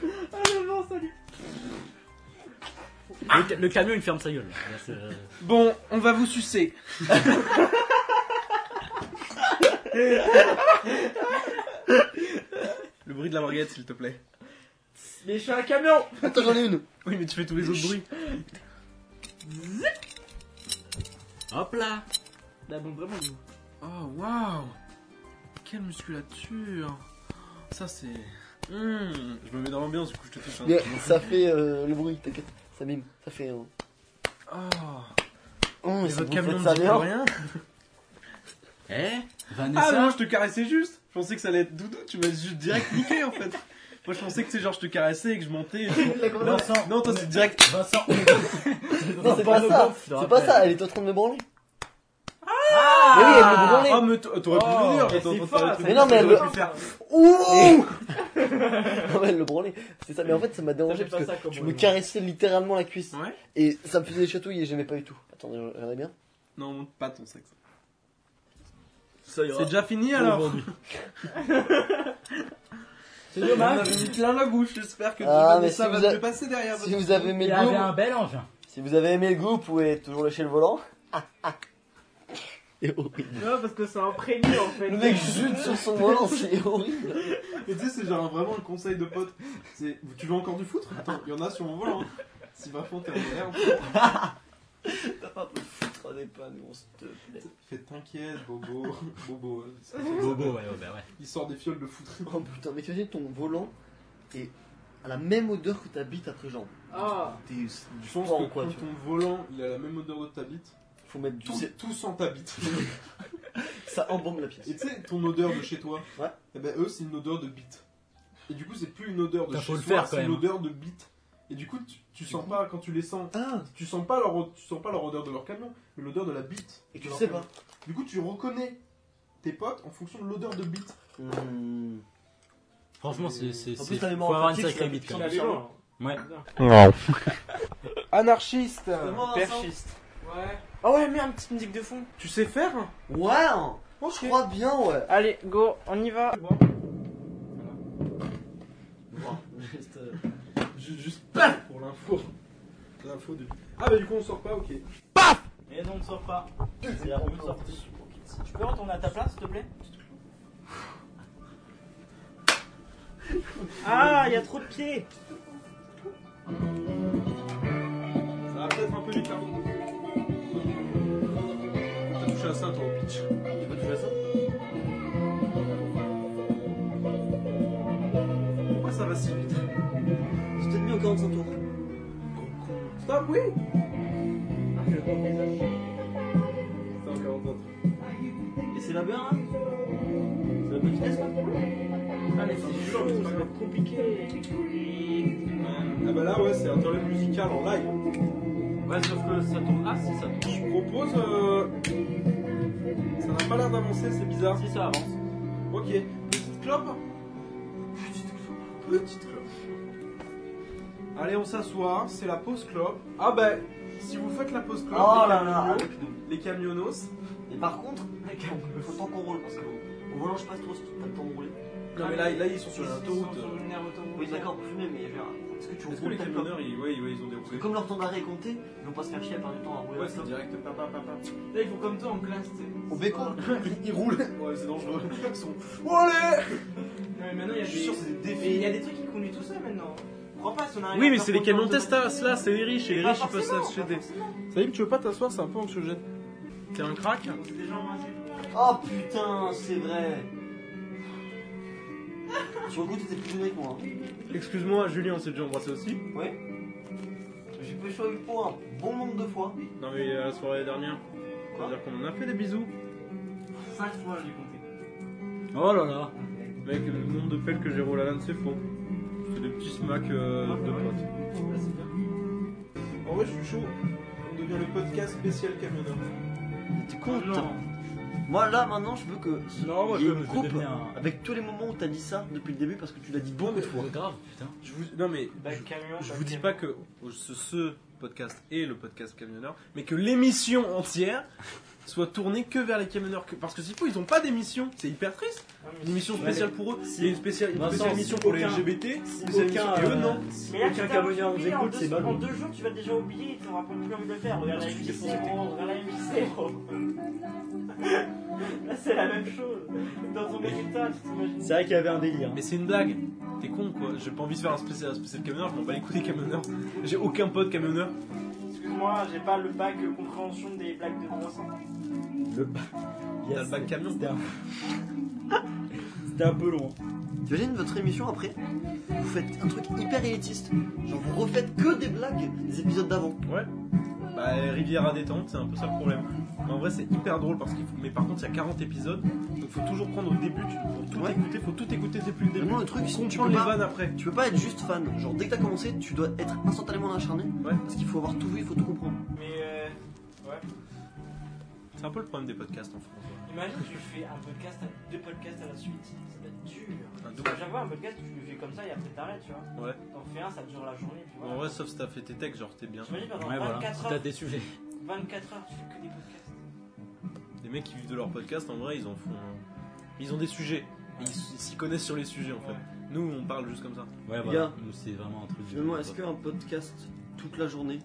[SPEAKER 1] le, le camion il ferme sa gueule. Là, c'est, euh,
[SPEAKER 5] Bon, on va vous sucer. Le bruit de la baguette, s'il te plaît.
[SPEAKER 8] Mais je suis un camion
[SPEAKER 4] Attends, j'en ai une.
[SPEAKER 5] Oui, mais tu fais tous les autres bruits.
[SPEAKER 1] Hop là
[SPEAKER 8] Bah bon, vraiment, vous.
[SPEAKER 5] Oh, waouh Quelle musculature Ça, c'est... Hmm, Je me mets dans l'ambiance, du coup, je te touche. un
[SPEAKER 4] Yeah,
[SPEAKER 5] petit peu.
[SPEAKER 4] ça fait euh, le bruit, t'inquiète. Ça mime, ça fait. Euh...
[SPEAKER 5] Oh,
[SPEAKER 4] Oh,
[SPEAKER 5] mais
[SPEAKER 4] ça
[SPEAKER 5] votre
[SPEAKER 4] vous
[SPEAKER 5] camion
[SPEAKER 4] fait
[SPEAKER 5] ne
[SPEAKER 4] ça
[SPEAKER 5] dit
[SPEAKER 4] bien.
[SPEAKER 5] rien
[SPEAKER 1] Eh
[SPEAKER 5] Ah
[SPEAKER 1] Vanessa
[SPEAKER 5] non, je te caressais juste. Je pensais que ça allait être doudou. Tu m'as juste direct niqué en fait. Moi, je pensais que c'est genre je te caressais et que je montais. et je- Non, non, toi c'est direct.
[SPEAKER 1] Vincent
[SPEAKER 4] Non, c'est pas ça. C'est pas ça, elle est en train de me branler. Mais oui, elle me branlait.
[SPEAKER 5] Ah, mais t- t'aurais pu le dire.
[SPEAKER 8] mais
[SPEAKER 5] t'es en
[SPEAKER 8] Eh, c'est
[SPEAKER 5] train de
[SPEAKER 8] fort,
[SPEAKER 5] faire le
[SPEAKER 8] ça.
[SPEAKER 5] truc.
[SPEAKER 4] Mais non, mais elle
[SPEAKER 5] T'aurais
[SPEAKER 4] le-
[SPEAKER 5] pu faire-
[SPEAKER 4] Ouh Non, mais elle le branlait. C'est ça, mais en fait, ça m'a
[SPEAKER 8] Ça,
[SPEAKER 4] dérangé
[SPEAKER 8] j'aime
[SPEAKER 4] parce
[SPEAKER 8] pas
[SPEAKER 4] que
[SPEAKER 8] ça comme
[SPEAKER 4] je
[SPEAKER 8] on
[SPEAKER 4] me
[SPEAKER 8] dit.
[SPEAKER 4] caressais littéralement la cuisse.
[SPEAKER 5] Ouais.
[SPEAKER 4] Et ça me faisait des chatouilles et j'aimais pas du tout. Attendez, regardez bien.
[SPEAKER 5] Non, monte pas ton sexe.
[SPEAKER 1] Ça
[SPEAKER 5] C'est déjà fini alors.
[SPEAKER 8] C'est
[SPEAKER 5] On
[SPEAKER 8] dommage.
[SPEAKER 5] avait mis plein la bouche. J'espère que
[SPEAKER 4] Ah, mais
[SPEAKER 5] ça
[SPEAKER 4] si
[SPEAKER 5] va
[SPEAKER 4] vous a-
[SPEAKER 5] te passer derrière.
[SPEAKER 4] Si vous avez aimé
[SPEAKER 1] Ah, Il
[SPEAKER 4] le
[SPEAKER 1] avait
[SPEAKER 4] goût,
[SPEAKER 1] un bel engin.
[SPEAKER 4] si vous avez aimé le goût, vous pouvez toujours lâcher le volant. C'est horrible.
[SPEAKER 8] Non, parce que c'est imprégné en fait.
[SPEAKER 4] Le mec jute sur son volant, c'est horrible.
[SPEAKER 2] Et tu sais, c'est genre vraiment le conseil de pote. C'est tu veux encore du foutre Attends, il y en a sur mon volant. hein. Si vraiment t'es en galère,
[SPEAKER 4] T'as pas pu foutre des panneaux, on se te plaît.
[SPEAKER 2] fais t'inquiète, Bobo. Bobo. euh, c'est-
[SPEAKER 1] Bobo, ouais, ouais, bah ouais.
[SPEAKER 2] Il sort des fioles de foutre.
[SPEAKER 4] Oh putain, mais tu imagines ton volant est à la même odeur que ta bite après jambe.
[SPEAKER 8] Ah
[SPEAKER 4] T'es c'est du
[SPEAKER 2] Je pense
[SPEAKER 4] sang,
[SPEAKER 2] que
[SPEAKER 4] quoi,
[SPEAKER 2] quand
[SPEAKER 4] tu vois.
[SPEAKER 2] ton volant il a la même odeur de ta bite,
[SPEAKER 4] Faut mettre du.
[SPEAKER 2] tout, tout sent ta bite.
[SPEAKER 4] Ça embaume la pièce.
[SPEAKER 2] Et tu sais, ton odeur de chez toi,
[SPEAKER 4] Ouais.
[SPEAKER 2] et ben eux c'est une odeur de bite. Et du coup, c'est plus une odeur de
[SPEAKER 1] Putain,
[SPEAKER 2] chez
[SPEAKER 1] faut le
[SPEAKER 2] soi,
[SPEAKER 1] faire, quand
[SPEAKER 2] c'est une
[SPEAKER 1] même.
[SPEAKER 2] odeur de bite. Et du coup, tu, tu sens pas quand tu les sens.
[SPEAKER 4] Ah,
[SPEAKER 2] Tu sens pas leur, tu sens pas leur odeur de leur camion, mais l'odeur de la bite.
[SPEAKER 4] et
[SPEAKER 2] de
[SPEAKER 4] tu
[SPEAKER 2] leur
[SPEAKER 4] sais
[SPEAKER 2] camion.
[SPEAKER 4] pas.
[SPEAKER 2] Du coup, tu reconnais tes potes en fonction de l'odeur de bite.
[SPEAKER 4] Hmm.
[SPEAKER 1] Franchement, c'est. c'est-
[SPEAKER 4] En
[SPEAKER 1] c'est-
[SPEAKER 4] plus, t'as des
[SPEAKER 1] Faut avoir une
[SPEAKER 4] morphatiques,
[SPEAKER 1] sacrée
[SPEAKER 4] c'est-
[SPEAKER 1] bite quand
[SPEAKER 8] Il a
[SPEAKER 1] même.
[SPEAKER 8] les gens.
[SPEAKER 1] Ouais.
[SPEAKER 5] Anarchiste.
[SPEAKER 8] Perchiste. Ouais. Ah ouais, mets un petite musique de fond.
[SPEAKER 5] Tu sais faire
[SPEAKER 4] Ouais, hein.
[SPEAKER 8] Ok.
[SPEAKER 4] je crois bien, ouais.
[SPEAKER 8] Allez, go, on y va.
[SPEAKER 4] Juste, euh,
[SPEAKER 2] Juste, juste paf pour l'info. L'info du. Ah bah du coup on sort pas, ok.
[SPEAKER 3] Et non, ne sors pas.
[SPEAKER 4] c'est la
[SPEAKER 3] bonne sortie. Tu peux retourner à ta place, s'il te plaît Ah, il y a trop de pieds
[SPEAKER 2] Ça va peut-être un peu vite là.
[SPEAKER 5] hein.
[SPEAKER 2] T'as touché à ça toi au pitch.
[SPEAKER 4] Tu peux toucher à ça
[SPEAKER 5] Ah,
[SPEAKER 2] Pourquoi ça va si vite
[SPEAKER 4] J'ai peut-être mis en 45 tours.
[SPEAKER 2] Stop oui
[SPEAKER 4] Et c'est la meilleure, hein C'est la bonne vitesse, quoi
[SPEAKER 3] Ah, mais c'est chaud, ça va être compliqué.
[SPEAKER 9] Ah bah là, ouais, c'est un tournoi musical en live.
[SPEAKER 10] Ouais, sauf que ça tourne. Ah, si, ça tourne.
[SPEAKER 9] Je propose. euh, Ça n'a pas l'air d'avancer, c'est bizarre.
[SPEAKER 10] Si, ça avance.
[SPEAKER 9] Ok, petite clope. Petite clope. Petite clope. Allez, on s'assoit, c'est la pause clope. Ah bah, si vous faites la pause clope,
[SPEAKER 4] Oh
[SPEAKER 9] les,
[SPEAKER 4] là là
[SPEAKER 9] camionos- les camionos.
[SPEAKER 4] Et par contre, mec, il faut le temps qu'on roule parce que au volant je passe trop si tu pas le temps de rouler.
[SPEAKER 9] Non mais là, là, ils sont sur
[SPEAKER 3] Ils
[SPEAKER 9] une
[SPEAKER 3] sont
[SPEAKER 9] autoroute.
[SPEAKER 3] sur une aire autoroute.
[SPEAKER 4] euh. Oui d'accord, pour fumer, mais je veux dire, est-ce que tu
[SPEAKER 9] Est-ce que
[SPEAKER 4] roules
[SPEAKER 9] les
[SPEAKER 4] t'as le
[SPEAKER 9] camionneurs, ils, ouais, ouais, ils ont
[SPEAKER 4] Parce que
[SPEAKER 9] déroulé
[SPEAKER 4] comme leur temps d'arrêt est compté, ils vont pas se faire chier à perdre du temps à rouler.
[SPEAKER 9] Ouais, c'est direct. Papa, papa.
[SPEAKER 3] Là, ils font comme toi en classe, tu sais.
[SPEAKER 4] Au béco, ils roulent.
[SPEAKER 9] Ouais, c'est dangereux. Ils sont. Allez
[SPEAKER 3] Non, mais maintenant, il
[SPEAKER 9] Je
[SPEAKER 3] y a
[SPEAKER 9] suis sûr,
[SPEAKER 3] des-
[SPEAKER 9] c'est des
[SPEAKER 3] mais il
[SPEAKER 9] défis.
[SPEAKER 3] y a des trucs qui conduisent tout ça maintenant. Crois pas, si on arrive
[SPEAKER 5] Oui,
[SPEAKER 3] à
[SPEAKER 5] mais
[SPEAKER 3] faire
[SPEAKER 5] c'est les camions
[SPEAKER 3] conduire
[SPEAKER 5] Testas, là, c'est les riches, et les
[SPEAKER 3] Pas
[SPEAKER 5] riches ils peuvent
[SPEAKER 3] forcément,
[SPEAKER 5] s'acheter
[SPEAKER 3] pas
[SPEAKER 5] des.
[SPEAKER 3] forcément.
[SPEAKER 5] Salim, tu veux pas t'asseoir, c'est un peu anxiogène. T'es un crack
[SPEAKER 3] C'est des gens assez-
[SPEAKER 4] Oh putain, c'est vrai. Sur le coup, t'étais plus jeune que moi. hein.
[SPEAKER 5] Excuse-moi, Julien, on s'est déjà embrassé aussi.
[SPEAKER 4] J'ai pécho avec toi un bon nombre de fois.
[SPEAKER 5] Non, mais à la soirée dernière, c'est-à-dire qu'on en a fait des bisous.
[SPEAKER 3] Cinq fois, j'ai compté.
[SPEAKER 1] Oh là là.
[SPEAKER 5] Mec, le nombre de pelles que j'ai roulé à l'âne, c'est faux. C'est des petits smacks
[SPEAKER 9] Ah,
[SPEAKER 5] euh,
[SPEAKER 9] bah
[SPEAKER 5] de potes.
[SPEAKER 9] En vrai, je suis chaud. On devient le podcast spécial camionneur.
[SPEAKER 4] Mais
[SPEAKER 9] Ah,
[SPEAKER 4] T'es con, putain. Moi là maintenant, je veux que.
[SPEAKER 1] Non,
[SPEAKER 4] il y ait une
[SPEAKER 1] coupe.
[SPEAKER 4] coupe avec tous les moments où t'as dit ça depuis le début parce que tu l'as dit beaucoup de fois.
[SPEAKER 1] grave, putain.
[SPEAKER 5] Je vous... Non, mais
[SPEAKER 3] Bah, camion,
[SPEAKER 5] je
[SPEAKER 3] bah,
[SPEAKER 5] vous dis
[SPEAKER 3] camion.
[SPEAKER 5] pas que ce, ce podcast est le podcast camionneur, mais que l'émission entière soit tournée que vers les camionneurs. que- Parce que s'il faut, ils ont pas d'émission, c'est hyper triste.
[SPEAKER 3] Ah,
[SPEAKER 5] Une émission spéciale pour eux, et une spéciale, une
[SPEAKER 1] Vincent,
[SPEAKER 5] spéciale émission pour les
[SPEAKER 1] aucun-
[SPEAKER 5] LGBT, une
[SPEAKER 1] aucun,
[SPEAKER 5] spéciale émission- et eux
[SPEAKER 1] euh,
[SPEAKER 5] non.
[SPEAKER 3] Mais là, tu
[SPEAKER 1] Aucun
[SPEAKER 3] t'as
[SPEAKER 1] Camerounais
[SPEAKER 3] oublié,
[SPEAKER 1] nous écoute,
[SPEAKER 3] en deux-
[SPEAKER 1] c'est ballot.
[SPEAKER 3] En deux jours, tu vas déjà oublier, tu n'auras plus envie de le faire. Regarde la MJ0, regarde la MJ0. Là, c'est la même chose. Dans ton résultat, tu t'imagines.
[SPEAKER 1] C'est vrai qu'il y avait un
[SPEAKER 9] hein.
[SPEAKER 1] délire.
[SPEAKER 5] Mais c'est une blague. T'es con quoi, j'ai pas envie de faire un spécial, un spécial camionneur, je m'en bats les couilles des camionneurs. J'ai aucun pote camionneur.
[SPEAKER 3] Excuse-moi, j'ai pas le bac euh, compréhension des blagues de Vincent.
[SPEAKER 1] Le bac.
[SPEAKER 5] T'as le bac camion.
[SPEAKER 1] C'était un... C'était un peu long.
[SPEAKER 4] T'imagines votre émission après Vous faites un truc hyper élitiste. Genre vous refaites que des blagues des épisodes d'avant.
[SPEAKER 1] hein.
[SPEAKER 5] Ouais. Bah, Rivière à détente, c'est un peu ça le problème. Mais en vrai, c'est hyper drôle parce qu'il faut. Mais par contre, il y a 40 épisodes, donc faut toujours prendre au début, tu... pour tout
[SPEAKER 4] Ouais.
[SPEAKER 5] écouter, faut tout écouter depuis le début.
[SPEAKER 4] Vraiment le truc, c'est que tu
[SPEAKER 5] Comprendre
[SPEAKER 4] peux
[SPEAKER 5] les
[SPEAKER 4] pas.
[SPEAKER 5] vannes après.
[SPEAKER 4] Tu peux pas être juste fan. Genre dès que t'as commencé, tu dois être instantanément acharné.
[SPEAKER 5] Ouais.
[SPEAKER 4] Parce qu'il faut avoir tout vu, il faut tout comprendre.
[SPEAKER 3] Mais euh,
[SPEAKER 5] C'est un peu le problème des podcasts en France. ouais.
[SPEAKER 3] imagine, tu fais un podcast, à- deux podcasts à la suite. Ça va être dur.
[SPEAKER 5] Un double.
[SPEAKER 3] J'avoue, un podcast, tu le fais comme ça et après t'arrêtes, tu vois.
[SPEAKER 5] Ouais.
[SPEAKER 3] T'en fais un, ça dure la journée. Puis
[SPEAKER 5] En
[SPEAKER 3] voilà.
[SPEAKER 5] vrai, sauf si t'as fait tes textes, genre t'es bien.
[SPEAKER 3] T'imagines pendant
[SPEAKER 1] Ouais, voilà.
[SPEAKER 3] 24
[SPEAKER 1] Si t'as
[SPEAKER 3] heures,
[SPEAKER 1] des sujets.
[SPEAKER 3] 24 heures, tu fais que des podcasts.
[SPEAKER 5] Les mecs qui vivent de leur podcast, en vrai, ils en font. Ils ont des sujets. Et Ils s- ils s'y connaissent sur les sujets en fait.
[SPEAKER 3] Ouais.
[SPEAKER 5] Nous, on parle juste comme ça.
[SPEAKER 1] Ouais,
[SPEAKER 4] voilà.
[SPEAKER 1] voilà. Nous, c'est vraiment un truc. de-
[SPEAKER 4] Finalement, est-ce qu'un podcast toute la journée,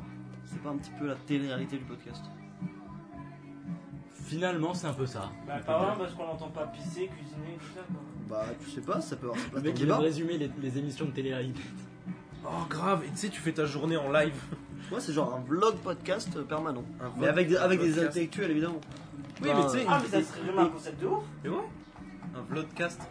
[SPEAKER 4] c'est pas un petit peu la télé-réalité du podcast
[SPEAKER 1] Finalement, c'est un peu ça.
[SPEAKER 3] Bah, pas vraiment parce qu'on l'entend pas pisser, cuisiner, tout ça. Quoi.
[SPEAKER 4] Bah tu sais pas, ça peut avoir sa
[SPEAKER 1] Le
[SPEAKER 4] place dans le
[SPEAKER 1] mec, il aime
[SPEAKER 4] débat.
[SPEAKER 1] résumer les, les émissions de télé-réalité.
[SPEAKER 5] Oh, grave. Et tu sais, tu fais ta journée en live.
[SPEAKER 4] Ouais, c'est genre un vlog podcast euh, permanent.
[SPEAKER 5] Un
[SPEAKER 4] Mais avec des, avec des
[SPEAKER 5] podcast.
[SPEAKER 4] intellectuels évidemment.
[SPEAKER 5] Oui,
[SPEAKER 4] Bah,
[SPEAKER 5] mais tu sais,
[SPEAKER 3] Ah, mais ça serait vraiment un concept de ouf.
[SPEAKER 5] un vlogcast.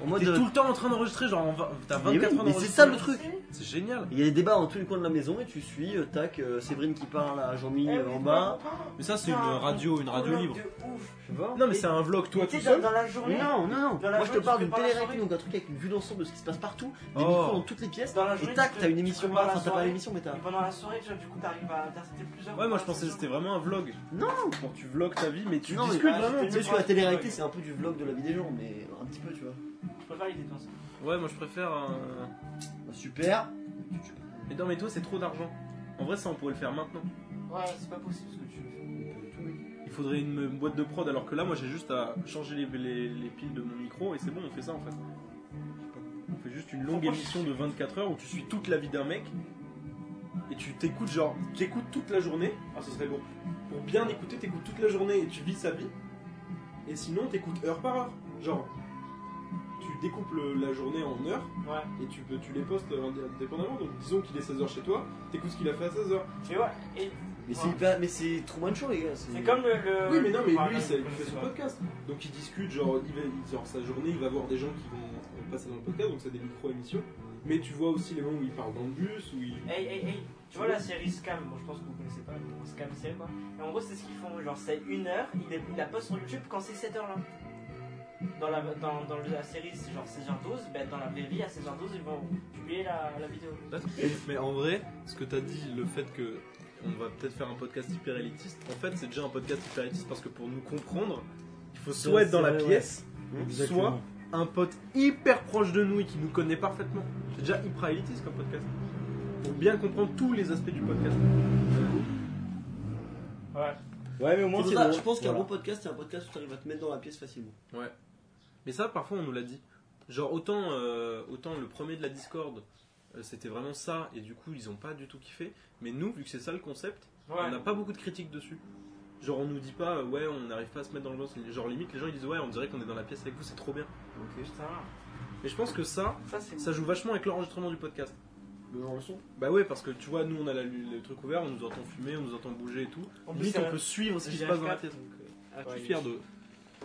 [SPEAKER 4] En mode.
[SPEAKER 5] T'es
[SPEAKER 4] euh,
[SPEAKER 5] tout le temps en train d'enregistrer, genre en vingt- t'as
[SPEAKER 4] mais oui,
[SPEAKER 5] 24 ans
[SPEAKER 4] mais
[SPEAKER 5] d'enregistrement.
[SPEAKER 4] c'est ça le truc.
[SPEAKER 5] C'est génial.
[SPEAKER 4] Il y a des débats dans tous les coins de la maison et tu suis, euh, tac, euh, Séverine qui parle à Jean-Mi
[SPEAKER 5] Eh
[SPEAKER 3] Eh
[SPEAKER 4] euh, en bas.
[SPEAKER 5] Mais ça, c'est une radio, une radio libre.
[SPEAKER 3] De ouf.
[SPEAKER 4] Je sais pas.
[SPEAKER 5] Non, mais c'est un vlog, toi
[SPEAKER 3] Tu
[SPEAKER 5] tout
[SPEAKER 3] sais, dans,
[SPEAKER 5] seul.
[SPEAKER 3] dans la journée,
[SPEAKER 4] Non, non, non.
[SPEAKER 3] Dans la
[SPEAKER 4] Moi je te
[SPEAKER 3] journée,
[SPEAKER 4] parle
[SPEAKER 3] tu
[SPEAKER 4] d'une
[SPEAKER 3] fais pas la
[SPEAKER 4] télé-réalité,
[SPEAKER 3] soirée.
[SPEAKER 4] donc un truc avec une vue d'ensemble de ce qui se passe partout, des
[SPEAKER 5] Oh.
[SPEAKER 4] micros dans toutes les pièces.
[SPEAKER 3] dans la journée,
[SPEAKER 4] Et tac,
[SPEAKER 3] tu-
[SPEAKER 4] t'as une
[SPEAKER 3] tu
[SPEAKER 4] émission
[SPEAKER 3] prépares
[SPEAKER 4] là,
[SPEAKER 3] la
[SPEAKER 4] enfin t'as pas
[SPEAKER 3] soirée,
[SPEAKER 4] l'émission mais t'as.
[SPEAKER 3] Et pendant la soirée, tu vois, du coup, t'arrives à intercepter plusieurs.
[SPEAKER 5] Ouais, moi je pensais que c'était vraiment un vlog.
[SPEAKER 4] Non.
[SPEAKER 5] Quand tu vlogs ta vie, mais tu
[SPEAKER 4] Non, mais-
[SPEAKER 5] discutes
[SPEAKER 3] Ah,
[SPEAKER 5] vraiment.
[SPEAKER 3] c'était
[SPEAKER 4] Tu sais,
[SPEAKER 3] mieux.
[SPEAKER 4] sur la télé-réalité, c'est un peu du vlog de la vie des gens, mais un petit peu, tu vois.
[SPEAKER 3] Je préfère les dépenses.
[SPEAKER 5] Ouais, moi je préfère un.
[SPEAKER 4] Bah, super.
[SPEAKER 5] Mais non, mais toi, c'est trop d'argent. En vrai, ça, on pourrait le faire maintenant.
[SPEAKER 3] Ouais, c'est pas possible ce que tu veux.
[SPEAKER 5] Il faudrait une, une boîte de prod, alors que là, moi j'ai juste à changer les, les- les piles de mon micro et c'est bon, on fait ça en fait. On fait juste une longue émission de 24 heures où tu suis toute la vie d'un mec et tu t'écoutes, genre, t'écoutes toute la journée. Ah, ce serait bon. Pour bien écouter, t'écoutes toute la journée et tu vis sa vie. Et sinon, t'écoutes heure par heure. Genre, tu découpes le- la journée en heures
[SPEAKER 3] Ouais.
[SPEAKER 5] et tu, peux, tu les postes euh, indépendamment. Donc, disons qu'il est 16h chez toi, t'écoutes ce qu'il a fait à 16h.
[SPEAKER 3] Mais ouais, et
[SPEAKER 4] Mais c'est
[SPEAKER 3] Ouais.
[SPEAKER 4] hyper- mais c'est trop bonne show, les gars.
[SPEAKER 3] c'est comme le. le-
[SPEAKER 5] Oui, mais non, mais
[SPEAKER 3] Ouais,
[SPEAKER 5] lui, c'est- il
[SPEAKER 3] ouais,
[SPEAKER 5] fait son
[SPEAKER 3] ouais.
[SPEAKER 5] podcast. Donc il discute, genre, il va, il- genre, sa journée, il va voir des gens qui vont euh, passer dans le podcast, donc c'est des micro-émissions. Mais tu vois aussi les moments où il parle dans le bus, où il.
[SPEAKER 3] Hey, hey, hey. Tu vois la série Scam Bon, je pense que vous connaissez pas, mais bon, Scam, c'est quoi Et en gros, c'est ce qu'ils font. Genre, c'est une heure, il, est- il la poste sur YouTube quand c'est cette heure-là. dans la, dans, dans la série, c'est genre 16h12, ben dans la vraie vie, à 16h12, ils vont publier la, la vidéo.
[SPEAKER 5] Mais en vrai, ce que t'as dit, le fait que on va peut-être faire un podcast hyper élitiste, en fait, c'est déjà un podcast hyper élitiste parce que pour nous comprendre, il faut soit
[SPEAKER 1] Ouais,
[SPEAKER 5] être dans
[SPEAKER 1] c'est
[SPEAKER 5] la
[SPEAKER 1] vrai,
[SPEAKER 5] pièce, soit
[SPEAKER 1] Exactement.
[SPEAKER 5] un pote hyper proche de nous et qui nous connaît parfaitement. C'est déjà hyper élitiste comme podcast. Pour bien comprendre tous les aspects du podcast.
[SPEAKER 3] Ouais.
[SPEAKER 1] Ouais, mais au
[SPEAKER 4] C'est
[SPEAKER 1] moins,
[SPEAKER 4] pour
[SPEAKER 1] c'est
[SPEAKER 4] ça,
[SPEAKER 1] drôle.
[SPEAKER 4] je pense qu'un
[SPEAKER 1] Voilà.
[SPEAKER 4] bon podcast, c'est un podcast où tu arrives à te mettre dans la pièce facilement.
[SPEAKER 5] Mais ça, parfois, on nous l'a dit. Genre, autant, euh, autant le premier de la Discord, euh, c'était vraiment ça, et du coup, ils ont pas du tout kiffé. Mais nous, vu que c'est ça le concept, on n'a
[SPEAKER 3] Ouais.
[SPEAKER 5] pas beaucoup de critiques dessus. Genre, on nous dit pas, euh, ouais, on n'arrive pas à se mettre dans le l'ambiance. Genre, limite, les gens ils disent, ouais, on dirait qu'on est dans la pièce avec vous, c'est trop bien.
[SPEAKER 3] Putain,
[SPEAKER 5] Mais je pense que ça,
[SPEAKER 3] ça c'est.
[SPEAKER 5] ça joue vachement avec l'enregistrement du podcast.
[SPEAKER 4] Le genre le son.
[SPEAKER 5] Bah ouais, parce que tu vois, nous, on a la- le truc ouvert, on nous entend fumer, on nous entend bouger et tout.
[SPEAKER 3] En plus,
[SPEAKER 5] Limite,
[SPEAKER 3] c'est-
[SPEAKER 5] on peut suivre ce qui se
[SPEAKER 3] j'ai
[SPEAKER 5] passe dans la
[SPEAKER 3] F4,
[SPEAKER 5] pièce.
[SPEAKER 3] donc, euh,
[SPEAKER 5] Je
[SPEAKER 3] ouais,
[SPEAKER 5] suis fier de.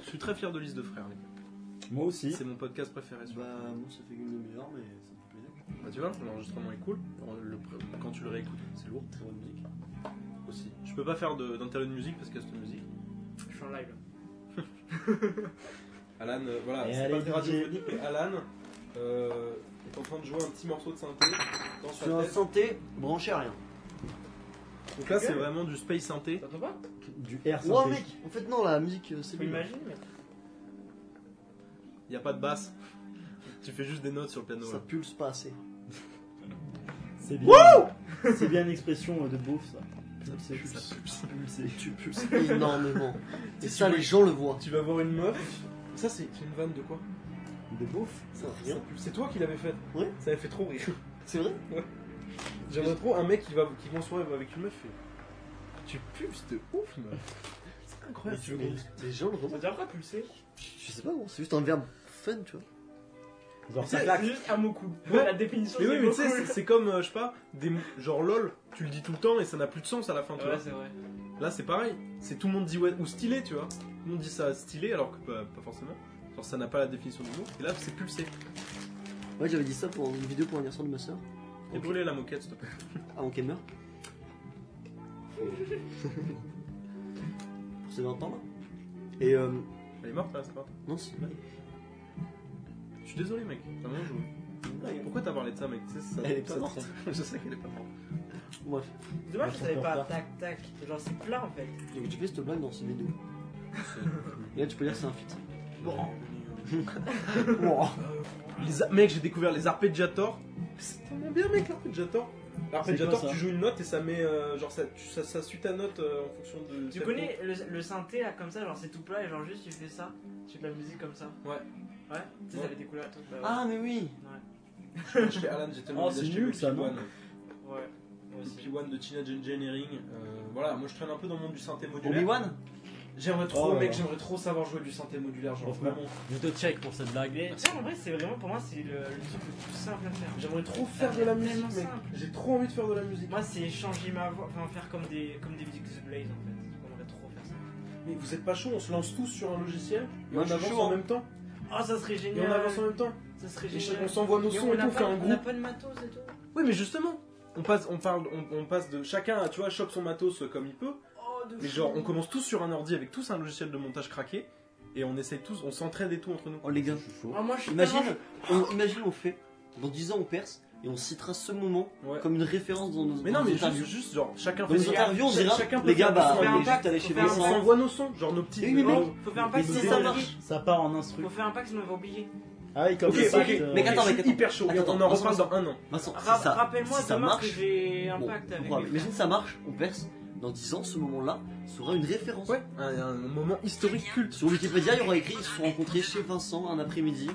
[SPEAKER 5] Je suis très fier de Lise de Frères, les gars.
[SPEAKER 1] Moi aussi.
[SPEAKER 5] C'est mon podcast préféré.
[SPEAKER 4] Bah,
[SPEAKER 5] celui-là.
[SPEAKER 4] bon, ça fait qu'une demi-heure, mais ça me fait plaisir.
[SPEAKER 5] Bah tu vois, l'enregistrement est cool. Le- le- quand tu le réécoutes, c'est lourd
[SPEAKER 4] Très bonne musique.
[SPEAKER 5] aussi. Je peux pas faire de- d'interlude musique parce qu'il y a cette musique.
[SPEAKER 3] Je suis en live. là.
[SPEAKER 5] Alan, euh, voilà,
[SPEAKER 1] Et
[SPEAKER 5] c'est
[SPEAKER 1] allez,
[SPEAKER 5] pas très
[SPEAKER 1] DJ.
[SPEAKER 5] radiophonique, mais Alan euh, est en train de jouer un petit morceau de synthé dans
[SPEAKER 4] Sur
[SPEAKER 5] sa
[SPEAKER 4] un
[SPEAKER 5] tête.
[SPEAKER 4] santé, branché à rien.
[SPEAKER 5] Donc là, c'est vraiment du space synthé.
[SPEAKER 3] T'entends pas
[SPEAKER 1] Du R
[SPEAKER 4] Ouais,
[SPEAKER 1] synthé.
[SPEAKER 4] mec, en fait, non, la musique, euh, c'est
[SPEAKER 3] Tu peux
[SPEAKER 4] lui.
[SPEAKER 3] Ah, imaginer, mec.
[SPEAKER 5] Il y a pas de basse. Tu fais juste des notes sur le piano.
[SPEAKER 4] Ça
[SPEAKER 5] Là.
[SPEAKER 4] pulse pas assez.
[SPEAKER 1] C'est bien. C'est bien une expression euh, de beauf, ça. Pulser,
[SPEAKER 5] Ça pulse.
[SPEAKER 1] pulser.
[SPEAKER 4] Tu pulses énormément. Et
[SPEAKER 5] Tu
[SPEAKER 4] ça,
[SPEAKER 5] vois-
[SPEAKER 4] les gens le voient.
[SPEAKER 5] Tu vas voir une meuf. Ça, c'est c'est une vanne de quoi
[SPEAKER 1] De beauf
[SPEAKER 4] Ça,
[SPEAKER 5] Ça
[SPEAKER 4] rien.
[SPEAKER 5] pulse. C'est toi qui l'avais faite.
[SPEAKER 4] Ouais.
[SPEAKER 5] Ça avait fait trop rire.
[SPEAKER 4] C'est vrai
[SPEAKER 5] J'aimerais trop un mec qui va qui va en soirée avec une meuf. et- Tu pulses de ouf, meuf. C'est incroyable.
[SPEAKER 4] Mais Les gens le
[SPEAKER 3] Ça veut
[SPEAKER 4] voient.
[SPEAKER 3] dire quoi pulser
[SPEAKER 4] Je sais pas, bon, c'est juste un verbe fun, tu vois.
[SPEAKER 1] Genre,
[SPEAKER 5] Tu sais,
[SPEAKER 1] ça
[SPEAKER 3] C'est juste un mot cool. La définition,
[SPEAKER 5] Mais oui,
[SPEAKER 3] c'est
[SPEAKER 5] mais
[SPEAKER 3] mot
[SPEAKER 5] tu sais, c'est-
[SPEAKER 3] cool.
[SPEAKER 5] c'est comme, euh, je sais pas, des mots- genre lol, tu le dis tout le temps et ça n'a plus de sens à la fin, tu
[SPEAKER 3] Ouais,
[SPEAKER 5] vois.
[SPEAKER 3] c'est vrai.
[SPEAKER 5] Là, c'est pareil, c'est tout le monde dit ouais, ou stylé, tu vois. Tout le monde dit ça stylé alors que pas, pas forcément. Genre, ça n'a pas la définition du mot. Et là, c'est pulsé.
[SPEAKER 4] Ouais, j'avais dit ça pour une vidéo pour l'anniversaire de ma soeur.
[SPEAKER 5] Et brûler la moquette, s'il te plaît.
[SPEAKER 4] Avant qu'elle meure. pour ses 20 ans, là. Et euh.
[SPEAKER 5] Elle est morte là, c'est pas.
[SPEAKER 4] Non, c'est une blague.
[SPEAKER 5] Je suis désolé, mec. Vraiment, je-
[SPEAKER 4] C'est une blague. hein.
[SPEAKER 5] Pourquoi t'as parlé de ça, mec Tu sais, ça-
[SPEAKER 4] Elle est pas
[SPEAKER 5] ça-
[SPEAKER 4] morte.
[SPEAKER 5] Je sais qu'elle est pas morte.
[SPEAKER 4] Bref.
[SPEAKER 3] C'est Dommage que
[SPEAKER 1] Ils
[SPEAKER 3] ça
[SPEAKER 1] sont
[SPEAKER 3] savais
[SPEAKER 1] en
[SPEAKER 3] pas
[SPEAKER 1] retard.
[SPEAKER 3] tac tac. Genre c'est plat en fait.
[SPEAKER 4] Donc tu fais cette blague dans cette vidéo. Et là tu peux dire que c'est un feat.
[SPEAKER 5] Bon.
[SPEAKER 4] Bon.
[SPEAKER 5] Les a- Mec, j'ai découvert les arpeggiator. C'est tellement bien, mec, l'arpeggiator.
[SPEAKER 1] C'est quoi,
[SPEAKER 5] L'arpégiator,
[SPEAKER 1] ça
[SPEAKER 5] tu joues une note et ça met. euh, genre, ça, tu- ça, ça suit ta note euh, en fonction de.
[SPEAKER 3] Tu connais le, le synthé là comme ça, genre c'est tout plat et genre juste tu fais ça, tu fais de la musique comme ça.
[SPEAKER 5] Ouais.
[SPEAKER 3] Ouais Tu sais,
[SPEAKER 5] Ouais.
[SPEAKER 3] ça avait des couleurs et tout. bah ouais.
[SPEAKER 4] Ah mais oui
[SPEAKER 5] Chez Alan, j'ai tellement
[SPEAKER 1] Oh,
[SPEAKER 5] envie
[SPEAKER 1] c'est
[SPEAKER 5] d'acheter
[SPEAKER 1] nul,
[SPEAKER 5] le
[SPEAKER 1] ça, non
[SPEAKER 5] P1.
[SPEAKER 3] Ouais, moi
[SPEAKER 5] Le
[SPEAKER 3] aussi.
[SPEAKER 5] P1 de Teenage Engineering. euh, voilà, moi je traîne un peu dans le monde du synthé modulaire.
[SPEAKER 4] Obi-Wan
[SPEAKER 5] J'aimerais trop,
[SPEAKER 1] Oh là
[SPEAKER 5] mec,
[SPEAKER 1] là.
[SPEAKER 5] j'aimerais trop savoir jouer du synthé modulaire, genre
[SPEAKER 1] Franchement.
[SPEAKER 5] vraiment.
[SPEAKER 1] Je te check pour cette blague.
[SPEAKER 3] Mais tu sais, en vrai, c'est vraiment pour moi, c'est le, le truc le plus simple à faire.
[SPEAKER 5] J'aimerais trop
[SPEAKER 3] Ah,
[SPEAKER 5] faire de
[SPEAKER 3] mais
[SPEAKER 5] la
[SPEAKER 3] tellement
[SPEAKER 5] musique, mec.
[SPEAKER 3] simple.
[SPEAKER 5] J'ai trop envie de faire de la musique.
[SPEAKER 3] Moi, c'est changer ma voix, enfin faire comme des, comme des musiques de The Blaze en fait. J'aimerais trop faire ça.
[SPEAKER 5] Mais vous êtes pas chaud, on se lance tous sur un logiciel et
[SPEAKER 4] Moi,
[SPEAKER 5] on
[SPEAKER 4] je suis
[SPEAKER 5] avance
[SPEAKER 4] chaud,
[SPEAKER 5] en
[SPEAKER 4] hein.
[SPEAKER 5] même temps.
[SPEAKER 3] Oh, ça serait
[SPEAKER 5] Et on
[SPEAKER 3] génial!
[SPEAKER 5] avance en même temps.
[SPEAKER 3] Ça serait
[SPEAKER 5] Et
[SPEAKER 3] génial!
[SPEAKER 5] on s'envoie nos
[SPEAKER 3] Mais
[SPEAKER 5] sons et
[SPEAKER 3] on a
[SPEAKER 5] tout, on fait un
[SPEAKER 3] pas, on a
[SPEAKER 5] groupe.
[SPEAKER 3] pas de matos et tout.
[SPEAKER 5] Oui, mais justement, on passe, on parle, on, on passe de chacun, tu vois, chope son matos comme il peut.
[SPEAKER 3] Oh, de
[SPEAKER 5] Mais
[SPEAKER 3] fou.
[SPEAKER 5] genre, on commence tous sur un ordi avec tous un logiciel de montage craqué et on essaye tous, on s'entraide et tout entre nous.
[SPEAKER 4] Oh les gars, je suis chaud.
[SPEAKER 3] Oh, moi, je suis tellement-
[SPEAKER 4] Imagine, on, imagine on fait, dans 10 ans on perce, et on citera ce moment
[SPEAKER 5] Ouais.
[SPEAKER 4] comme une référence dans nos
[SPEAKER 5] Mais non, mais
[SPEAKER 4] interviews.
[SPEAKER 5] juste, juste genre, chacun
[SPEAKER 4] Dans
[SPEAKER 5] fait
[SPEAKER 4] nos
[SPEAKER 5] son-
[SPEAKER 4] interviews on
[SPEAKER 5] Cha-
[SPEAKER 4] dira,
[SPEAKER 5] chacun peut
[SPEAKER 4] les gars
[SPEAKER 5] faire
[SPEAKER 4] bah
[SPEAKER 5] son
[SPEAKER 4] on est
[SPEAKER 3] impact,
[SPEAKER 4] juste allé
[SPEAKER 3] faut
[SPEAKER 4] chez
[SPEAKER 3] faire
[SPEAKER 5] Et on
[SPEAKER 3] un
[SPEAKER 4] Vincent.
[SPEAKER 3] impact.
[SPEAKER 5] s'envoie nos sons, genre nos petits.
[SPEAKER 4] Oui, mais mec,
[SPEAKER 3] Faut faire un pack
[SPEAKER 4] Mais
[SPEAKER 3] sans
[SPEAKER 4] ça
[SPEAKER 3] s'en
[SPEAKER 4] marche.
[SPEAKER 3] oublier.
[SPEAKER 1] Ça part en instru.
[SPEAKER 3] Faut faire un pack sinon on va oublier.
[SPEAKER 1] Ah oui, comme
[SPEAKER 5] Ok,
[SPEAKER 1] ça.
[SPEAKER 5] ok,
[SPEAKER 1] euh,
[SPEAKER 4] mec, attends,
[SPEAKER 5] je suis
[SPEAKER 4] attends.
[SPEAKER 5] hyper chaud.
[SPEAKER 4] Attends,
[SPEAKER 5] on
[SPEAKER 4] attends,
[SPEAKER 5] en reparle dans un an.
[SPEAKER 4] Vincent, si
[SPEAKER 3] Ra-
[SPEAKER 4] ça,
[SPEAKER 3] Rappelle-moi
[SPEAKER 4] si ça
[SPEAKER 3] demain que
[SPEAKER 4] marche,
[SPEAKER 3] j'ai un
[SPEAKER 4] bon,
[SPEAKER 3] pacte
[SPEAKER 4] on
[SPEAKER 3] avec
[SPEAKER 4] pourra-
[SPEAKER 3] mes
[SPEAKER 4] imagine
[SPEAKER 3] frères.
[SPEAKER 4] ça marche, on perce, dans 10 ans ce moment-là sera une référence.
[SPEAKER 5] Ouais, un, un moment historique culte.
[SPEAKER 4] Sur Wikipédia il y aura écrit, ils se sont rencontrés chez Vincent un après-midi,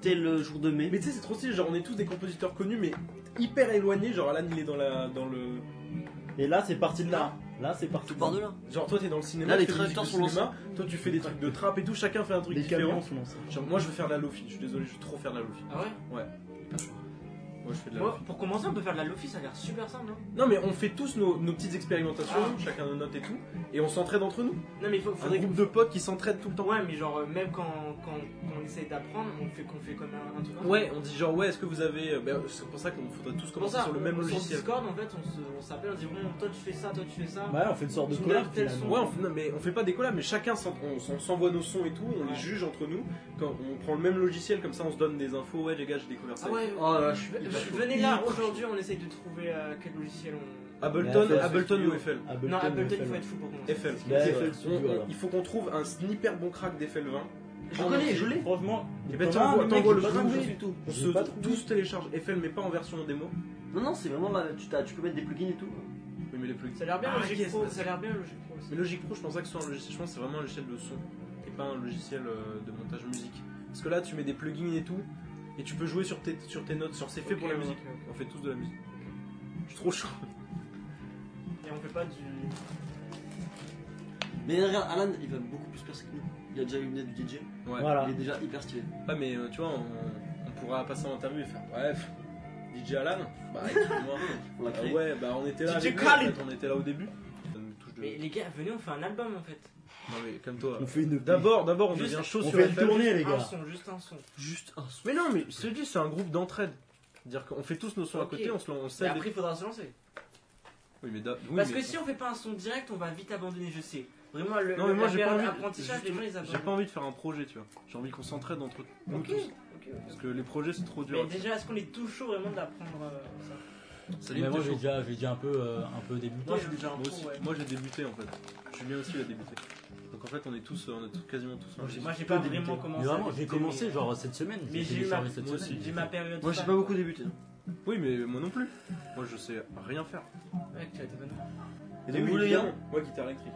[SPEAKER 4] tel euh, jour de mai.
[SPEAKER 5] Mais tu sais, c'est trop stylé. Genre, on est tous des compositeurs connus, mais hyper éloignés. Genre, Alan, il est dans la, dans le.
[SPEAKER 1] Et là, c'est parti de là. Là, c'est parti
[SPEAKER 4] Tout
[SPEAKER 1] de
[SPEAKER 4] part
[SPEAKER 1] là.
[SPEAKER 4] de là.
[SPEAKER 5] Genre, toi, t'es dans le cinéma.
[SPEAKER 4] Là, les
[SPEAKER 5] tu fais des musiques
[SPEAKER 4] trajectoires
[SPEAKER 5] de
[SPEAKER 4] sont
[SPEAKER 5] cinéma, Toi, tu fais des trucs de trap et tout. Chacun fait un truc
[SPEAKER 1] Les
[SPEAKER 5] différent.
[SPEAKER 1] camions sont lancés.
[SPEAKER 5] Genre, moi, je veux faire de la lofi. Je suis désolé, je veux trop faire de la lofi.
[SPEAKER 3] Ah ouais?
[SPEAKER 5] Moi, je fais de la
[SPEAKER 3] Moi,
[SPEAKER 5] lofi.
[SPEAKER 3] pour commencer, on peut faire de la Lofi, ça a l'air super simple, hein. non?
[SPEAKER 5] Non, mais on fait tous nos, nos petites expérimentations,
[SPEAKER 3] Ah.
[SPEAKER 5] chacun nos notes et tout. Et on s'entraide entre nous.
[SPEAKER 3] Non, mais il faut-
[SPEAKER 5] Un
[SPEAKER 4] Ah
[SPEAKER 3] faudrait
[SPEAKER 5] groupe de potes qui s'entraident tout le temps.
[SPEAKER 3] Ouais, mais genre, euh, même quand, quand, quand on essaye d'apprendre, on fait qu'on fait comme un, un truc. ensemble.
[SPEAKER 5] Ouais, on dit genre, ouais, est-ce que vous avez. euh, ben, c'est pour ça qu'on faudrait tous
[SPEAKER 3] C'est pour
[SPEAKER 5] commencer
[SPEAKER 3] ça,
[SPEAKER 5] sur le même
[SPEAKER 3] on- Sur
[SPEAKER 5] logiciel.
[SPEAKER 3] Discord, en fait, on se- on s'appelle, on, dit bon, toi tu fais ça, toi tu fais ça.
[SPEAKER 11] Bah, ouais, on fait une sorte de
[SPEAKER 3] Tu
[SPEAKER 11] collab.
[SPEAKER 3] lèves tel
[SPEAKER 11] finalement.
[SPEAKER 3] son.
[SPEAKER 5] Ouais, on fait- non, mais on fait pas des collabs, mais chacun s'en- on, s'en- s'envoie nos sons et tout, on
[SPEAKER 3] Ouais.
[SPEAKER 5] les juge entre nous. Quand on prend le même logiciel, comme ça on se donne des infos. Ouais, les gars, j'ai découvert ça.
[SPEAKER 3] Ah ouais,
[SPEAKER 4] Oh là là, je suis.
[SPEAKER 3] je- je- venez là, aujourd'hui on essaye de trouver euh, quel logiciel on.
[SPEAKER 5] Ableton,
[SPEAKER 11] Ouais,
[SPEAKER 5] Ableton
[SPEAKER 11] Studio.
[SPEAKER 5] ou FL
[SPEAKER 11] Ableton,
[SPEAKER 3] non, Ableton, il
[SPEAKER 11] FL.
[SPEAKER 3] faut être fou pour commencer.
[SPEAKER 5] FL.
[SPEAKER 11] Bah,
[SPEAKER 5] C'est-
[SPEAKER 11] FL Studio,
[SPEAKER 5] on- on-
[SPEAKER 11] alors.
[SPEAKER 5] il faut qu'on trouve un sniper bon crack d'FL 20.
[SPEAKER 3] Je le connais, je l'ai.
[SPEAKER 11] Franchement,
[SPEAKER 5] Et ben
[SPEAKER 11] Thomas,
[SPEAKER 5] t'envoies
[SPEAKER 11] le mec,
[SPEAKER 5] t'envoies
[SPEAKER 11] j'ai
[SPEAKER 5] le
[SPEAKER 11] pas
[SPEAKER 5] truc,
[SPEAKER 11] trouvé.
[SPEAKER 5] et tout. On
[SPEAKER 11] J'ai
[SPEAKER 5] se
[SPEAKER 11] pas trouvé.
[SPEAKER 5] tous télécharge FL, mais pas en version démo.
[SPEAKER 4] Non, non, c'est vraiment. ma- Tu, t'as- tu peux mettre des plugins et tout.
[SPEAKER 5] Oui, mais les plugins.
[SPEAKER 3] Ça a l'air bien,
[SPEAKER 5] Ah,
[SPEAKER 3] Logic
[SPEAKER 5] yes,
[SPEAKER 3] Pro.
[SPEAKER 5] parce-
[SPEAKER 3] Ça a l'air bien, Logic Pro aussi.
[SPEAKER 5] Mais Logic Pro, je pensais que ce soit un logiciel, je pense que c'est vraiment un logiciel de son et pas un logiciel euh, de montage musique. Parce que là, tu mets des plugins et tout, et tu peux jouer sur tes, sur tes notes, sur c'est fait
[SPEAKER 3] Ok,
[SPEAKER 5] pour la
[SPEAKER 3] ouais,
[SPEAKER 5] musique.
[SPEAKER 3] ok,
[SPEAKER 5] On fait tous de la musique. Je suis trop chaud.
[SPEAKER 3] ok. Et on fait pas du.
[SPEAKER 4] Mais regarde, Alan, il va beaucoup plus percer que nous. Il a déjà une lunette du DJ.
[SPEAKER 5] Ouais.
[SPEAKER 11] voilà.
[SPEAKER 4] Il est déjà hyper stylé.
[SPEAKER 5] Ouais, mais euh, tu vois, on, on pourra passer en interview et faire bref. DJ Alan Bah, écoute-moi.
[SPEAKER 4] On l'a
[SPEAKER 5] Bah
[SPEAKER 4] créé.
[SPEAKER 5] ouais, bah on était là.
[SPEAKER 3] DJ
[SPEAKER 5] avec lui,
[SPEAKER 3] Khaled.
[SPEAKER 5] en fait, on était là au début. Ça nous touche de-
[SPEAKER 3] Mais les gars, venez, on fait un album en fait.
[SPEAKER 5] Non, mais comme toi.
[SPEAKER 11] On fait une.
[SPEAKER 5] D'abord, d'abord, on
[SPEAKER 3] Juste-
[SPEAKER 5] devient chaud
[SPEAKER 11] on
[SPEAKER 5] sur
[SPEAKER 11] fait une
[SPEAKER 5] FL.
[SPEAKER 11] tournée, les
[SPEAKER 3] Un
[SPEAKER 11] gars.
[SPEAKER 3] son, juste un son.
[SPEAKER 4] Juste un son.
[SPEAKER 5] Mais non, mais je te dis, c'est un groupe d'entraide. Dire qu'on fait tous nos sons
[SPEAKER 3] Ok.
[SPEAKER 5] à côté, on se lance.
[SPEAKER 3] Et après, il faudra se lancer.
[SPEAKER 5] Oui, mais d'a- oui,
[SPEAKER 3] Parce
[SPEAKER 5] mais-
[SPEAKER 3] que si on fait pas un son direct, on va vite abandonner, je sais. Vraiment, le,
[SPEAKER 5] Non mais moi
[SPEAKER 3] la
[SPEAKER 5] j'ai pas
[SPEAKER 3] période
[SPEAKER 5] envie.
[SPEAKER 3] apprentissage, les gens ils
[SPEAKER 5] justement, J'ai
[SPEAKER 3] abandonnent.
[SPEAKER 5] pas envie de faire un projet, tu vois. J'ai envie qu'on s'entraide entre nous
[SPEAKER 3] Ok,
[SPEAKER 5] tous.
[SPEAKER 3] ok, ok.
[SPEAKER 5] Parce que les projets c'est trop
[SPEAKER 3] Mais
[SPEAKER 5] dur.
[SPEAKER 3] déjà, est-ce qu'on est tout chaud vraiment d'apprendre euh, ça
[SPEAKER 5] Salut,
[SPEAKER 1] Mais moi,
[SPEAKER 5] t'es
[SPEAKER 1] j'ai
[SPEAKER 5] chaud.
[SPEAKER 1] déjà, j'ai déjà un peu, euh, un peu débuté.
[SPEAKER 3] Moi, je suis déjà un
[SPEAKER 5] Moi
[SPEAKER 3] pro,
[SPEAKER 5] aussi.
[SPEAKER 3] ouais.
[SPEAKER 5] Moi j'ai débuté en fait. Julien aussi il a débuté. Donc en fait on est tous, euh, on est tous- quasiment tous. un-
[SPEAKER 3] Moi, j'ai pas
[SPEAKER 1] débuté.
[SPEAKER 3] vraiment
[SPEAKER 1] Mais
[SPEAKER 3] commencé.
[SPEAKER 1] vraiment,
[SPEAKER 3] à
[SPEAKER 1] j'ai
[SPEAKER 3] débuter,
[SPEAKER 1] commencé
[SPEAKER 3] mais-
[SPEAKER 1] genre cette semaine.
[SPEAKER 3] Mais j'ai eu
[SPEAKER 1] téléchargé
[SPEAKER 3] ma-
[SPEAKER 1] cette
[SPEAKER 5] moi
[SPEAKER 1] semaine.
[SPEAKER 3] J'ai ma période.
[SPEAKER 4] Moi, j'ai
[SPEAKER 3] fan.
[SPEAKER 4] pas beaucoup débuté.
[SPEAKER 5] Oui mais moi non plus. Moi je sais rien faire.
[SPEAKER 3] Ouais, tu as été bon.
[SPEAKER 4] Et donc, vous, les gars
[SPEAKER 5] Moi guitare électrique.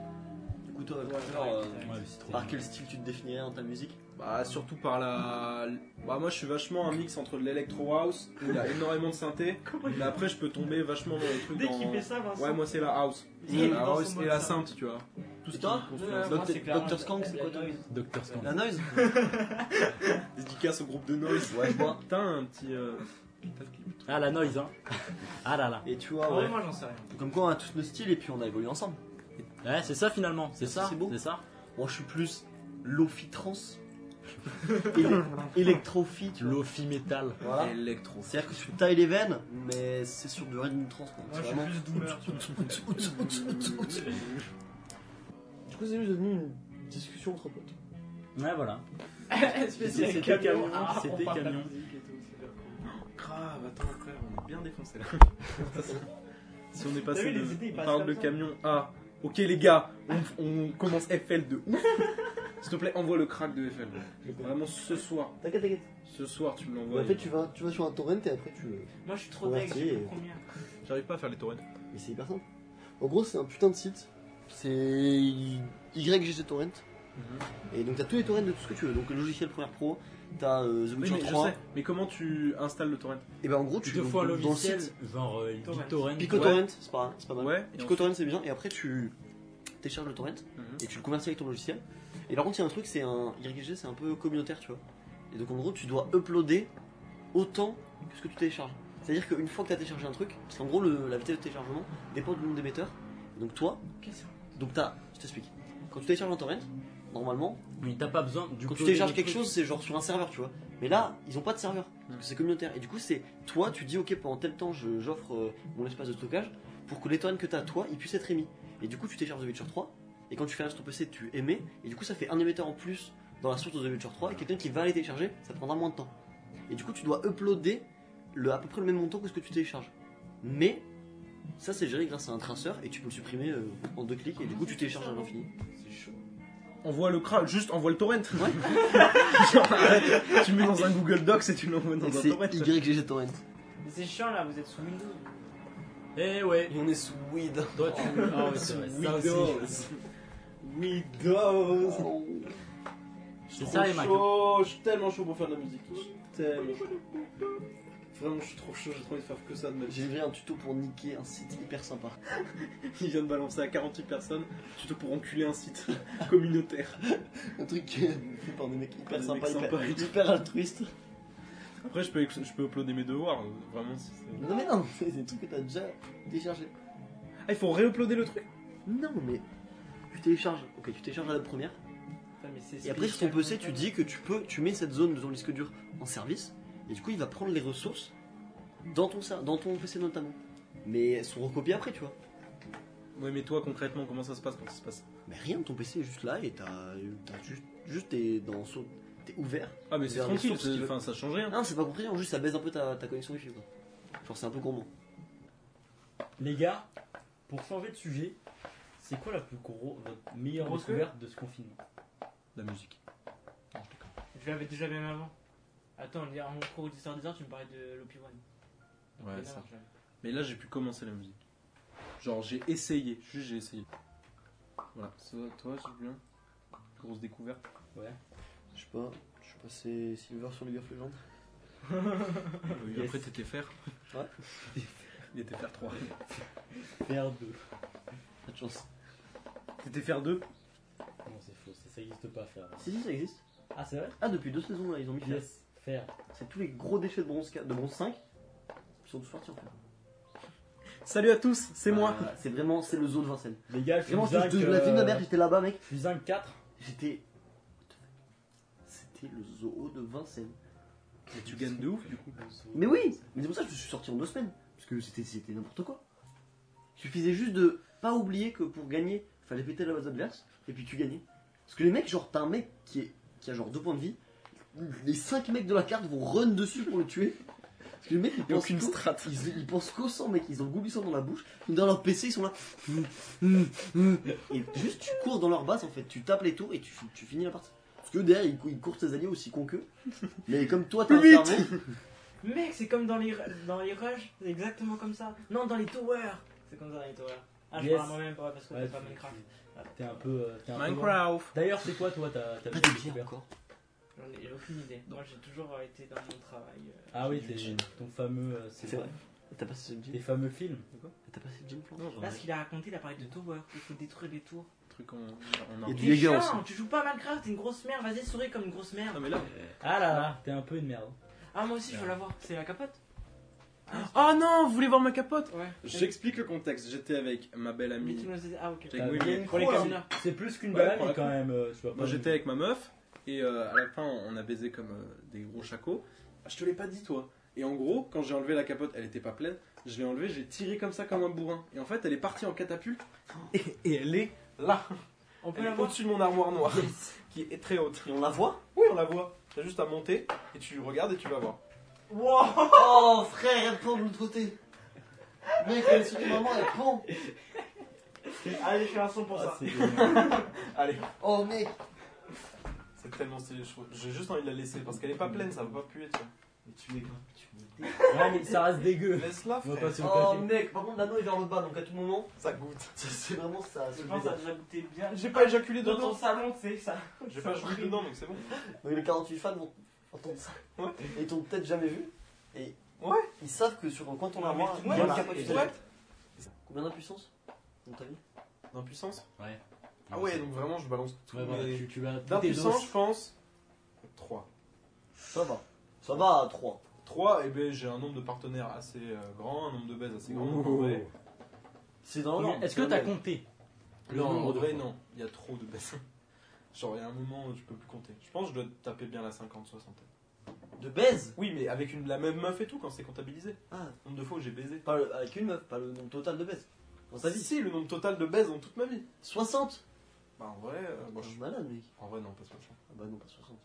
[SPEAKER 4] Du coup, toi,
[SPEAKER 3] Ouais,
[SPEAKER 4] genre,
[SPEAKER 3] ouais,
[SPEAKER 4] euh,
[SPEAKER 1] Ouais, mais c'est trop.
[SPEAKER 4] par quel style tu te définirais dans ta musique
[SPEAKER 5] Bah surtout par la. Bah moi je suis vachement un mix entre de l'électro house où il y a énormément de synthé. mais après je peux tomber vachement dans les trucs.
[SPEAKER 3] Dès
[SPEAKER 5] dans-
[SPEAKER 3] qu'il fait ça, Vincent.
[SPEAKER 5] Ouais moi c'est la house.
[SPEAKER 3] Il est
[SPEAKER 5] La
[SPEAKER 3] dans son
[SPEAKER 5] house
[SPEAKER 3] mode
[SPEAKER 5] et la
[SPEAKER 3] ça.
[SPEAKER 5] synth tu vois. Tout ce
[SPEAKER 4] Et
[SPEAKER 5] qui
[SPEAKER 4] toi
[SPEAKER 5] construit.
[SPEAKER 3] Ouais, moi,
[SPEAKER 4] Dr.
[SPEAKER 3] c'est clairement
[SPEAKER 4] Dr.
[SPEAKER 3] la-
[SPEAKER 4] Skank, c'est
[SPEAKER 3] la
[SPEAKER 4] quoi, toi
[SPEAKER 3] noise.
[SPEAKER 1] Docteur Scan.
[SPEAKER 4] La noise
[SPEAKER 5] Dédicace au groupe de Noise.
[SPEAKER 4] Ouais, je vois.
[SPEAKER 5] Putain, un petit. euh, putain de clip.
[SPEAKER 1] Ah, la noise, hein. Ah là là.
[SPEAKER 4] Et tu vois,
[SPEAKER 3] Ouais,
[SPEAKER 4] ouais.
[SPEAKER 3] moi j'en sais rien.
[SPEAKER 4] Comme quoi, on a tous nos styles et puis on a évolué ensemble.
[SPEAKER 1] Ouais, c'est ça finalement. C'est ça.
[SPEAKER 4] C'est beau.
[SPEAKER 1] C'est ça.
[SPEAKER 4] Moi, je suis plus lofi trans, éle- électrophi, tu vois.
[SPEAKER 1] Lofi metal.
[SPEAKER 4] Voilà.
[SPEAKER 5] Electro.
[SPEAKER 4] C'est-à-dire que tu tailles les veines, mais c'est sur du rythme trans. quoi.
[SPEAKER 3] Moi,
[SPEAKER 4] C'est
[SPEAKER 3] je suis
[SPEAKER 4] vraiment-
[SPEAKER 3] plus douleur.
[SPEAKER 11] Du coup, c'est juste devenu une discussion entre potes.
[SPEAKER 1] Ouais, voilà.
[SPEAKER 3] Spécial
[SPEAKER 1] C'était
[SPEAKER 3] camion.
[SPEAKER 1] camion.
[SPEAKER 3] Ah,
[SPEAKER 1] C'était
[SPEAKER 3] on parle pas de
[SPEAKER 1] camion.
[SPEAKER 3] musique et tout, c'est bien.
[SPEAKER 5] Grave, attends, frère, on est bien défoncé là. si on est
[SPEAKER 3] T'as
[SPEAKER 5] passé
[SPEAKER 3] vu,
[SPEAKER 5] de.
[SPEAKER 3] les idées, ils
[SPEAKER 5] on
[SPEAKER 3] passent
[SPEAKER 5] parle
[SPEAKER 3] comme
[SPEAKER 5] de
[SPEAKER 3] ça.
[SPEAKER 5] camion à. Ok, les gars, on, on commence FL de ouf. S'il te plaît, envoie le crack de FL. Vraiment ce soir.
[SPEAKER 11] T'inquiète, t'inquiète.
[SPEAKER 5] Ce soir, tu me l'envoies.
[SPEAKER 11] En fait, tu vas, tu vas sur un torrent et après, tu.
[SPEAKER 3] Moi, je suis trop
[SPEAKER 11] Ouais,
[SPEAKER 3] deg,
[SPEAKER 11] si.
[SPEAKER 3] j'ai fait première.
[SPEAKER 5] J'arrive pas à faire les torrents.
[SPEAKER 11] Mais c'est hyper simple. En
[SPEAKER 4] gros, c'est un putain de site. C'est YGG Torrent. Et donc, t'as tous les torrents de tout ce que tu veux. Donc, le logiciel Premiere Pro, t'as euh, The
[SPEAKER 5] Oui,
[SPEAKER 4] Witcher
[SPEAKER 5] mais je
[SPEAKER 4] 3.
[SPEAKER 5] sais. Mais comment tu installes le torrent
[SPEAKER 4] Et ben, en gros, tu
[SPEAKER 1] Deux fois un
[SPEAKER 4] donc, dans le
[SPEAKER 1] logiciel,
[SPEAKER 4] site
[SPEAKER 1] genre euh,
[SPEAKER 3] Torrent.
[SPEAKER 1] BitTorrent.
[SPEAKER 4] PicoTorrent, c'est pas, c'est pas mal.
[SPEAKER 5] Ouais. et
[SPEAKER 4] PicoTorrent, c'est bien. Et après, tu télécharges le torrent
[SPEAKER 5] ensuite- Mhm.
[SPEAKER 4] et tu le convertis avec ton logiciel. Et par contre, il y a un truc, c'est un YGG, c'est un peu communautaire, tu vois. Et donc, en gros, tu dois uploader autant que ce que tu télécharges. C'est-à-dire qu'une fois que tu as téléchargé un truc, parce qu'en gros, le- la vitesse de téléchargement dépend du nombre d'émetteurs. Et Donc, toi,
[SPEAKER 3] Qu'est-ce que
[SPEAKER 4] donc t'as, je t'explique. Quand tu télécharges un torrent, normalement,
[SPEAKER 1] Mais t'as pas besoin. Du
[SPEAKER 4] quand tu
[SPEAKER 1] closer
[SPEAKER 4] télécharges
[SPEAKER 1] le
[SPEAKER 4] quelque
[SPEAKER 1] truc.
[SPEAKER 4] chose, c'est genre sur un serveur, tu vois. Mais là, ils ont pas de serveur, parce que c'est communautaire. Et du coup, c'est toi, tu dis, ok, pendant tel temps, je- j'offre euh, mon espace de stockage pour que les torrents que t'as, toi, ils puissent être émis. Et du coup, tu télécharges The Witcher 3, et quand tu fais sur ton PC, tu émets, et du coup, ça fait un émetteur en plus dans la source de The Witcher 3, et quelqu'un qui va aller télécharger, ça te prendra moins de temps. Et du coup, tu dois uploader le, à peu près le même montant que ce que tu télécharges. Mais ça, c'est géré grâce à un traceur, et tu peux le supprimer euh, en deux clics, et du coup, tu télécharges à l'infini.
[SPEAKER 5] Envoie le crack, juste envoie le torrent. Genre, arrête. tu mets dans un Google Docs et tu l'envoies dans
[SPEAKER 4] Donc
[SPEAKER 5] un
[SPEAKER 4] c'est
[SPEAKER 5] torrent.
[SPEAKER 4] YGG Torrent.
[SPEAKER 3] Mais c'est chiant là, vous êtes sous Windows.
[SPEAKER 1] Eh ouais.
[SPEAKER 4] Et on est sous Weed.
[SPEAKER 1] Toi, tu. Ah ouais, c'est vrai. Ça aussi.
[SPEAKER 2] Windows
[SPEAKER 1] C'est ça, les Macs.
[SPEAKER 2] chaud, je suis tellement chaud pour faire de la musique. Je suis tellement chaud.
[SPEAKER 5] Vraiment, je suis trop chaud, j'ai trop envie de faire que ça de ma vie.
[SPEAKER 4] J'ai vu un tuto pour niquer un site hyper sympa.
[SPEAKER 5] Il vient de balancer à 48 personnes, surtout pour enculer un site communautaire.
[SPEAKER 4] Un truc qui est fait par des mecs hyper
[SPEAKER 5] Des
[SPEAKER 4] sympas,
[SPEAKER 5] mecs
[SPEAKER 4] hyper,
[SPEAKER 5] sympas et tout.
[SPEAKER 4] hyper altruistes.
[SPEAKER 5] Après, je peux, ex- je peux uploader mes devoirs, euh, vraiment. si c'est-
[SPEAKER 4] Non mais non, c'est des trucs que t'as déjà téléchargé.
[SPEAKER 5] Ah, il faut réuploader le truc
[SPEAKER 4] Non mais tu télécharges, ok tu télécharges à la première,
[SPEAKER 8] Putain, mais c'est
[SPEAKER 4] Et après, sur ton PC, tu dis que tu peux, tu mets cette zone de ton disque dur en service, et du coup, il va prendre les ressources dans ton, ser- dans ton PC notamment. Mais elles sont recopiées après, tu vois.
[SPEAKER 5] Ouais, mais toi concrètement, comment ça se passe quand ça se passe
[SPEAKER 4] Mais rien, ton PC est juste là et t'as t'as juste, juste t'es dans son- t'es ouvert.
[SPEAKER 5] Ah, mais c'est
[SPEAKER 4] vers les
[SPEAKER 5] tranquille,
[SPEAKER 4] sources qui
[SPEAKER 5] c'est-
[SPEAKER 4] veulent-
[SPEAKER 5] enfin, ça change rien.
[SPEAKER 4] Non, c'est pas compris, juste ça baisse un peu ta, ta connexion wifi quoi. Genre, c'est un peu gourmand.
[SPEAKER 12] Les gars, pour changer de sujet, c'est quoi la plus gros, votre meilleure
[SPEAKER 8] Grosse
[SPEAKER 12] découverte de ce confinement
[SPEAKER 5] La musique.
[SPEAKER 3] Je l'avais déjà bien avant. Attends, on est en cours d'histoire des arts, tu me parlais de l'Opi One. Donc,
[SPEAKER 5] Ouais,
[SPEAKER 3] là,
[SPEAKER 5] ça.
[SPEAKER 3] je l'avais.
[SPEAKER 5] Mais là, j'ai pu commencer la musique. Genre, j'ai essayé, juste j'ai essayé. Voilà, Ça, toi, Julien Grosse découverte.
[SPEAKER 4] Je sais pas, je suis passé Silver sur League of Legends.
[SPEAKER 5] Et
[SPEAKER 12] Yes.
[SPEAKER 5] Après, t'étais fer.
[SPEAKER 4] Ouais.
[SPEAKER 5] Il était fer 3.
[SPEAKER 12] Faire deux.
[SPEAKER 4] Pas de chance.
[SPEAKER 5] T'étais fer 2
[SPEAKER 12] Non, c'est faux, ça ça existe pas, faire.
[SPEAKER 4] Si, si, ça existe.
[SPEAKER 12] Ah, c'est vrai
[SPEAKER 4] Ah, depuis deux saisons là, ils ont mis ça.
[SPEAKER 12] Yes, faire.
[SPEAKER 4] C'est tous les gros déchets de bronze, ca- de bronze 5 qui sont tous sortis en fait.
[SPEAKER 5] Salut à tous, c'est
[SPEAKER 4] Bah,
[SPEAKER 5] moi.
[SPEAKER 4] C'est vraiment, c'est le zoo de Vincennes.
[SPEAKER 12] Les gars, je suis
[SPEAKER 4] Vraiment, je,
[SPEAKER 12] zinc,
[SPEAKER 4] je- la vie de ma mère,
[SPEAKER 12] euh,
[SPEAKER 4] j'étais là-bas, mec.
[SPEAKER 12] je suis zinc 4.
[SPEAKER 4] J'étais. C'était le zoo de Vincennes.
[SPEAKER 5] Et tu gagnes de ouf, du coup.
[SPEAKER 4] Mais oui Mais c'est pour ça que je suis sorti en deux semaines. Parce que c'était c'était n'importe quoi. Il suffisait juste de pas oublier que pour gagner, fallait péter la base adverse, et puis tu gagnais. Parce que les mecs, genre, t'as un mec qui, est, qui a genre deux points de vie, les cinq mecs de la carte vont run dessus pour le tuer. Parce que les mecs, ils
[SPEAKER 5] Y a
[SPEAKER 4] pensent
[SPEAKER 5] aucune
[SPEAKER 4] qu'au-
[SPEAKER 5] strat.
[SPEAKER 4] Ils, ils pensent qu'au sang, mec, ils ont le goût du sang dans la bouche, dans leur PC, ils sont là. Hum, hum, hum. Et juste, tu cours dans leur base en fait, tu tapes les tours et tu, tu finis la partie. Parce que derrière, ils, cou- ils courent tes alliés aussi con qu'eux. Mais comme toi, t'as un
[SPEAKER 5] Plus vite.
[SPEAKER 4] cerveau,
[SPEAKER 3] Mec, c'est comme dans les, dans les rushs, c'est exactement comme ça. Non, dans les towers. C'est comme ça dans les towers. Ah, je
[SPEAKER 12] Yes.
[SPEAKER 3] parle moi-même pas parce que
[SPEAKER 12] Ouais,
[SPEAKER 3] c'est pas
[SPEAKER 12] tu-
[SPEAKER 3] Minecraft.
[SPEAKER 12] T'es un peu. euh, t'es un peu loin.
[SPEAKER 5] Minecraft.
[SPEAKER 12] D'ailleurs, c'est quoi, toi, ta
[SPEAKER 4] Pas
[SPEAKER 12] ta meilleure
[SPEAKER 4] de bière
[SPEAKER 12] découverte
[SPEAKER 4] encore.
[SPEAKER 3] J'en ai aucune idée. Moi, j'ai toujours euh, été dans mon travail. euh.
[SPEAKER 12] Ah oui,
[SPEAKER 4] Du
[SPEAKER 12] t'es-
[SPEAKER 4] gin.
[SPEAKER 12] ton fameux. euh,
[SPEAKER 4] C'est vrai. T'as passé ce
[SPEAKER 12] Tes
[SPEAKER 4] gym
[SPEAKER 12] fameux films.
[SPEAKER 4] T'as passé ce gym plan
[SPEAKER 5] Non, j'en ai
[SPEAKER 3] Là, ce qu'il a raconté, il a parlé de towers. Il faut détruire les tours.
[SPEAKER 5] un truc en, en
[SPEAKER 4] Et
[SPEAKER 5] argent.
[SPEAKER 4] du Jaeger
[SPEAKER 3] chiant,
[SPEAKER 4] aussi.
[SPEAKER 3] tu joues pas à Minecraft, t'es une grosse merde. Vas-y, souris comme une grosse merde.
[SPEAKER 5] Non, mais là,
[SPEAKER 12] Ah là là, t'es un peu une merde.
[SPEAKER 3] Ah, moi aussi, je veux la voir. C'est la capote Ah,
[SPEAKER 5] Oh non, vous voulez voir ma capote
[SPEAKER 3] Ouais.
[SPEAKER 5] J'explique le contexte. J'étais avec ma belle
[SPEAKER 3] Mais
[SPEAKER 5] amie.
[SPEAKER 3] tu nous as- Ah, ok.
[SPEAKER 5] J'étais avec
[SPEAKER 12] Ah,
[SPEAKER 5] Willy.
[SPEAKER 12] bien.
[SPEAKER 3] Pour les
[SPEAKER 5] Oh, là.
[SPEAKER 3] casinos.
[SPEAKER 12] C'est plus qu'une
[SPEAKER 5] Ouais,
[SPEAKER 12] balade,
[SPEAKER 5] pour la
[SPEAKER 12] mais quand
[SPEAKER 5] con.
[SPEAKER 12] même. euh, tu vois,
[SPEAKER 5] Moi
[SPEAKER 12] pas-
[SPEAKER 5] j'étais avec ma meuf et euh, à la fin on a baisé comme euh, des gros chacos. Ah, Je te l'ai pas dit toi. Et en gros, quand j'ai enlevé la capote, elle était pas pleine. Je l'ai enlevée, j'ai tiré comme ça comme un bourrin. Et en fait, elle est partie en catapulte et, et elle est là.
[SPEAKER 3] On peut
[SPEAKER 5] Elle
[SPEAKER 3] la
[SPEAKER 5] est
[SPEAKER 3] voir.
[SPEAKER 5] au-dessus de mon armoire noire qui est très haute.
[SPEAKER 4] Et on la voit
[SPEAKER 5] Oui, on la voit. T'as juste à monter et tu regardes et tu vas voir.
[SPEAKER 3] Wow
[SPEAKER 4] Oh frère, elle prend de l'autre côté Mec, elle est sur ton maman, elle prend
[SPEAKER 8] Allez, je fais un son pour ça.
[SPEAKER 12] Ah, c'est génial.
[SPEAKER 5] Allez,
[SPEAKER 4] Oh mec
[SPEAKER 5] c'est tellement stylé. je- J'ai juste envie de la laisser parce qu'elle est pas
[SPEAKER 8] Mm.
[SPEAKER 5] pleine, ça va pas puer. tu vois.
[SPEAKER 4] Mais tu m'éclates, tu m'éclates.
[SPEAKER 12] Ouais, mais ça reste dégueu.
[SPEAKER 5] Laisse-la,
[SPEAKER 12] On va
[SPEAKER 5] frère.
[SPEAKER 12] passer au
[SPEAKER 4] Oh
[SPEAKER 12] café.
[SPEAKER 4] mec, par contre l'anneau est vers le bas donc à tout moment,
[SPEAKER 5] Ça goûte.
[SPEAKER 4] ça, c'est vraiment ça.
[SPEAKER 8] Je
[SPEAKER 4] c'est le
[SPEAKER 8] pense que ça a
[SPEAKER 4] désastre.
[SPEAKER 8] déjà goûté bien.
[SPEAKER 5] J'ai pas éjaculé
[SPEAKER 8] Dans ton
[SPEAKER 5] dedans.
[SPEAKER 8] salon, tu sais, ça.
[SPEAKER 5] J'ai pas joué dedans, donc c'est bon.
[SPEAKER 4] Donc les 48 fans vont entendre ça.
[SPEAKER 5] Ouais.
[SPEAKER 4] Et ils t'ont peut-être jamais vu. Et
[SPEAKER 5] Ouais.
[SPEAKER 4] ils savent que sur quand on armoire,
[SPEAKER 8] Ouais,
[SPEAKER 4] il y a
[SPEAKER 8] mais
[SPEAKER 4] la-
[SPEAKER 8] c'est pas
[SPEAKER 4] et
[SPEAKER 8] du tout.
[SPEAKER 4] la- Combien d'impuissance dans ta vie
[SPEAKER 5] D'impuissance
[SPEAKER 1] Ouais.
[SPEAKER 5] Ah ouais, donc vraiment, je balance tout.
[SPEAKER 1] Ouais, voilà,
[SPEAKER 5] mais
[SPEAKER 1] tu, tu vas.
[SPEAKER 5] D'impuissance, je pense. 3.
[SPEAKER 4] Ça va. Ça va à 3.
[SPEAKER 5] 3, et ben j'ai un nombre de partenaires assez euh, grand, un nombre de baises assez grand. En vrai,
[SPEAKER 4] C'est dans la norme.
[SPEAKER 1] Est-ce que t'as compté
[SPEAKER 5] non, en
[SPEAKER 1] nombre de
[SPEAKER 5] vrai,
[SPEAKER 1] fois.
[SPEAKER 5] non, il y a trop de baises. Genre, il y a un moment où je peux plus compter. Je pense que je dois taper bien la 50, 60.
[SPEAKER 4] De baise
[SPEAKER 5] Oui, mais avec une, la même meuf et tout quand c'est comptabilisé.
[SPEAKER 4] Ah,
[SPEAKER 5] Nombre de fois où j'ai baisé.
[SPEAKER 4] pas le- avec une meuf, pas le nombre total de baise. Dans ta vie
[SPEAKER 5] Si, le nombre total de baises dans toute ma vie.
[SPEAKER 4] 60
[SPEAKER 5] Bah, en vrai, euh, moi,
[SPEAKER 4] Je suis
[SPEAKER 5] je-
[SPEAKER 4] malade, mec.
[SPEAKER 5] en vrai, non, pas 60.
[SPEAKER 4] Ah bah non, pas 60.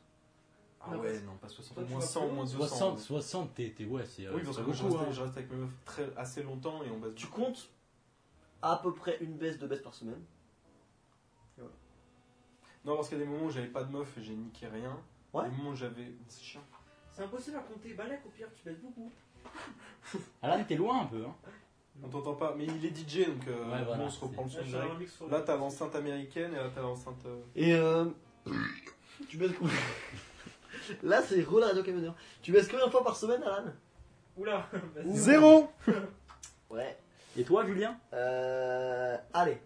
[SPEAKER 5] Ah
[SPEAKER 8] Non,
[SPEAKER 5] ouais,
[SPEAKER 8] parce-
[SPEAKER 5] non, pas 60.
[SPEAKER 8] Toi, tu
[SPEAKER 5] Moins
[SPEAKER 8] vas
[SPEAKER 5] 100,
[SPEAKER 8] plus
[SPEAKER 5] moins 200.
[SPEAKER 1] 60, 60, t'es. t'es- Ouais, c'est. euh,
[SPEAKER 5] Oui, parce
[SPEAKER 1] c'est
[SPEAKER 5] que je
[SPEAKER 1] beaucoup,
[SPEAKER 5] restais,
[SPEAKER 1] hein.
[SPEAKER 5] je restais avec mes meufs très, assez longtemps et on baisse
[SPEAKER 4] Tu comptes à peu près une baisse, deux baisses par semaine.
[SPEAKER 5] Non, parce qu'il y a des moments où j'avais pas de meuf et j'ai niqué rien.
[SPEAKER 4] Ouais.
[SPEAKER 5] Des moments où j'avais. C'est chiant.
[SPEAKER 3] C'est impossible à compter. Balek, au pire, tu baisses beaucoup.
[SPEAKER 1] Alan, t'es loin un peu. Hein.
[SPEAKER 5] On t'entend pas, mais il est DJ donc euh,
[SPEAKER 1] Ouais, voilà,
[SPEAKER 5] on se reprend le son
[SPEAKER 8] Là, je fais un
[SPEAKER 5] direct.
[SPEAKER 8] remix sur-
[SPEAKER 5] Là t'as l'enceinte américaine et là t'as l'enceinte. euh,
[SPEAKER 4] Et euh. tu baisses combien Là, c'est gros la radio camionneur. Tu baisses combien de fois par semaine, Alan
[SPEAKER 8] Oula.
[SPEAKER 4] Ouh. Ouais.
[SPEAKER 12] Et toi, Julien
[SPEAKER 4] Euh. Allez.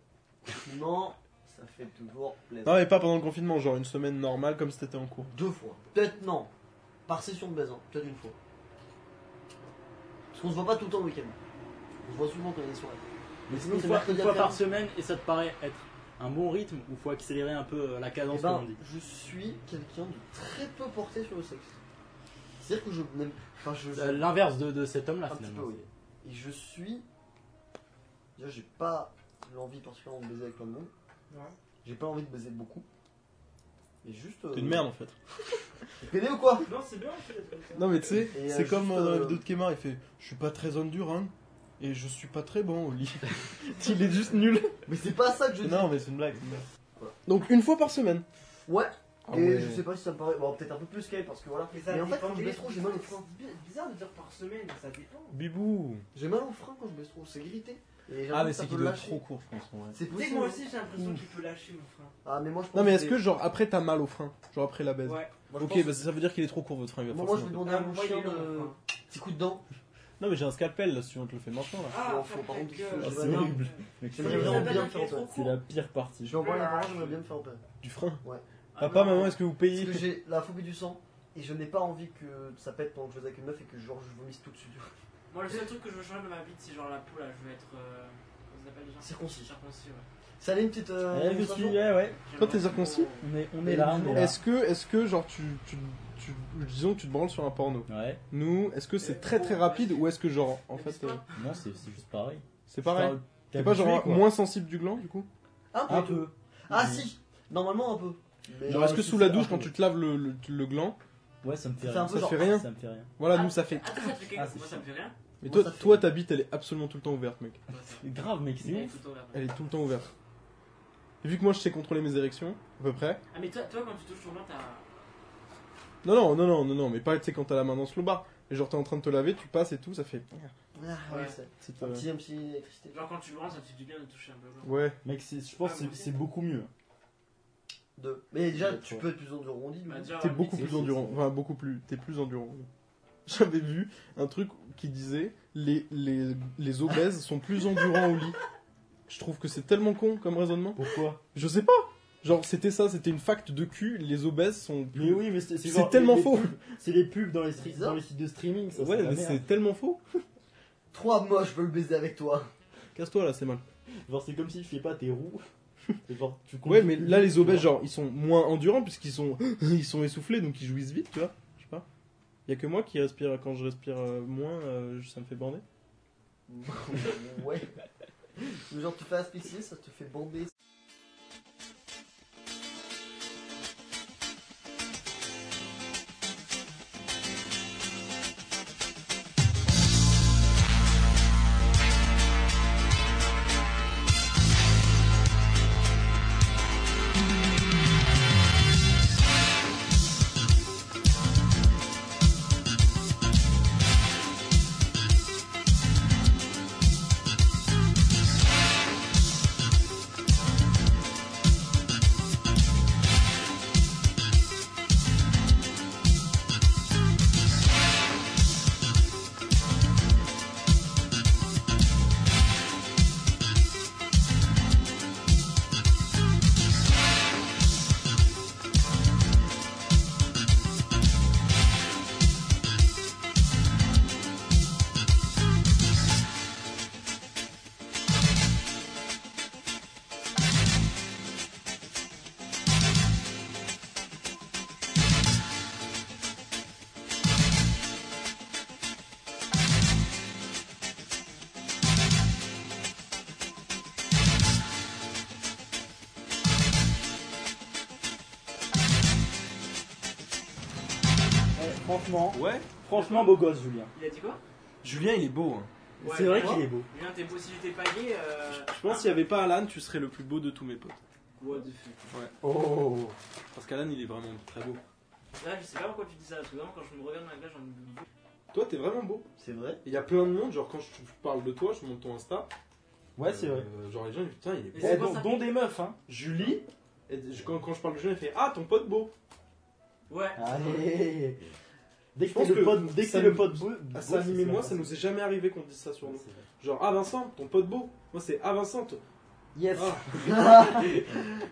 [SPEAKER 4] Non, ça fait toujours plaisir.
[SPEAKER 5] Non, mais pas pendant le confinement, genre une semaine normale comme si t'étais en cours.
[SPEAKER 4] Deux fois. Peut-être non. Par session de baise, hein. peut-être une fois. Parce qu'on se voit pas tout le temps le week-end. On se voit souvent quand il y a des soirées.
[SPEAKER 12] Mais
[SPEAKER 4] sinon,
[SPEAKER 12] une
[SPEAKER 4] c'est
[SPEAKER 12] fois,
[SPEAKER 4] mercredi
[SPEAKER 12] une fois par
[SPEAKER 4] après-midi.
[SPEAKER 12] semaine et ça te paraît être
[SPEAKER 13] un bon rythme où il faut accélérer un peu euh, la cadence,
[SPEAKER 4] Eh ben,
[SPEAKER 13] comme on dit.
[SPEAKER 4] je suis quelqu'un de très peu porté sur le sexe. C'est-à-dire que je n'aime. Enfin, je.
[SPEAKER 13] Euh, L'inverse de, de cet homme-là,
[SPEAKER 4] Un petit
[SPEAKER 13] finalement.
[SPEAKER 4] peu, oui. Et je suis. Déjà, j'ai pas l'envie particulièrement de baiser avec plein de monde. J'ai pas envie de baiser beaucoup. Mais juste. euh,
[SPEAKER 5] T'es une merde en fait.
[SPEAKER 4] T'es pédé ou quoi
[SPEAKER 3] Non, c'est bien en fait d'être comme ça.
[SPEAKER 5] Non mais tu sais,
[SPEAKER 4] Et, euh,
[SPEAKER 5] c'est comme
[SPEAKER 4] juste,
[SPEAKER 5] euh, dans la
[SPEAKER 4] euh,
[SPEAKER 5] vidéo de Kemar, il fait Je suis pas très endurant et je suis pas très bon au lit. il est juste nul.
[SPEAKER 4] Mais c'est pas ça que je dis.
[SPEAKER 5] Non mais c'est une blague.
[SPEAKER 4] Voilà.
[SPEAKER 5] Donc une fois par semaine.
[SPEAKER 4] Ouais.
[SPEAKER 5] Ah
[SPEAKER 4] et
[SPEAKER 5] ouais.
[SPEAKER 4] je sais pas si ça me paraît. Bon, peut-être un peu plus qu'elle parce que voilà.
[SPEAKER 3] Mais
[SPEAKER 4] Mais,
[SPEAKER 3] ça
[SPEAKER 4] en fait,
[SPEAKER 3] dépend
[SPEAKER 4] quand je
[SPEAKER 3] des-
[SPEAKER 4] baisse trop, j'ai mal aux freins.
[SPEAKER 3] C'est bi- bizarre de dire par semaine, ça dépend.
[SPEAKER 5] Bibou.
[SPEAKER 4] J'ai mal aux freins quand je baisse trop, c'est irrité. Et j'ai
[SPEAKER 5] Ah mais
[SPEAKER 4] l'impression
[SPEAKER 5] c'est
[SPEAKER 4] que ça
[SPEAKER 5] qu'il
[SPEAKER 4] peut
[SPEAKER 5] doit être
[SPEAKER 4] lâcher.
[SPEAKER 5] trop court je pense.
[SPEAKER 4] C'est
[SPEAKER 3] Tu sais
[SPEAKER 4] possible.
[SPEAKER 3] que moi aussi j'ai l'impression qu'il peut lâcher mon frein.
[SPEAKER 4] Ah, mais moi je pense
[SPEAKER 5] Non mais est-ce
[SPEAKER 4] c'est-
[SPEAKER 5] que genre après t'as mal au frein Genre après la baise
[SPEAKER 3] Ouais.
[SPEAKER 4] moi, je
[SPEAKER 5] Ok
[SPEAKER 4] pense-
[SPEAKER 5] bah ça veut dire qu'il est trop court votre frein. il va
[SPEAKER 4] Moi, moi, je vais
[SPEAKER 5] forcément-
[SPEAKER 4] demander à
[SPEAKER 3] Ah,
[SPEAKER 4] mon
[SPEAKER 3] moi, il
[SPEAKER 4] chien
[SPEAKER 3] est long,
[SPEAKER 4] de.
[SPEAKER 3] hein.
[SPEAKER 4] Petit coup de dent.
[SPEAKER 5] Non mais j'ai un scalpel là si tu veux on te le fait maintenant là.
[SPEAKER 3] Ah,
[SPEAKER 4] Bon, faut par contre que je-
[SPEAKER 1] Ah,
[SPEAKER 4] je
[SPEAKER 1] c'est
[SPEAKER 4] vais-
[SPEAKER 1] horrible. Mec,
[SPEAKER 4] C'est
[SPEAKER 1] C'est
[SPEAKER 4] vrai,
[SPEAKER 1] la-
[SPEAKER 4] non.
[SPEAKER 3] Ça
[SPEAKER 4] bien
[SPEAKER 3] veut dire qu'il est
[SPEAKER 4] fait, en
[SPEAKER 3] trop
[SPEAKER 1] c'est
[SPEAKER 3] court.
[SPEAKER 1] la pire partie.
[SPEAKER 4] Je vais envoyer la
[SPEAKER 5] Ah,
[SPEAKER 4] je vais bien me faire opérer.
[SPEAKER 5] Du frein
[SPEAKER 4] Ouais.
[SPEAKER 3] Ah,
[SPEAKER 5] Papa, maman, est-ce que vous
[SPEAKER 4] Ah Parce
[SPEAKER 5] payez
[SPEAKER 4] que j'ai la phobie du sang et je n'ai pas envie que ça pète pendant que je vais avec une meuf et que genre je vomisse tout de suite.
[SPEAKER 3] Moi, le seul truc que je veux changer de ma vie, c'est genre la peau là. Je veux être. euh, Comment ça s'appelle déjà
[SPEAKER 4] Circoncis.
[SPEAKER 3] Circoncis, ouais.
[SPEAKER 4] Ça allait une petite. euh,
[SPEAKER 5] Eh,
[SPEAKER 1] Ouais, je suis-
[SPEAKER 4] illustration
[SPEAKER 1] Eh, ouais, ouais.
[SPEAKER 5] Toi, t'es circoncis
[SPEAKER 3] euh,
[SPEAKER 1] On est, on est là, on est là.
[SPEAKER 5] Est-ce que, est-ce que genre tu, tu, tu- disons que tu te branles sur un porno.
[SPEAKER 1] Ouais,
[SPEAKER 5] Nous, est-ce que c'est très très rapide ou est-ce que genre en fait euh,
[SPEAKER 1] non, c'est c'est juste pareil.
[SPEAKER 5] c'est pareil
[SPEAKER 1] Enfin,
[SPEAKER 5] T'es pas genre
[SPEAKER 1] habitué, quoi.
[SPEAKER 5] moins sensible du gland du coup
[SPEAKER 4] Un peu.
[SPEAKER 1] Un peu.
[SPEAKER 4] Ah
[SPEAKER 1] Mais-
[SPEAKER 4] si Normalement un peu. Mais euh,
[SPEAKER 5] Genre
[SPEAKER 1] Ouais,
[SPEAKER 5] est-ce que
[SPEAKER 1] si,
[SPEAKER 5] sous la
[SPEAKER 1] c'est
[SPEAKER 5] douche
[SPEAKER 1] un
[SPEAKER 5] quand
[SPEAKER 1] peu.
[SPEAKER 5] tu te laves le, le, le gland,
[SPEAKER 1] Ouais, ça me fait
[SPEAKER 4] C'est
[SPEAKER 1] rien.
[SPEAKER 4] un peu
[SPEAKER 5] ça te
[SPEAKER 4] genre-
[SPEAKER 5] fait rien
[SPEAKER 1] Ça me fait rien.
[SPEAKER 5] Voilà
[SPEAKER 3] Ah.
[SPEAKER 5] nous ça fait.
[SPEAKER 3] Ah, toi, ça te fait quelque
[SPEAKER 1] Ah,
[SPEAKER 3] chose.
[SPEAKER 1] c'est
[SPEAKER 3] Moi, ça me fait rien.
[SPEAKER 5] Mais
[SPEAKER 4] Moi,
[SPEAKER 5] toi
[SPEAKER 4] ça fait
[SPEAKER 5] toi
[SPEAKER 4] rien.
[SPEAKER 5] ta bite elle est absolument tout le temps ouverte mec.
[SPEAKER 3] Toi, ça-
[SPEAKER 1] Grave, mec, c'est
[SPEAKER 3] Elle est
[SPEAKER 1] ouf.
[SPEAKER 3] tout le temps là-bas.
[SPEAKER 5] Elle est tout le temps ouverte. Et vu que moi je sais contrôler mes érections à peu près.
[SPEAKER 3] Ah, mais toi, toi, quand tu touches ton blanc, t'as.
[SPEAKER 5] Non non non non non non mais pas tu sais quand t'as la main dans ce lombard. Et genre t'es en train de te laver, tu passes et tout, ça fait.
[SPEAKER 4] Ah, ouais,
[SPEAKER 3] Ouais.
[SPEAKER 4] c'est-
[SPEAKER 5] C'est,
[SPEAKER 4] Un
[SPEAKER 5] euh,
[SPEAKER 4] petit, un petit électricité.
[SPEAKER 3] Genre, quand tu le branles, ça te fait du bien de toucher un peu. le blanc.
[SPEAKER 5] Ouais.
[SPEAKER 1] Mec, c'est- je pense que c'est- c'est beaucoup mieux.
[SPEAKER 4] Deux. Mais déjà,
[SPEAKER 1] Deux
[SPEAKER 4] tu
[SPEAKER 1] fois.
[SPEAKER 4] peux être plus endurondi.
[SPEAKER 3] Bah,
[SPEAKER 4] mais-
[SPEAKER 3] déjà,
[SPEAKER 1] Ah,
[SPEAKER 5] T'es
[SPEAKER 3] ouais,
[SPEAKER 5] beaucoup
[SPEAKER 3] mais-
[SPEAKER 5] plus endurant. Enfin, beaucoup plus. T'es plus endurant. J'avais vu un truc qui disait les, les, les obèses sont plus endurants au lit. Je trouve que c'est tellement con comme raisonnement.
[SPEAKER 1] Pourquoi
[SPEAKER 5] Je sais pas. Genre, c'était ça, c'était une fact de cul. Les obèses sont
[SPEAKER 1] Mais
[SPEAKER 5] plus.
[SPEAKER 1] oui, mais c'est
[SPEAKER 5] c'est
[SPEAKER 1] genre
[SPEAKER 5] tellement
[SPEAKER 1] les- les
[SPEAKER 5] faux.
[SPEAKER 1] pubs- C'est les pubs dans les, stre-
[SPEAKER 4] Bizarre.
[SPEAKER 1] dans les sites de streaming, ça.
[SPEAKER 5] ouais,
[SPEAKER 1] la
[SPEAKER 5] mais
[SPEAKER 1] merde.
[SPEAKER 5] c'est tellement faux.
[SPEAKER 4] Trois mois, je veux le baiser avec toi.
[SPEAKER 5] Casse-toi là, c'est mal.
[SPEAKER 1] Genre, c'est comme si, je sais pas, t'es roux. Et genre, tu
[SPEAKER 5] Ouais, mais là, les obèses, genre, ils sont moins endurants puisqu'ils sont, ils sont essoufflés donc ils jouissent vite, tu vois. Je sais pas. Y a que moi qui respire. Quand je respire euh, moins, euh, ça me fait bander.
[SPEAKER 4] ouais. Le genre, tu fais asphyxier, ça te fait bander.
[SPEAKER 1] Ouais, franchement,
[SPEAKER 5] Ouais.
[SPEAKER 1] franchement, beau gosse, Julien.
[SPEAKER 3] Il a dit quoi
[SPEAKER 5] Julien, il est beau. hein.
[SPEAKER 3] Ouais,
[SPEAKER 1] c'est vrai
[SPEAKER 3] mais-
[SPEAKER 1] qu'il est beau.
[SPEAKER 3] Julien, t'es beau si j'étais pas gay. euh,
[SPEAKER 5] Je pense qu'il n'y avait pas Alan, tu serais le plus beau de tous mes potes.
[SPEAKER 3] What the fuck
[SPEAKER 1] Oh.
[SPEAKER 5] Parce qu'Alan, il est vraiment très beau.
[SPEAKER 3] Là, je sais pas pourquoi tu dis ça, parce que vraiment, quand je me regarde dans la glace, j'en ai
[SPEAKER 5] Toi, t'es vraiment beau.
[SPEAKER 4] C'est vrai
[SPEAKER 5] Il y a plein de monde, genre quand je parle de toi, je monte ton Insta.
[SPEAKER 1] Ouais, c'est vrai.
[SPEAKER 5] Euh, genre les gens, ils disent, putain, il est beau.
[SPEAKER 3] Mais c'est
[SPEAKER 1] Eh,
[SPEAKER 3] quoi
[SPEAKER 1] dont,
[SPEAKER 3] ça
[SPEAKER 1] dont des meufs, hein.
[SPEAKER 5] Julie, et je- quand, quand je parle de Julie, elle fait Ah, ton pote beau.
[SPEAKER 3] Ouais.
[SPEAKER 1] Allez. Dès que
[SPEAKER 5] pense
[SPEAKER 1] t'es le
[SPEAKER 5] que
[SPEAKER 1] pote, dès que
[SPEAKER 5] ça
[SPEAKER 1] t'es le
[SPEAKER 5] nous-
[SPEAKER 1] pote beau.
[SPEAKER 5] Ah, Sam et moi, ça nous est jamais arrivé qu'on dise ça sur nous. Genre, Ah, Vincent, ton pote beau. Moi, c'est Ah, Vincent. ton-
[SPEAKER 1] Yes.
[SPEAKER 5] Ah.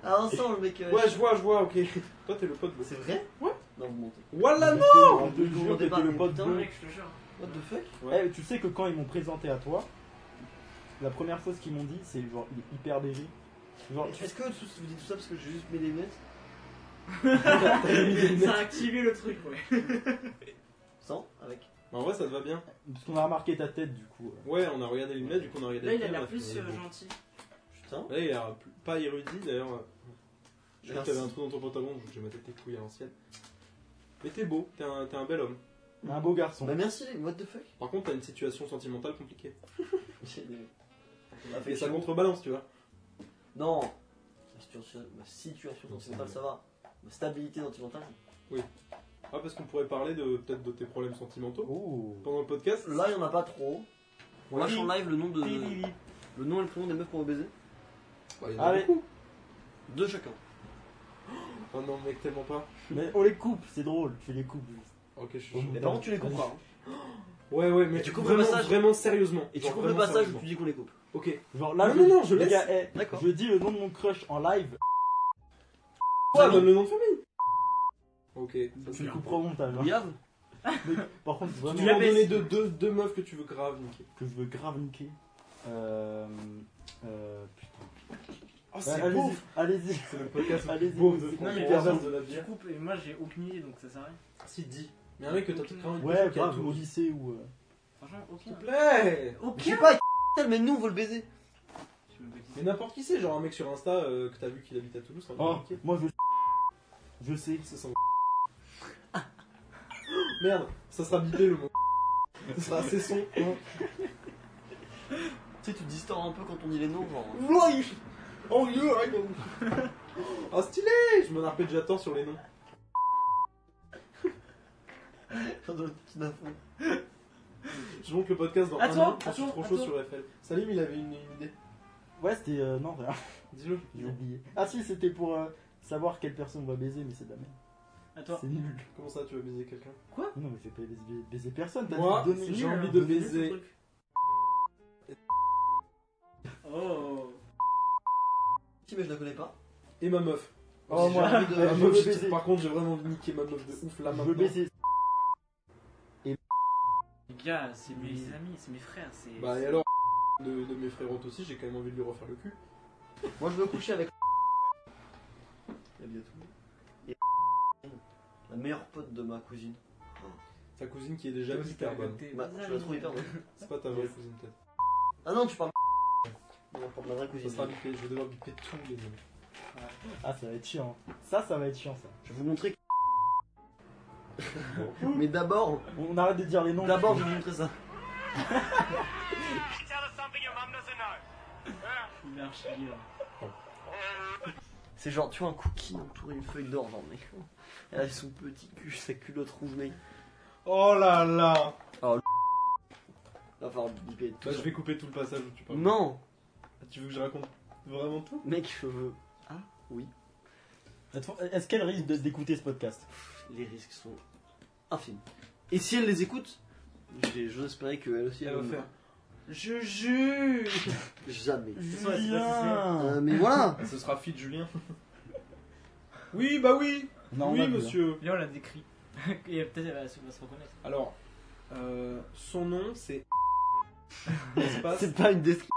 [SPEAKER 4] Ah, ensemble, mec. euh,
[SPEAKER 5] Ouais, je vois, je vois, ok. Toi, t'es le pote beau.
[SPEAKER 4] C'est vrai
[SPEAKER 5] Ouais.
[SPEAKER 4] Non, vous montez.
[SPEAKER 1] Ah,
[SPEAKER 5] Voilà, non
[SPEAKER 1] non.
[SPEAKER 4] Je vous demandais pas,
[SPEAKER 1] le
[SPEAKER 4] mais
[SPEAKER 1] pote
[SPEAKER 5] Ah
[SPEAKER 4] putain,
[SPEAKER 3] Non,
[SPEAKER 1] bleu.
[SPEAKER 3] mec, je te jure.
[SPEAKER 4] What the fuck
[SPEAKER 1] Eh, tu sais que quand ils m'ont présenté à toi, la première fois ce qu'ils m'ont dit, c'est genre il est hyper léger. Genre,
[SPEAKER 4] Est-ce que tout- vous dites tout ça parce que j'ai juste mis des lunettes
[SPEAKER 3] Ça a activé le truc, ouais.
[SPEAKER 4] Sans Avec
[SPEAKER 5] En vrai, ça te va bien.
[SPEAKER 1] Parce qu'on a remarqué ta tête du coup.
[SPEAKER 5] Ouais, on a regardé les lunettes, du coup on a regardé
[SPEAKER 3] Là,
[SPEAKER 5] la
[SPEAKER 3] il a
[SPEAKER 5] caméra.
[SPEAKER 3] l'air plus euh, gentil.
[SPEAKER 4] Putain.
[SPEAKER 5] Là, il a l'air plus- pas érudit d'ailleurs. J'ai vu que
[SPEAKER 4] Merci.
[SPEAKER 5] t'avais un trou dans ton pantalon, j'ai maté tes couilles à l'ancienne. Mais t'es beau, t'es un, t'es un bel homme.
[SPEAKER 1] euh. Un beau garçon.
[SPEAKER 4] Bah merci, les- what the fuck
[SPEAKER 5] Par contre, t'as une situation sentimentale compliquée.
[SPEAKER 4] J'ai des- Ah,
[SPEAKER 5] Et ça contrebalance, tu vois.
[SPEAKER 4] Non Ma situation, ma situation sentimentale, ça va. Ma stabilité sentimentale.
[SPEAKER 5] Ah, parce qu'on pourrait parler de peut-être de tes problèmes sentimentaux
[SPEAKER 1] Oh.
[SPEAKER 5] pendant le podcast.
[SPEAKER 4] Là, il n'y en a pas trop. On lâche en live le nom
[SPEAKER 5] euh,
[SPEAKER 4] de. Le nom et le prénom des meufs qu'on veut baiser.
[SPEAKER 5] Ouais, il y en a
[SPEAKER 1] Allez,
[SPEAKER 4] Deux chacun.
[SPEAKER 5] beaucoup. Oh non, mec, tellement pas.
[SPEAKER 1] mais on les coupe, c'est drôle, tu les coupes.
[SPEAKER 5] Ok, je suis.
[SPEAKER 1] Oh.
[SPEAKER 4] Mais par contre, tu les hein. comprends.
[SPEAKER 5] Ouais, ouais, mais
[SPEAKER 4] Et tu coupes le
[SPEAKER 5] vraiment,
[SPEAKER 4] passage.
[SPEAKER 5] vraiment sérieusement.
[SPEAKER 4] Et tu
[SPEAKER 5] Genre,
[SPEAKER 4] coupes le
[SPEAKER 5] vraiment
[SPEAKER 4] passage où
[SPEAKER 5] sérieusement.
[SPEAKER 4] tu dis qu'on les coupe.
[SPEAKER 5] Ok.
[SPEAKER 1] Genre là,
[SPEAKER 5] Non,
[SPEAKER 1] je,
[SPEAKER 5] non, non, je
[SPEAKER 1] les
[SPEAKER 5] laisse.
[SPEAKER 1] gars, eh,
[SPEAKER 4] D'accord.
[SPEAKER 1] je dis le nom de mon crush en live,
[SPEAKER 5] Ouais, donne le nom de famille. Ok, ça
[SPEAKER 1] tu le
[SPEAKER 5] c'est bien.
[SPEAKER 1] couperas au montage. hein.
[SPEAKER 4] Yav
[SPEAKER 1] Par contre,
[SPEAKER 5] Tu
[SPEAKER 1] vraiment,
[SPEAKER 5] m'as donné deux, deux, deux meufs que tu veux grave niquer.
[SPEAKER 1] que je veux grave niquer. Euh. Euh. Putain.
[SPEAKER 5] Oh,
[SPEAKER 1] Ouais,
[SPEAKER 5] c'est beau.
[SPEAKER 1] allez-y, allez-y.
[SPEAKER 5] C'est le podcast
[SPEAKER 1] Allez-y,
[SPEAKER 5] beau
[SPEAKER 1] vous
[SPEAKER 5] de
[SPEAKER 1] êtes-
[SPEAKER 3] Non, mais
[SPEAKER 5] François
[SPEAKER 3] personne-
[SPEAKER 5] Hollande de la bière.
[SPEAKER 3] coupe et moi j'ai aucune idée donc ça sert à rien.
[SPEAKER 5] Si, dis. Mais un mec que t'as peut-être grave
[SPEAKER 1] Ouais,
[SPEAKER 5] qui a
[SPEAKER 1] grave, au
[SPEAKER 5] 12.
[SPEAKER 1] lycée ou. euh,
[SPEAKER 3] Franchement,
[SPEAKER 5] S'il
[SPEAKER 3] aucun.
[SPEAKER 5] te plaît
[SPEAKER 4] Je sais pas, mais nous on veut le baiser.
[SPEAKER 3] Je sais même pas qui
[SPEAKER 5] Mais n'importe qui c'est, genre un mec sur Insta euh, que t'as vu qu'il habite à Toulouse. t'as envie de
[SPEAKER 1] Oh,
[SPEAKER 5] le niquer.
[SPEAKER 1] moi je. Je sais.
[SPEAKER 5] Ça sent le- Merde, ça sera bipé le mot. Ça sera assez son. hein.
[SPEAKER 4] Tu sais, tu te distends un peu quand on dit les noms, genre.
[SPEAKER 5] Oh yeah, I know. Oh stylé Je me rappelle déjà tant sur les noms.
[SPEAKER 4] Dans le petit info.
[SPEAKER 5] Je monte le podcast dans
[SPEAKER 3] À
[SPEAKER 5] un
[SPEAKER 3] toi,
[SPEAKER 5] an quand
[SPEAKER 3] à
[SPEAKER 5] je suis
[SPEAKER 3] toi,
[SPEAKER 5] trop
[SPEAKER 3] à
[SPEAKER 5] chaud
[SPEAKER 3] toi.
[SPEAKER 5] sur FL. Salim il avait une, une idée.
[SPEAKER 1] Ouais, c'était. euh, non, rien,
[SPEAKER 5] Dis-le.
[SPEAKER 1] j'ai oublié. Ah si, c'était pour euh, savoir quelle personne on va baiser, mais c'est de la merde.
[SPEAKER 3] c'est. À toi.
[SPEAKER 1] C'est nul.
[SPEAKER 5] Comment ça tu vas baiser quelqu'un
[SPEAKER 1] Non, mais j'ai pas baiser, baiser personne, t'as
[SPEAKER 5] Moi,
[SPEAKER 1] dit
[SPEAKER 5] c'est
[SPEAKER 1] donner.
[SPEAKER 5] j'ai envie
[SPEAKER 3] hein,
[SPEAKER 5] de
[SPEAKER 3] c'est nul,
[SPEAKER 5] baiser.
[SPEAKER 3] ce truc. Oh.
[SPEAKER 4] Si, mais je la connais pas.
[SPEAKER 5] Et ma meuf.
[SPEAKER 1] Oh,
[SPEAKER 5] J'ai
[SPEAKER 1] moi,
[SPEAKER 5] envie de-
[SPEAKER 1] je
[SPEAKER 5] la
[SPEAKER 1] veux
[SPEAKER 5] meuf, j'ai-
[SPEAKER 1] baiser.
[SPEAKER 5] Par contre j'ai vraiment envie de niquer ma meuf de ouf là
[SPEAKER 1] Je
[SPEAKER 5] maintenant.
[SPEAKER 1] veux baiser.
[SPEAKER 3] Les gars, c'est mes amis, c'est mes frères, c'est.
[SPEAKER 5] Bah et alors de, de mes frérotes aussi, j'ai quand même envie de lui refaire le cul.
[SPEAKER 4] Moi je veux coucher avec. Il y a bientôt. Et. La meilleure pote de ma cousine.
[SPEAKER 5] Ta cousine qui est déjà
[SPEAKER 3] Toi aussi,
[SPEAKER 5] hyper
[SPEAKER 3] t'as
[SPEAKER 5] bonne.
[SPEAKER 3] tes
[SPEAKER 4] Bah, je la trouve hyper bonne.
[SPEAKER 5] C'est pas ta vraie cousine peut-être.
[SPEAKER 4] Ah non, tu parles. Non, parle de ma vraie
[SPEAKER 5] Ça
[SPEAKER 4] cousine.
[SPEAKER 5] sera bipé, je vais devoir biper tous les noms.
[SPEAKER 1] Ah, ça va être chiant. Ça, ça va être chiant, ça.
[SPEAKER 4] Je vais vous montrer. mais d'abord,
[SPEAKER 1] On on arrête de dire les noms.
[SPEAKER 4] d'abord
[SPEAKER 5] euh,
[SPEAKER 4] je vais vous montrer ça.
[SPEAKER 3] Il est archi gay, là.
[SPEAKER 4] C'est genre, tu vois, un cookie entouré d'une feuille d'or, genre, mec. Elle a son petit cul, sa culotte rouge, mec.
[SPEAKER 5] Oh là là
[SPEAKER 4] Va falloir biper tout.
[SPEAKER 5] Bah
[SPEAKER 4] ça.
[SPEAKER 5] je vais couper tout le passage où tu parles.
[SPEAKER 4] Non,
[SPEAKER 5] Tu veux que je raconte vraiment tout
[SPEAKER 4] mec, je veux.
[SPEAKER 1] Est-ce qu'elle risque de- d'écouter ce podcast
[SPEAKER 4] Les risques sont infimes. Et si elle les écoute, j'ai- j'ose espérer qu'elle aussi
[SPEAKER 5] Elle va
[SPEAKER 4] me-
[SPEAKER 5] faire.
[SPEAKER 3] Je jure
[SPEAKER 4] Jamais.
[SPEAKER 3] façon, elle sait pas si c'est elle.
[SPEAKER 4] Euh, mais voilà
[SPEAKER 5] Ce sera fit Julien. oui bah oui
[SPEAKER 1] Non, on
[SPEAKER 5] Oui
[SPEAKER 1] a vu, hein.
[SPEAKER 5] monsieur
[SPEAKER 3] Là, on l'a décrit. Et peut-être elle va se, va se reconnaître.
[SPEAKER 5] Alors, euh, son nom c'est. Espace.
[SPEAKER 4] C'est pas une description.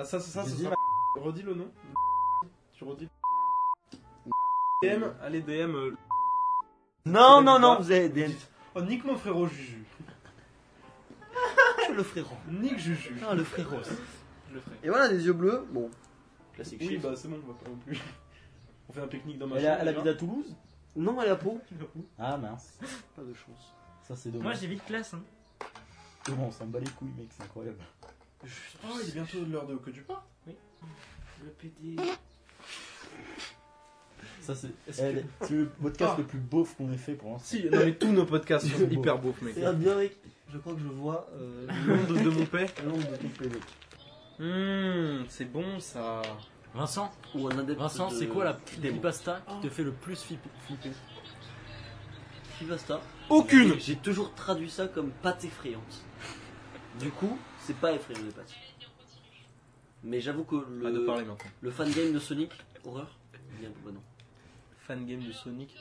[SPEAKER 5] Ah, ça, ça, ça,
[SPEAKER 1] J'ai
[SPEAKER 5] ça
[SPEAKER 1] dit
[SPEAKER 5] sera- Redis le nom. Tu redis. DM, allez DM.
[SPEAKER 4] Non,
[SPEAKER 5] euh, C'est
[SPEAKER 4] non,
[SPEAKER 5] pas-
[SPEAKER 4] non, vous avez des.
[SPEAKER 5] Oh, nique mon frérot Juju.
[SPEAKER 4] le frérot.
[SPEAKER 5] Nique Juju.
[SPEAKER 4] Ah, le frérot.
[SPEAKER 5] Je le ferai.
[SPEAKER 4] Et voilà, les yeux bleus, bon. Classique
[SPEAKER 5] Oui,
[SPEAKER 4] shit.
[SPEAKER 5] bah c'est bon, on va pas non plus. On fait un pique-nique dans ma
[SPEAKER 1] Elle,
[SPEAKER 5] chambre.
[SPEAKER 1] a- elle
[SPEAKER 5] déjà.
[SPEAKER 1] habite à Toulouse
[SPEAKER 4] Non, elle a peau.
[SPEAKER 1] Ah mince,
[SPEAKER 4] Pas de chance.
[SPEAKER 1] ça c'est
[SPEAKER 3] Moi,
[SPEAKER 1] dommage.
[SPEAKER 3] j'ai vite classe, hein.
[SPEAKER 1] Comment on s'en bat les couilles, mec, c'est incroyable.
[SPEAKER 5] Oh, il est bientôt l'heure de que tu parles.
[SPEAKER 3] Le PD.
[SPEAKER 1] Ça c'est Ah. elle- Eh, c'est le podcast le plus beauf qu'on ait fait pour l'instant.
[SPEAKER 5] Si, non, mais tous nos podcasts
[SPEAKER 1] sont hyper
[SPEAKER 5] beaux, mec.
[SPEAKER 4] C'est bien, mec. Je crois que je vois euh,
[SPEAKER 5] Le nom de, de mon père.
[SPEAKER 4] le nombre de couples, mec.
[SPEAKER 5] Hum, c'est bon ça.
[SPEAKER 14] Vincent,
[SPEAKER 4] Ou un adepte.
[SPEAKER 14] Vincent,
[SPEAKER 4] de-
[SPEAKER 14] c'est quoi la
[SPEAKER 4] démon.
[SPEAKER 14] pasta qui te fait le plus flip- flipper
[SPEAKER 4] Pivasta
[SPEAKER 5] Aucune
[SPEAKER 4] J'ai toujours traduit ça comme pâte effrayante. Du coup, c'est pas effrayant les pâtes. Mais j'avoue que le,
[SPEAKER 5] Ah, de parler maintenant.
[SPEAKER 4] le fan game de Sonic, horreur, il y a- bah non.
[SPEAKER 5] Fan game de Sonic.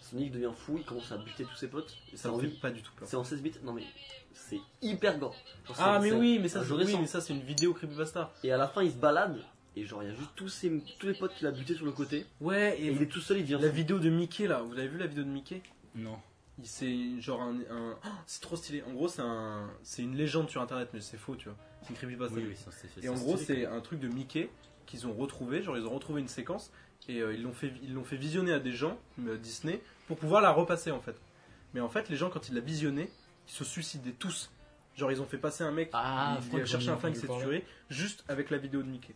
[SPEAKER 4] Sonic devient fou, il commence à buter tous ses potes. Et
[SPEAKER 5] Ça me fait pas du tout peur.
[SPEAKER 4] C'est en 16 bits, non mais c'est hyper gore. Genre,
[SPEAKER 5] Ah,
[SPEAKER 4] c'est-
[SPEAKER 5] mais
[SPEAKER 4] c'est
[SPEAKER 5] oui, mais ça,
[SPEAKER 4] un
[SPEAKER 5] c'est
[SPEAKER 4] jeu
[SPEAKER 5] oui,
[SPEAKER 4] récent.
[SPEAKER 5] mais ça, c'est une vidéo creepypasta.
[SPEAKER 4] Et à la fin, il se balade, et genre, il y a juste tous, ses, tous les potes qu'il a buté sur le côté.
[SPEAKER 5] Ouais,
[SPEAKER 4] Et il est tout seul, il vient.
[SPEAKER 5] La vidéo de Mickey là, vous avez vu la vidéo de Mickey
[SPEAKER 1] Non.
[SPEAKER 5] Il- C'est genre un. un- oh, c'est trop stylé. En gros, c'est un, c'est une légende sur internet, mais c'est faux, tu vois. C'est une creepypasta.
[SPEAKER 1] Ah, Oui, oui, ça, c'est- c'est-
[SPEAKER 5] et en
[SPEAKER 1] c'est
[SPEAKER 5] gros,
[SPEAKER 1] stylé,
[SPEAKER 5] c'est un truc de Mickey qu'ils ont retrouvé. Genre, ils ont retrouvé une séquence et euh, ils l'ont fait, ils l'ont fait visionner à des gens euh, Disney pour pouvoir la repasser en fait. Mais en fait, les gens quand ils la visionnaient, ils se suicidaient tous. Genre, ils ont fait passer un mec,
[SPEAKER 12] Ah, je
[SPEAKER 5] il
[SPEAKER 12] crois
[SPEAKER 5] a
[SPEAKER 12] que
[SPEAKER 5] cherché
[SPEAKER 12] j'en ai
[SPEAKER 5] un flingue, il s'est
[SPEAKER 12] entendu parler.
[SPEAKER 5] tué, juste avec la vidéo de Mickey.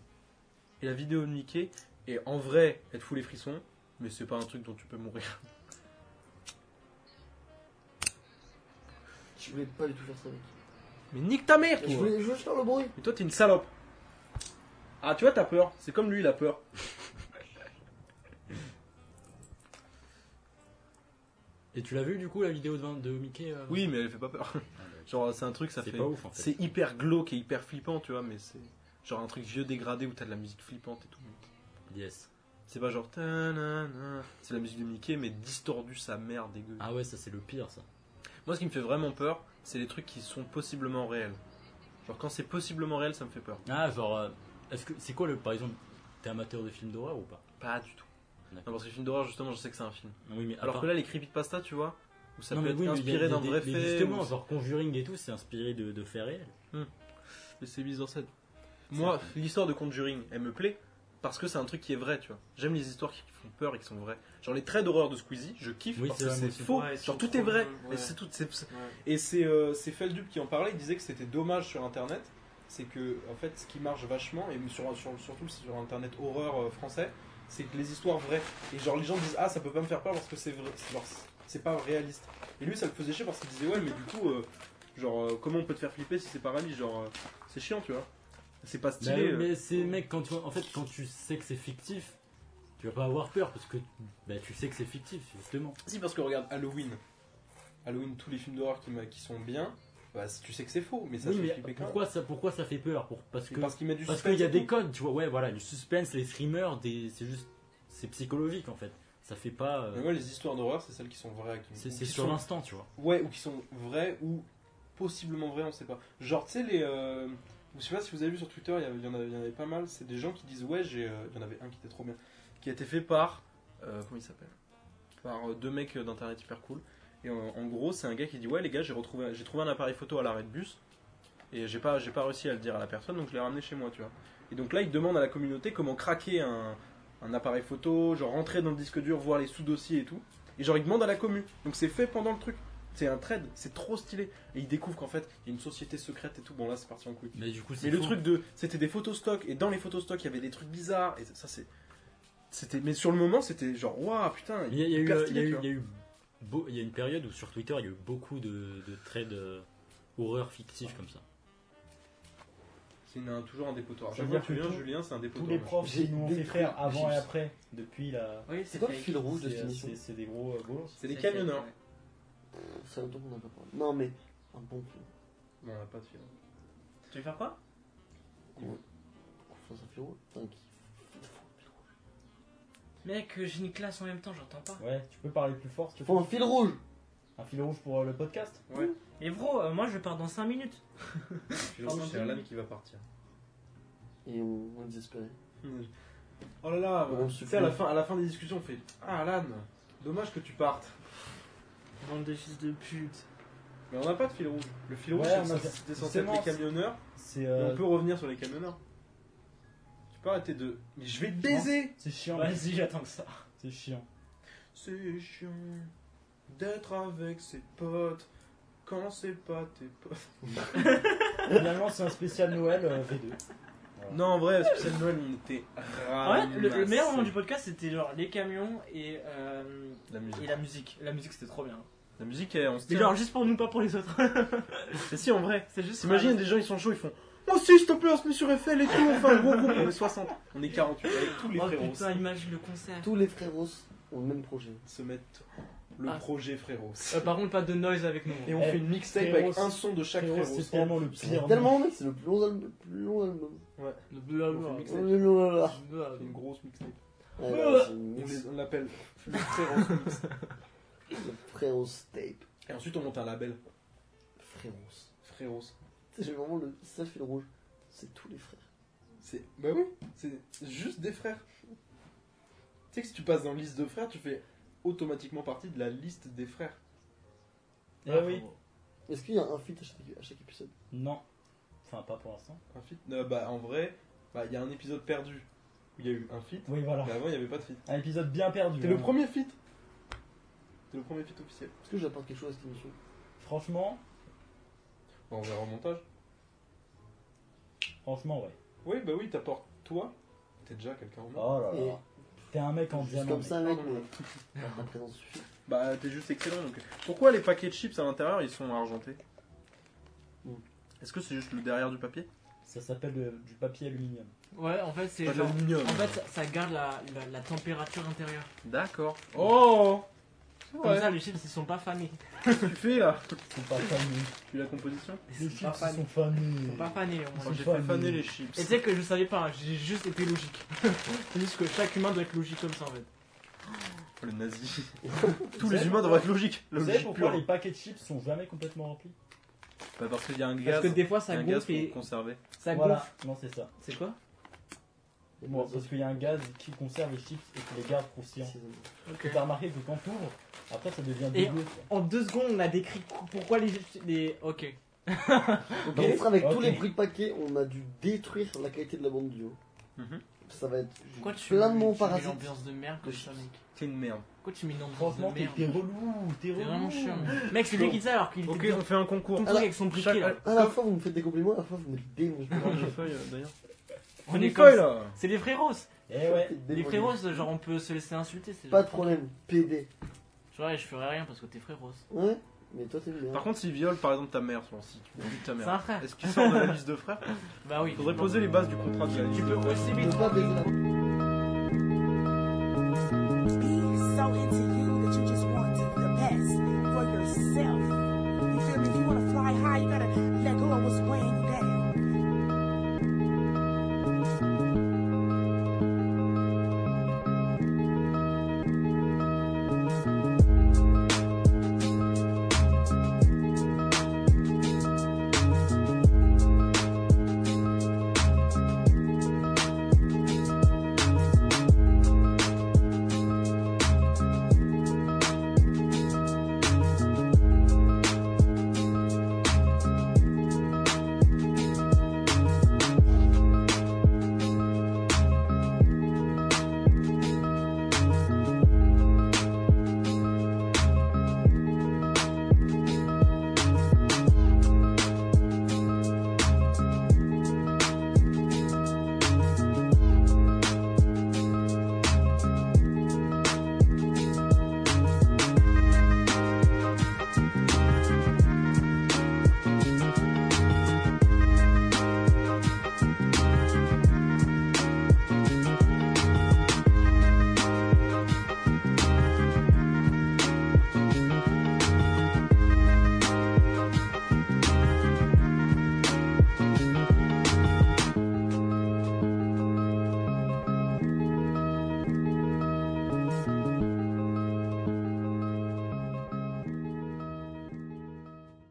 [SPEAKER 5] Et la vidéo de Mickey, et en vrai, elle te fout les frissons, mais c'est pas un truc dont tu peux mourir.
[SPEAKER 11] Je voulais pas du tout faire ça, mec.
[SPEAKER 5] Mais nique ta mère, toi
[SPEAKER 11] Je voulais je voulais juste faire le bruit.
[SPEAKER 5] Mais toi, t'es une salope. Ah, tu vois, t'as peur. C'est comme lui, il a peur.
[SPEAKER 12] Et tu l'as vu du coup la vidéo de, Vin- de Mickey euh,
[SPEAKER 5] Oui, mais elle fait pas peur. Genre, c'est un truc, ça
[SPEAKER 1] Ah, bah, C'est
[SPEAKER 5] fait.
[SPEAKER 1] pas ouf, en fait.
[SPEAKER 5] C'est hyper glauque et hyper flippant, tu vois, mais c'est. Genre un truc vieux dégradé où t'as de la musique flippante et tout.
[SPEAKER 1] Yes.
[SPEAKER 5] C'est pas genre. ta-na-na. C'est la musique de Mickey, mais distordue, sa mère dégueu.
[SPEAKER 1] Ah ouais, ça c'est le pire ça.
[SPEAKER 5] Moi, ce qui me fait vraiment peur, c'est les trucs qui sont possiblement réels. Genre, quand c'est possiblement réel, ça me fait peur.
[SPEAKER 1] Ah, genre, euh, est-ce que c'est quoi le par exemple, t'es amateur de films d'horreur ou pas
[SPEAKER 5] Pas du tout. Non,
[SPEAKER 1] D'accord.
[SPEAKER 5] parce que les films d'horreur, justement, je sais que c'est un film.
[SPEAKER 1] Oui, mais à
[SPEAKER 5] Alors
[SPEAKER 1] part-
[SPEAKER 5] que là, les creepypasta, tu vois, où ça
[SPEAKER 1] Non,
[SPEAKER 5] peut
[SPEAKER 1] mais
[SPEAKER 5] être
[SPEAKER 1] oui, mais il y a- il y
[SPEAKER 5] inspiré
[SPEAKER 1] a
[SPEAKER 5] d'un
[SPEAKER 1] des-
[SPEAKER 5] vrai
[SPEAKER 1] mais
[SPEAKER 5] fait.
[SPEAKER 1] Justement,
[SPEAKER 5] ou-
[SPEAKER 1] genre Conjuring et tout, c'est inspiré de, de faits réels.
[SPEAKER 5] Mais c'est mise en scène. Moi, l'histoire de Conjuring, elle me plaît parce que c'est un truc qui est vrai, tu vois. J'aime les histoires qui font peur et qui sont vraies. Genre les traits d'horreur de Squeezie, je kiffe
[SPEAKER 1] Oui,
[SPEAKER 5] parce
[SPEAKER 1] c'est
[SPEAKER 5] que
[SPEAKER 1] vrai,
[SPEAKER 5] c'est
[SPEAKER 1] moi aussi.
[SPEAKER 5] faux.
[SPEAKER 8] Ouais, ils
[SPEAKER 5] Genre
[SPEAKER 8] sont
[SPEAKER 5] tout
[SPEAKER 8] trop
[SPEAKER 5] est vrai.
[SPEAKER 8] bons,
[SPEAKER 5] Et
[SPEAKER 8] ouais.
[SPEAKER 5] c'est tout. c'est-
[SPEAKER 8] Ouais.
[SPEAKER 5] Et c'est euh, c'est Feldup qui en parlait. Il disait que c'était dommage sur Internet, c'est que en fait, ce qui marche vachement et sur, sur- surtout sur Internet horreur euh, français, c'est que les histoires vraies. Et genre les gens disent ah ça peut pas me faire peur parce que c'est vrai. C'est genre, c'est- c'est pas réaliste. Et lui, ça le faisait chier parce qu'il disait ouais mais du coup euh, genre euh, comment on peut te faire flipper si c'est pas réaliste genre euh, c'est chiant tu vois. C'est pas
[SPEAKER 1] Bah,
[SPEAKER 5] stylé. euh.
[SPEAKER 1] mais c'est mec, quand tu, en fait, quand tu sais que c'est fictif, tu vas pas avoir peur parce que bah, tu sais que c'est fictif justement.
[SPEAKER 5] Si, parce que regarde Halloween. Halloween, tous les films d'horreur qui, m'a- qui sont bien, bah, tu sais que c'est faux, mais ça
[SPEAKER 1] oui,
[SPEAKER 5] se fait
[SPEAKER 1] mais
[SPEAKER 5] flipper quand
[SPEAKER 1] pourquoi ça, pourquoi ça fait peur Pour parce
[SPEAKER 5] même.
[SPEAKER 1] que
[SPEAKER 5] Parce qu'ils mettent du
[SPEAKER 1] parce
[SPEAKER 5] suspense
[SPEAKER 1] qu'il y a
[SPEAKER 5] et
[SPEAKER 1] des
[SPEAKER 5] tout.
[SPEAKER 1] codes, tu vois. Ouais, voilà, le suspense, les screamers, des, c'est juste, c'est psychologique en fait. Ça fait pas. euh,
[SPEAKER 5] Mais moi, les histoires d'horreur, c'est celles qui sont vraies. Qui,
[SPEAKER 1] c'est
[SPEAKER 5] ou
[SPEAKER 1] c'est
[SPEAKER 5] qui
[SPEAKER 1] sur
[SPEAKER 5] sont-
[SPEAKER 1] l'instant, tu vois.
[SPEAKER 5] Ouais, ou qui sont vraies, ou possiblement vraies, on sait pas. Genre, tu sais, les. euh, Je sais pas si vous avez vu sur Twitter, il y avait- il y, en avait- il y en avait pas mal. C'est des gens qui disent, ouais, j'ai. euh, Il y en avait un qui était trop bien. Qui a été fait par. euh, comment il s'appelle Par euh, deux mecs euh, d'internet hyper cool. Et en, en gros, c'est un gars qui dit, ouais, les gars, j'ai retrouvé, j'ai trouvé un appareil photo à l'arrêt de bus. Et j'ai pas, j'ai pas réussi à le dire à la personne, donc je l'ai ramené chez moi, tu vois. Et donc là, il demande à la communauté comment craquer un, un appareil photo, genre rentrer dans le disque dur, voir les sous-dossiers et tout. Et genre, il demande à la commu. Donc c'est fait pendant le truc. C'est un trade, c'est trop stylé. Et il découvre qu'en fait, il y a une société secrète et tout. Bon, là, c'est parti en couille.
[SPEAKER 1] Mais du coup, c'est
[SPEAKER 5] Mais le
[SPEAKER 1] faux.
[SPEAKER 5] truc de. C'était des photos stock, et dans les photos stock, il y avait des trucs bizarres. Et ça, c'est. C'était, mais sur le moment, c'était genre, waouh, putain.
[SPEAKER 1] Il y a, il y a eu,
[SPEAKER 5] hyper
[SPEAKER 1] euh, il y
[SPEAKER 5] stylé,
[SPEAKER 1] a eu,
[SPEAKER 5] tu vois.
[SPEAKER 1] il y a eu beau- il y a une période où sur Twitter il y a eu beaucoup de, de trades euh, horreur fictifs comme ça.
[SPEAKER 5] C'est une- un- toujours un dépotoir.
[SPEAKER 12] Ça
[SPEAKER 5] Je
[SPEAKER 12] veut
[SPEAKER 5] vois
[SPEAKER 12] dire que
[SPEAKER 5] Julien,
[SPEAKER 12] tout-
[SPEAKER 5] Julien, c'est un hein.
[SPEAKER 12] Tous
[SPEAKER 5] dépotoir.
[SPEAKER 12] les
[SPEAKER 5] moi,
[SPEAKER 12] profs
[SPEAKER 11] J'ai
[SPEAKER 12] qui nous ont
[SPEAKER 11] des
[SPEAKER 12] fait frère
[SPEAKER 11] trucs-
[SPEAKER 12] avant et
[SPEAKER 11] j'ai-
[SPEAKER 12] après, depuis la.
[SPEAKER 8] Oui,
[SPEAKER 11] C'est quoi le
[SPEAKER 8] fake.
[SPEAKER 11] fil rouge de
[SPEAKER 12] C'est
[SPEAKER 11] cette émission
[SPEAKER 12] c'est- c'est des gros euh, bolos.
[SPEAKER 5] je- C'est des
[SPEAKER 8] C'est fake,
[SPEAKER 5] camionneurs.
[SPEAKER 8] ouais.
[SPEAKER 11] Ça longtemps qu'on n'a pas parlé. Non, mais un bon film.
[SPEAKER 5] Bon, on a pas de fil.
[SPEAKER 8] Tu veux faire quoi
[SPEAKER 11] Confiance à Firo, t'inquiète.
[SPEAKER 8] Mec, euh, j'ai une classe en même temps, j'entends pas.
[SPEAKER 12] Ouais, tu peux parler plus fort si tu
[SPEAKER 11] Faut
[SPEAKER 12] veux.
[SPEAKER 11] un fil rouge
[SPEAKER 12] Un fil rouge pour euh, le podcast
[SPEAKER 5] Ouais.
[SPEAKER 8] Mais gros, euh, moi je pars dans 5 minutes.
[SPEAKER 5] Fil
[SPEAKER 8] Pardon,
[SPEAKER 5] rouge, c'est
[SPEAKER 8] Julien.
[SPEAKER 5] Alan qui va partir.
[SPEAKER 11] Et on on est désespéré.
[SPEAKER 5] Oh là là,
[SPEAKER 11] On
[SPEAKER 5] tu
[SPEAKER 11] se
[SPEAKER 5] sais, à la
[SPEAKER 11] plaint.
[SPEAKER 5] fin, à la fin des discussions, on fait Ah, Alan, dommage que tu partes.
[SPEAKER 8] Bande de fils de pute.
[SPEAKER 5] Mais on n'a pas de fil rouge. Le fil rouge,
[SPEAKER 12] Ouais,
[SPEAKER 5] c'est
[SPEAKER 12] on a-
[SPEAKER 5] que ça- c'était censé être
[SPEAKER 12] justement,
[SPEAKER 5] les camionneurs.
[SPEAKER 12] C'est
[SPEAKER 5] Et
[SPEAKER 12] euh,
[SPEAKER 5] On peut revenir sur les camionneurs. Tu peux arrêter de. Mais je vais te baiser
[SPEAKER 12] c'est chiant.
[SPEAKER 8] Vas-y, j'attends que ça.
[SPEAKER 12] C'est chiant.
[SPEAKER 5] C'est chiant d'être avec ses potes quand c'est pas tes potes.
[SPEAKER 12] Finalement, c'est un spécial Noël euh, V2.
[SPEAKER 5] Non, en vrai, spécial Noël, on était
[SPEAKER 8] En
[SPEAKER 5] ramassés.
[SPEAKER 8] fait, le, le meilleur moment du podcast c'était genre les camions et, euh,
[SPEAKER 5] La
[SPEAKER 8] et
[SPEAKER 5] musique.
[SPEAKER 8] la musique. La musique c'était trop bien.
[SPEAKER 5] La musique, elle, on se
[SPEAKER 8] Mais
[SPEAKER 5] tient.
[SPEAKER 8] genre juste pour nous, pas pour les autres.
[SPEAKER 5] Mais si, en vrai.
[SPEAKER 8] c'est juste.
[SPEAKER 5] T'imagines, des gens, ils sont chauds, ils font. Oh si, s'il te plaît, on se met sur Eiffel et tout, on fait un gros groupe, on est 60. On est 48 avec tous les
[SPEAKER 8] Oh
[SPEAKER 5] frérots.
[SPEAKER 8] putain, imagine le concert.
[SPEAKER 11] Tous les frérots ont le même projet.
[SPEAKER 5] Se mettre le
[SPEAKER 8] Ah.
[SPEAKER 5] projet frérots.
[SPEAKER 8] Euh, par contre, pas de noise avec nous.
[SPEAKER 5] Et on
[SPEAKER 12] Eh,
[SPEAKER 5] fait une mixtape
[SPEAKER 12] frérots,
[SPEAKER 5] avec un son de chaque
[SPEAKER 12] Frérot,
[SPEAKER 5] frérot.
[SPEAKER 12] c'est tellement le pire.
[SPEAKER 11] Tellement, mec, c'est le plus long album. le plus long album.
[SPEAKER 8] Blablabla.
[SPEAKER 11] Oh là là là là.
[SPEAKER 8] Blablabla.
[SPEAKER 5] Une grosse mixtape.
[SPEAKER 11] Ouais, ouais, c'est une
[SPEAKER 5] On
[SPEAKER 11] mix.
[SPEAKER 5] les- on l'appelle le frérot mix.
[SPEAKER 4] Frérot Tape.
[SPEAKER 5] Et ensuite, on monte un label.
[SPEAKER 4] Frérot.
[SPEAKER 5] Frérot.
[SPEAKER 4] J'ai vraiment le ça fil rouge. C'est tous les frères.
[SPEAKER 5] C'est. Bah oui, c'est juste des frères. Tu sais que si tu passes dans la liste de frères, tu fais automatiquement partie de la liste des frères.
[SPEAKER 1] Eh
[SPEAKER 12] Ah oui.
[SPEAKER 3] oh,
[SPEAKER 4] Est-ce qu'il y a un feat à chaque, à chaque épisode
[SPEAKER 12] Non. Enfin, pas pour l'instant.
[SPEAKER 5] Un feat Euh, Bah en vrai, bah, il y a un épisode perdu où il y a eu un feat,
[SPEAKER 12] Oui, voilà.
[SPEAKER 5] mais avant il n'y avait pas de feat.
[SPEAKER 12] Un épisode bien perdu.
[SPEAKER 5] T'es le
[SPEAKER 12] hein.
[SPEAKER 5] premier feat T'es le premier feat officiel.
[SPEAKER 4] Est-ce que j'apporte quelque chose à cette émission
[SPEAKER 12] Franchement,
[SPEAKER 5] Bah, on verra au montage.
[SPEAKER 12] franchement, ouais.
[SPEAKER 5] Oui, bah oui, t'apportes toi. T'es déjà quelqu'un en moins.
[SPEAKER 12] Oh là
[SPEAKER 4] Et
[SPEAKER 12] là. T'es un mec en
[SPEAKER 4] juste
[SPEAKER 12] diamant.
[SPEAKER 4] comme
[SPEAKER 12] mec.
[SPEAKER 4] ça, mec, mais ma présence suffit.
[SPEAKER 5] Bah t'es juste excellent donc. Pourquoi les paquets de chips à l'intérieur ils sont argentés
[SPEAKER 4] Mm.
[SPEAKER 5] Est-ce que c'est juste le derrière du papier
[SPEAKER 12] Ça s'appelle euh, du papier aluminium.
[SPEAKER 3] Ouais, en fait, c'est
[SPEAKER 5] Pas de
[SPEAKER 3] genre.
[SPEAKER 5] l'aluminium.
[SPEAKER 3] En fait, ça, ça garde la, la, la température intérieure.
[SPEAKER 5] D'accord. Oh
[SPEAKER 3] Comme
[SPEAKER 5] Ouais.
[SPEAKER 3] ça, les chips, ils sont pas fanés.
[SPEAKER 5] tu fais là
[SPEAKER 12] C'est pas famille.
[SPEAKER 5] Tu la composition
[SPEAKER 12] Les
[SPEAKER 3] Ils sont
[SPEAKER 12] chips
[SPEAKER 3] pas
[SPEAKER 12] ils sont
[SPEAKER 3] fanés. Ils
[SPEAKER 12] familles.
[SPEAKER 3] sont pas fanés, au moins.
[SPEAKER 5] Oh, J'ai
[SPEAKER 12] pas
[SPEAKER 5] fait faner
[SPEAKER 12] nul.
[SPEAKER 5] les chips.
[SPEAKER 3] Et tu sais que je savais pas, hein, j'ai juste été logique. C'est juste que chaque humain doit être logique comme ça en fait.
[SPEAKER 5] Oh, le nazi. Tous
[SPEAKER 12] Vous
[SPEAKER 5] les
[SPEAKER 12] savez
[SPEAKER 5] humains devraient être logiques.
[SPEAKER 12] Vous savez
[SPEAKER 5] Logique
[SPEAKER 12] pourquoi
[SPEAKER 5] pure.
[SPEAKER 12] les paquets de chips sont jamais complètement remplis
[SPEAKER 5] Bah, parce qu'il y a un
[SPEAKER 3] Parce
[SPEAKER 5] gaz.
[SPEAKER 3] que des fois
[SPEAKER 5] il y a
[SPEAKER 3] ça
[SPEAKER 5] un gaz
[SPEAKER 3] gonfle
[SPEAKER 5] pour
[SPEAKER 3] et
[SPEAKER 5] conserver.
[SPEAKER 3] ça
[SPEAKER 12] Voilà.
[SPEAKER 3] gonfle.
[SPEAKER 12] Non, c'est ça.
[SPEAKER 3] C'est quoi
[SPEAKER 12] Bon, parce qu'il y a un gaz qui conserve les chips et qui les garde croustillants.
[SPEAKER 3] Ok.
[SPEAKER 12] Tu T'as remarqué que quand t'ouvres, après ça devient
[SPEAKER 3] Et-
[SPEAKER 12] dégueu.
[SPEAKER 3] En deux secondes on a décrit pourquoi les... les... Ok.
[SPEAKER 4] Par contre, avec tous
[SPEAKER 12] Ok.
[SPEAKER 4] les prix de paquet, on a dû détruire la qualité de la bande duo.
[SPEAKER 5] Mhm.
[SPEAKER 4] Ça va être.
[SPEAKER 3] Pourquoi tu
[SPEAKER 4] Plein de
[SPEAKER 3] tu
[SPEAKER 4] mots
[SPEAKER 3] mets
[SPEAKER 4] parasites.
[SPEAKER 3] l'ambiance de merde comme ça mec
[SPEAKER 5] C'est une merde.
[SPEAKER 3] Pourquoi tu mets une ambiance de
[SPEAKER 12] Franchement, t'es
[SPEAKER 3] merde
[SPEAKER 12] t'es relou, t'es
[SPEAKER 3] T'es
[SPEAKER 12] relou.
[SPEAKER 3] vraiment chiant. Mec, mec c'est lui qui dit ça alors qu'il
[SPEAKER 5] Ok,
[SPEAKER 3] était
[SPEAKER 5] on fait un concours.
[SPEAKER 3] ton truc avec son briquet là.
[SPEAKER 4] À Ah, la fois, vous me faites des compliments, à la fois, vous me démangez.
[SPEAKER 5] euh, d'ailleurs.
[SPEAKER 3] On est
[SPEAKER 5] Nicole
[SPEAKER 3] comme...
[SPEAKER 5] là
[SPEAKER 3] C'est des frérots.
[SPEAKER 12] Eh ouais.
[SPEAKER 3] Les frérots, genre on peut se laisser insulter. c'est
[SPEAKER 4] Pas
[SPEAKER 3] genre-
[SPEAKER 4] de problème, PD.
[SPEAKER 3] Tu vois, je ferais rien parce que t'es frérots.
[SPEAKER 4] Ouais, mais toi, t'es bien.
[SPEAKER 5] Par contre, s'il viole par exemple ta mère, souvent, si tu dis ta
[SPEAKER 3] C'est
[SPEAKER 5] mère,
[SPEAKER 3] un frère.
[SPEAKER 5] est-ce qu'il sort de la liste de frères
[SPEAKER 3] Bah oui.
[SPEAKER 5] Faudrait poser les bases du contrat de la liste.
[SPEAKER 3] Tu peux aussi
[SPEAKER 4] Je
[SPEAKER 3] vite.
[SPEAKER 4] peux pas baiser la-
[SPEAKER 7] be so into you that you just want to be the best for yourself. You feel me? If you want to fly high, you gotta let go of what's weighing you down.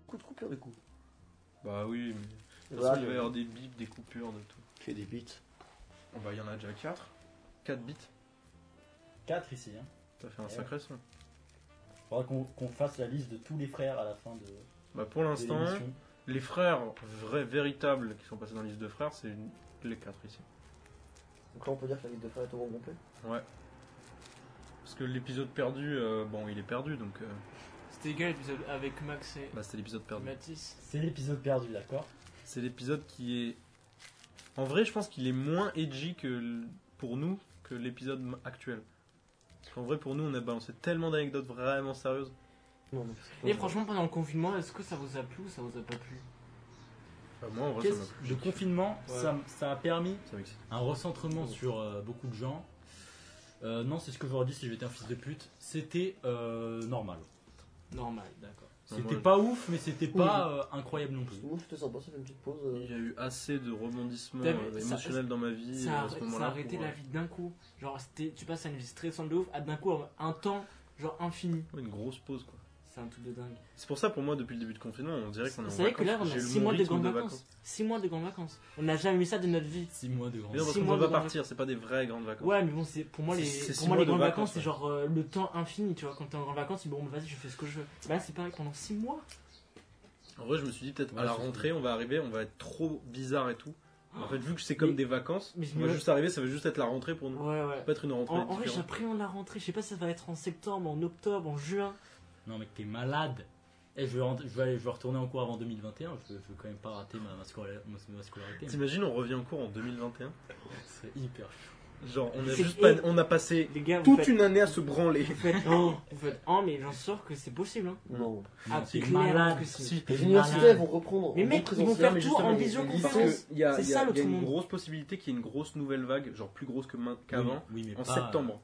[SPEAKER 4] Coup de coupure, du coup.
[SPEAKER 5] Bah oui, mais. De toute façon,
[SPEAKER 4] Voilà,
[SPEAKER 5] il va y
[SPEAKER 4] le-
[SPEAKER 5] avoir des bips, des coupures, de tout.
[SPEAKER 4] Fais des beats.
[SPEAKER 5] Bon, bah, il y en a déjà 4. 4 bits.
[SPEAKER 12] 4 ici. Hein.
[SPEAKER 5] T'as fait un
[SPEAKER 12] Ouais.
[SPEAKER 5] sacré son.
[SPEAKER 12] Faudra qu'on qu'on fasse la liste de tous les frères à la fin de, de
[SPEAKER 5] Bah, pour l'instant,
[SPEAKER 12] l'émission.
[SPEAKER 5] les frères vrais, véritables qui sont passés dans la liste de frères, c'est une- les 4 ici.
[SPEAKER 4] Donc là, on peut dire que la liste de frères est au bon complet.
[SPEAKER 5] Ouais. Parce que l'épisode perdu, euh, bon, il est perdu donc. euh,
[SPEAKER 3] C'était égal l'épisode avec Max et
[SPEAKER 5] bah, c'est l'épisode perdu.
[SPEAKER 3] Mathis.
[SPEAKER 12] C'est l'épisode perdu, d'accord
[SPEAKER 5] C'est l'épisode qui est. En vrai, je pense qu'il est moins edgy que l- pour nous que l'épisode m- actuel. Parce qu'en vrai, pour nous, on a balancé tellement d'anecdotes vraiment sérieuses.
[SPEAKER 4] Non, mais parce que-
[SPEAKER 3] Et franchement, pendant le confinement, est-ce que ça vous a plu ou ça vous a pas plu
[SPEAKER 5] Enfin, Ah, moi, en vrai, ça
[SPEAKER 12] Qu'est-ce-
[SPEAKER 5] m'a plu.
[SPEAKER 12] Le confinement,
[SPEAKER 5] Ouais.
[SPEAKER 12] ça, ça a permis Oh.
[SPEAKER 5] Ça m'excite.
[SPEAKER 1] un recentrement sur euh, beaucoup de gens. Euh, non, c'est ce que j'aurais dit si j'étais un fils de pute. C'était euh, normal.
[SPEAKER 3] Normal, d'accord.
[SPEAKER 1] C'était
[SPEAKER 5] moi,
[SPEAKER 1] pas ouf, mais c'était pas euh, incroyable non plus.
[SPEAKER 4] Moi, c'était sympa, ça fait une petite pause.
[SPEAKER 5] Il
[SPEAKER 4] euh,
[SPEAKER 5] y a eu assez de rebondissements
[SPEAKER 3] T'as vu,
[SPEAKER 5] euh,
[SPEAKER 3] ça-
[SPEAKER 5] émotionnels dans ma vie
[SPEAKER 3] Ça
[SPEAKER 5] euh,
[SPEAKER 3] a,
[SPEAKER 5] à ce
[SPEAKER 3] ça a
[SPEAKER 5] moment-là.
[SPEAKER 3] arrêté
[SPEAKER 5] pour,
[SPEAKER 3] la
[SPEAKER 5] euh,
[SPEAKER 3] vie d'un coup. Genre, c'était, tu passes à une vie stressante de ouf à d'un coup un temps, genre infini.
[SPEAKER 5] Une grosse pause, quoi.
[SPEAKER 3] C'est un truc de dingue.
[SPEAKER 5] C'est pour ça, pour moi, depuis le début de confinement, on dirait qu'on est en
[SPEAKER 3] Vous savez que là, on
[SPEAKER 5] J'ai
[SPEAKER 3] a
[SPEAKER 5] eu
[SPEAKER 3] 6
[SPEAKER 5] mon
[SPEAKER 3] mois de
[SPEAKER 5] rythme
[SPEAKER 3] grandes
[SPEAKER 5] vacances.
[SPEAKER 3] vacances. 6 mois de grandes vacances. On n'a jamais eu ça de notre vie.
[SPEAKER 12] 6 mois de grand.
[SPEAKER 5] Mais non, parce
[SPEAKER 3] Six
[SPEAKER 5] qu'on
[SPEAKER 3] mois
[SPEAKER 5] va pas
[SPEAKER 3] de grandes
[SPEAKER 5] partir, c'est pas des vraies grandes vacances.
[SPEAKER 3] Ouais, mais bon, c'est pour moi les,
[SPEAKER 5] C'est- c'est six
[SPEAKER 3] pour moi,
[SPEAKER 5] mois
[SPEAKER 3] les
[SPEAKER 5] de
[SPEAKER 3] grandes
[SPEAKER 5] vacances,
[SPEAKER 3] vacances, c'est
[SPEAKER 5] ouais.
[SPEAKER 3] genre euh, le temps infini, tu vois. Quand t'es en grandes vacances, tu dis, bon, bah, vas-y, je fais ce que je veux. Bah, là, c'est pareil pendant 6 mois.
[SPEAKER 5] En vrai, je me suis dit, peut-être
[SPEAKER 12] Ouais,
[SPEAKER 5] à la
[SPEAKER 12] c'est
[SPEAKER 5] rentrée, on va arriver, on va être trop bizarre et tout. En fait, vu que c'est comme
[SPEAKER 3] Mais-
[SPEAKER 5] des vacances,
[SPEAKER 3] mais je
[SPEAKER 5] on
[SPEAKER 3] me-
[SPEAKER 5] va juste arriver, ça va juste être la rentrée pour nous.
[SPEAKER 3] Ouais, ouais.
[SPEAKER 5] Pas être une rentrée
[SPEAKER 3] En, en vrai,
[SPEAKER 5] différente.
[SPEAKER 3] j'appréhende la rentrée. Je sais pas si ça va être en septembre, en octobre, en juin.
[SPEAKER 1] Non, mec, t'es malade. Eh, je, vais rentrer- je, vais aller- je vais retourner en cours avant 2021. Je veux, je veux quand même pas rater ma, ma scola- ma- ma scolarité. mec.
[SPEAKER 5] T'imagines, on revient en cours en 2021
[SPEAKER 1] C'est hyper chaud.
[SPEAKER 5] Genre, on a
[SPEAKER 3] C'est-
[SPEAKER 5] juste pas- on a passé
[SPEAKER 3] Les gars, vous
[SPEAKER 5] toute
[SPEAKER 3] faites,
[SPEAKER 5] une année à se branler.
[SPEAKER 3] vous faites en, vous faites en, mais j'en suis sûr que c'est possible. Hein.
[SPEAKER 4] Non.
[SPEAKER 3] Ah,
[SPEAKER 1] Non, t'es
[SPEAKER 3] clairement
[SPEAKER 1] malade.
[SPEAKER 3] que si.
[SPEAKER 1] Si, t'es
[SPEAKER 4] Les universités
[SPEAKER 1] malade.
[SPEAKER 4] vont reprendre.
[SPEAKER 3] Mais
[SPEAKER 4] en
[SPEAKER 3] mec, ils vont
[SPEAKER 4] présentiel,
[SPEAKER 3] faire
[SPEAKER 4] mais
[SPEAKER 3] tout
[SPEAKER 4] justement,
[SPEAKER 3] en
[SPEAKER 4] les
[SPEAKER 3] visioconférence.
[SPEAKER 4] lycées-
[SPEAKER 5] Parce qu'il y a,
[SPEAKER 3] C'est
[SPEAKER 5] il y a- il
[SPEAKER 3] ça,
[SPEAKER 5] y a
[SPEAKER 3] l'autre
[SPEAKER 5] une
[SPEAKER 3] monde.
[SPEAKER 5] grosse possibilité qu'il y ait une grosse nouvelle vague, genre plus grosse que main-
[SPEAKER 1] Oui,
[SPEAKER 5] qu'avant,
[SPEAKER 1] oui, mais
[SPEAKER 5] en
[SPEAKER 1] pas- euh,
[SPEAKER 5] septembre.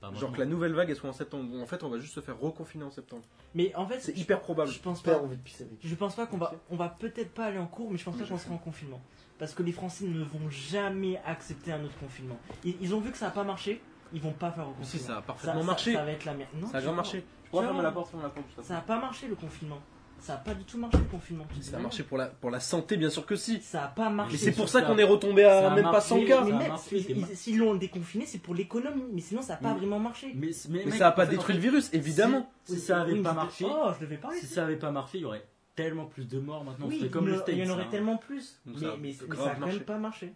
[SPEAKER 1] pas
[SPEAKER 5] Genre
[SPEAKER 1] maintenant.
[SPEAKER 5] que la nouvelle vague, elle soit en septembre. En fait, on va juste se faire reconfiner en septembre.
[SPEAKER 3] Mais en fait,
[SPEAKER 5] C'est
[SPEAKER 3] je-
[SPEAKER 5] hyper probable.
[SPEAKER 3] je pense
[SPEAKER 4] J'ai
[SPEAKER 3] pas.
[SPEAKER 4] envie de pisser mec.
[SPEAKER 3] Je pense pas qu'on va, on va peut-être pas aller en cours, mais je pense pas qu'on sera en confinement. Parce que les Français ne vont jamais accepter un autre confinement. Ils, ils ont vu que ça a pas marché, ils vont pas faire au confinement.
[SPEAKER 5] Si, ça a parfaitement marché.
[SPEAKER 3] Ça, va être la merde. Non,
[SPEAKER 5] Ça a
[SPEAKER 3] tu
[SPEAKER 5] bien
[SPEAKER 3] vois,
[SPEAKER 5] marché. Je
[SPEAKER 3] vois,
[SPEAKER 5] pourrais fermer la
[SPEAKER 3] non.
[SPEAKER 5] porte, ferme la porte. je t'attends.
[SPEAKER 3] Ça a pas marché le confinement. Ça a pas du tout marché le confinement. tu te
[SPEAKER 5] Ça a
[SPEAKER 3] souviens
[SPEAKER 5] marché pour la, pour la santé, bien sûr que si.
[SPEAKER 3] Ça a pas marché.
[SPEAKER 5] Mais c'est pour ça
[SPEAKER 1] ça.
[SPEAKER 5] qu'on est retombé à
[SPEAKER 1] Ça a
[SPEAKER 5] même pas
[SPEAKER 1] marché,
[SPEAKER 5] 100
[SPEAKER 1] ça
[SPEAKER 5] cas.
[SPEAKER 1] a
[SPEAKER 3] Mais mec,
[SPEAKER 1] marché,
[SPEAKER 3] ils-
[SPEAKER 1] t'es
[SPEAKER 3] ils- s'ils l'ont déconfiné, c'est pour l'économie. Mais sinon, ça a pas
[SPEAKER 1] Mais-
[SPEAKER 3] vraiment marché.
[SPEAKER 1] Mais, mais,
[SPEAKER 5] Mais
[SPEAKER 1] mec,
[SPEAKER 5] ça a pas
[SPEAKER 1] en fait,
[SPEAKER 5] détruit le virus, évidemment.
[SPEAKER 1] Si ça avait
[SPEAKER 3] Oui,
[SPEAKER 1] pas
[SPEAKER 3] mais-
[SPEAKER 1] marché,
[SPEAKER 3] Oh, je devais parler.
[SPEAKER 1] si ça avait pas marché, il y aurait tellement plus de morts maintenant.
[SPEAKER 3] Oui,
[SPEAKER 1] C'était comme
[SPEAKER 3] il y
[SPEAKER 1] le
[SPEAKER 3] en- il y en aurait
[SPEAKER 1] States, hein.
[SPEAKER 3] tellement plus.
[SPEAKER 5] Donc
[SPEAKER 3] Mais,
[SPEAKER 5] ça a
[SPEAKER 3] mais- mais
[SPEAKER 5] grave
[SPEAKER 3] ça a quand
[SPEAKER 5] marché.
[SPEAKER 3] même pas marché.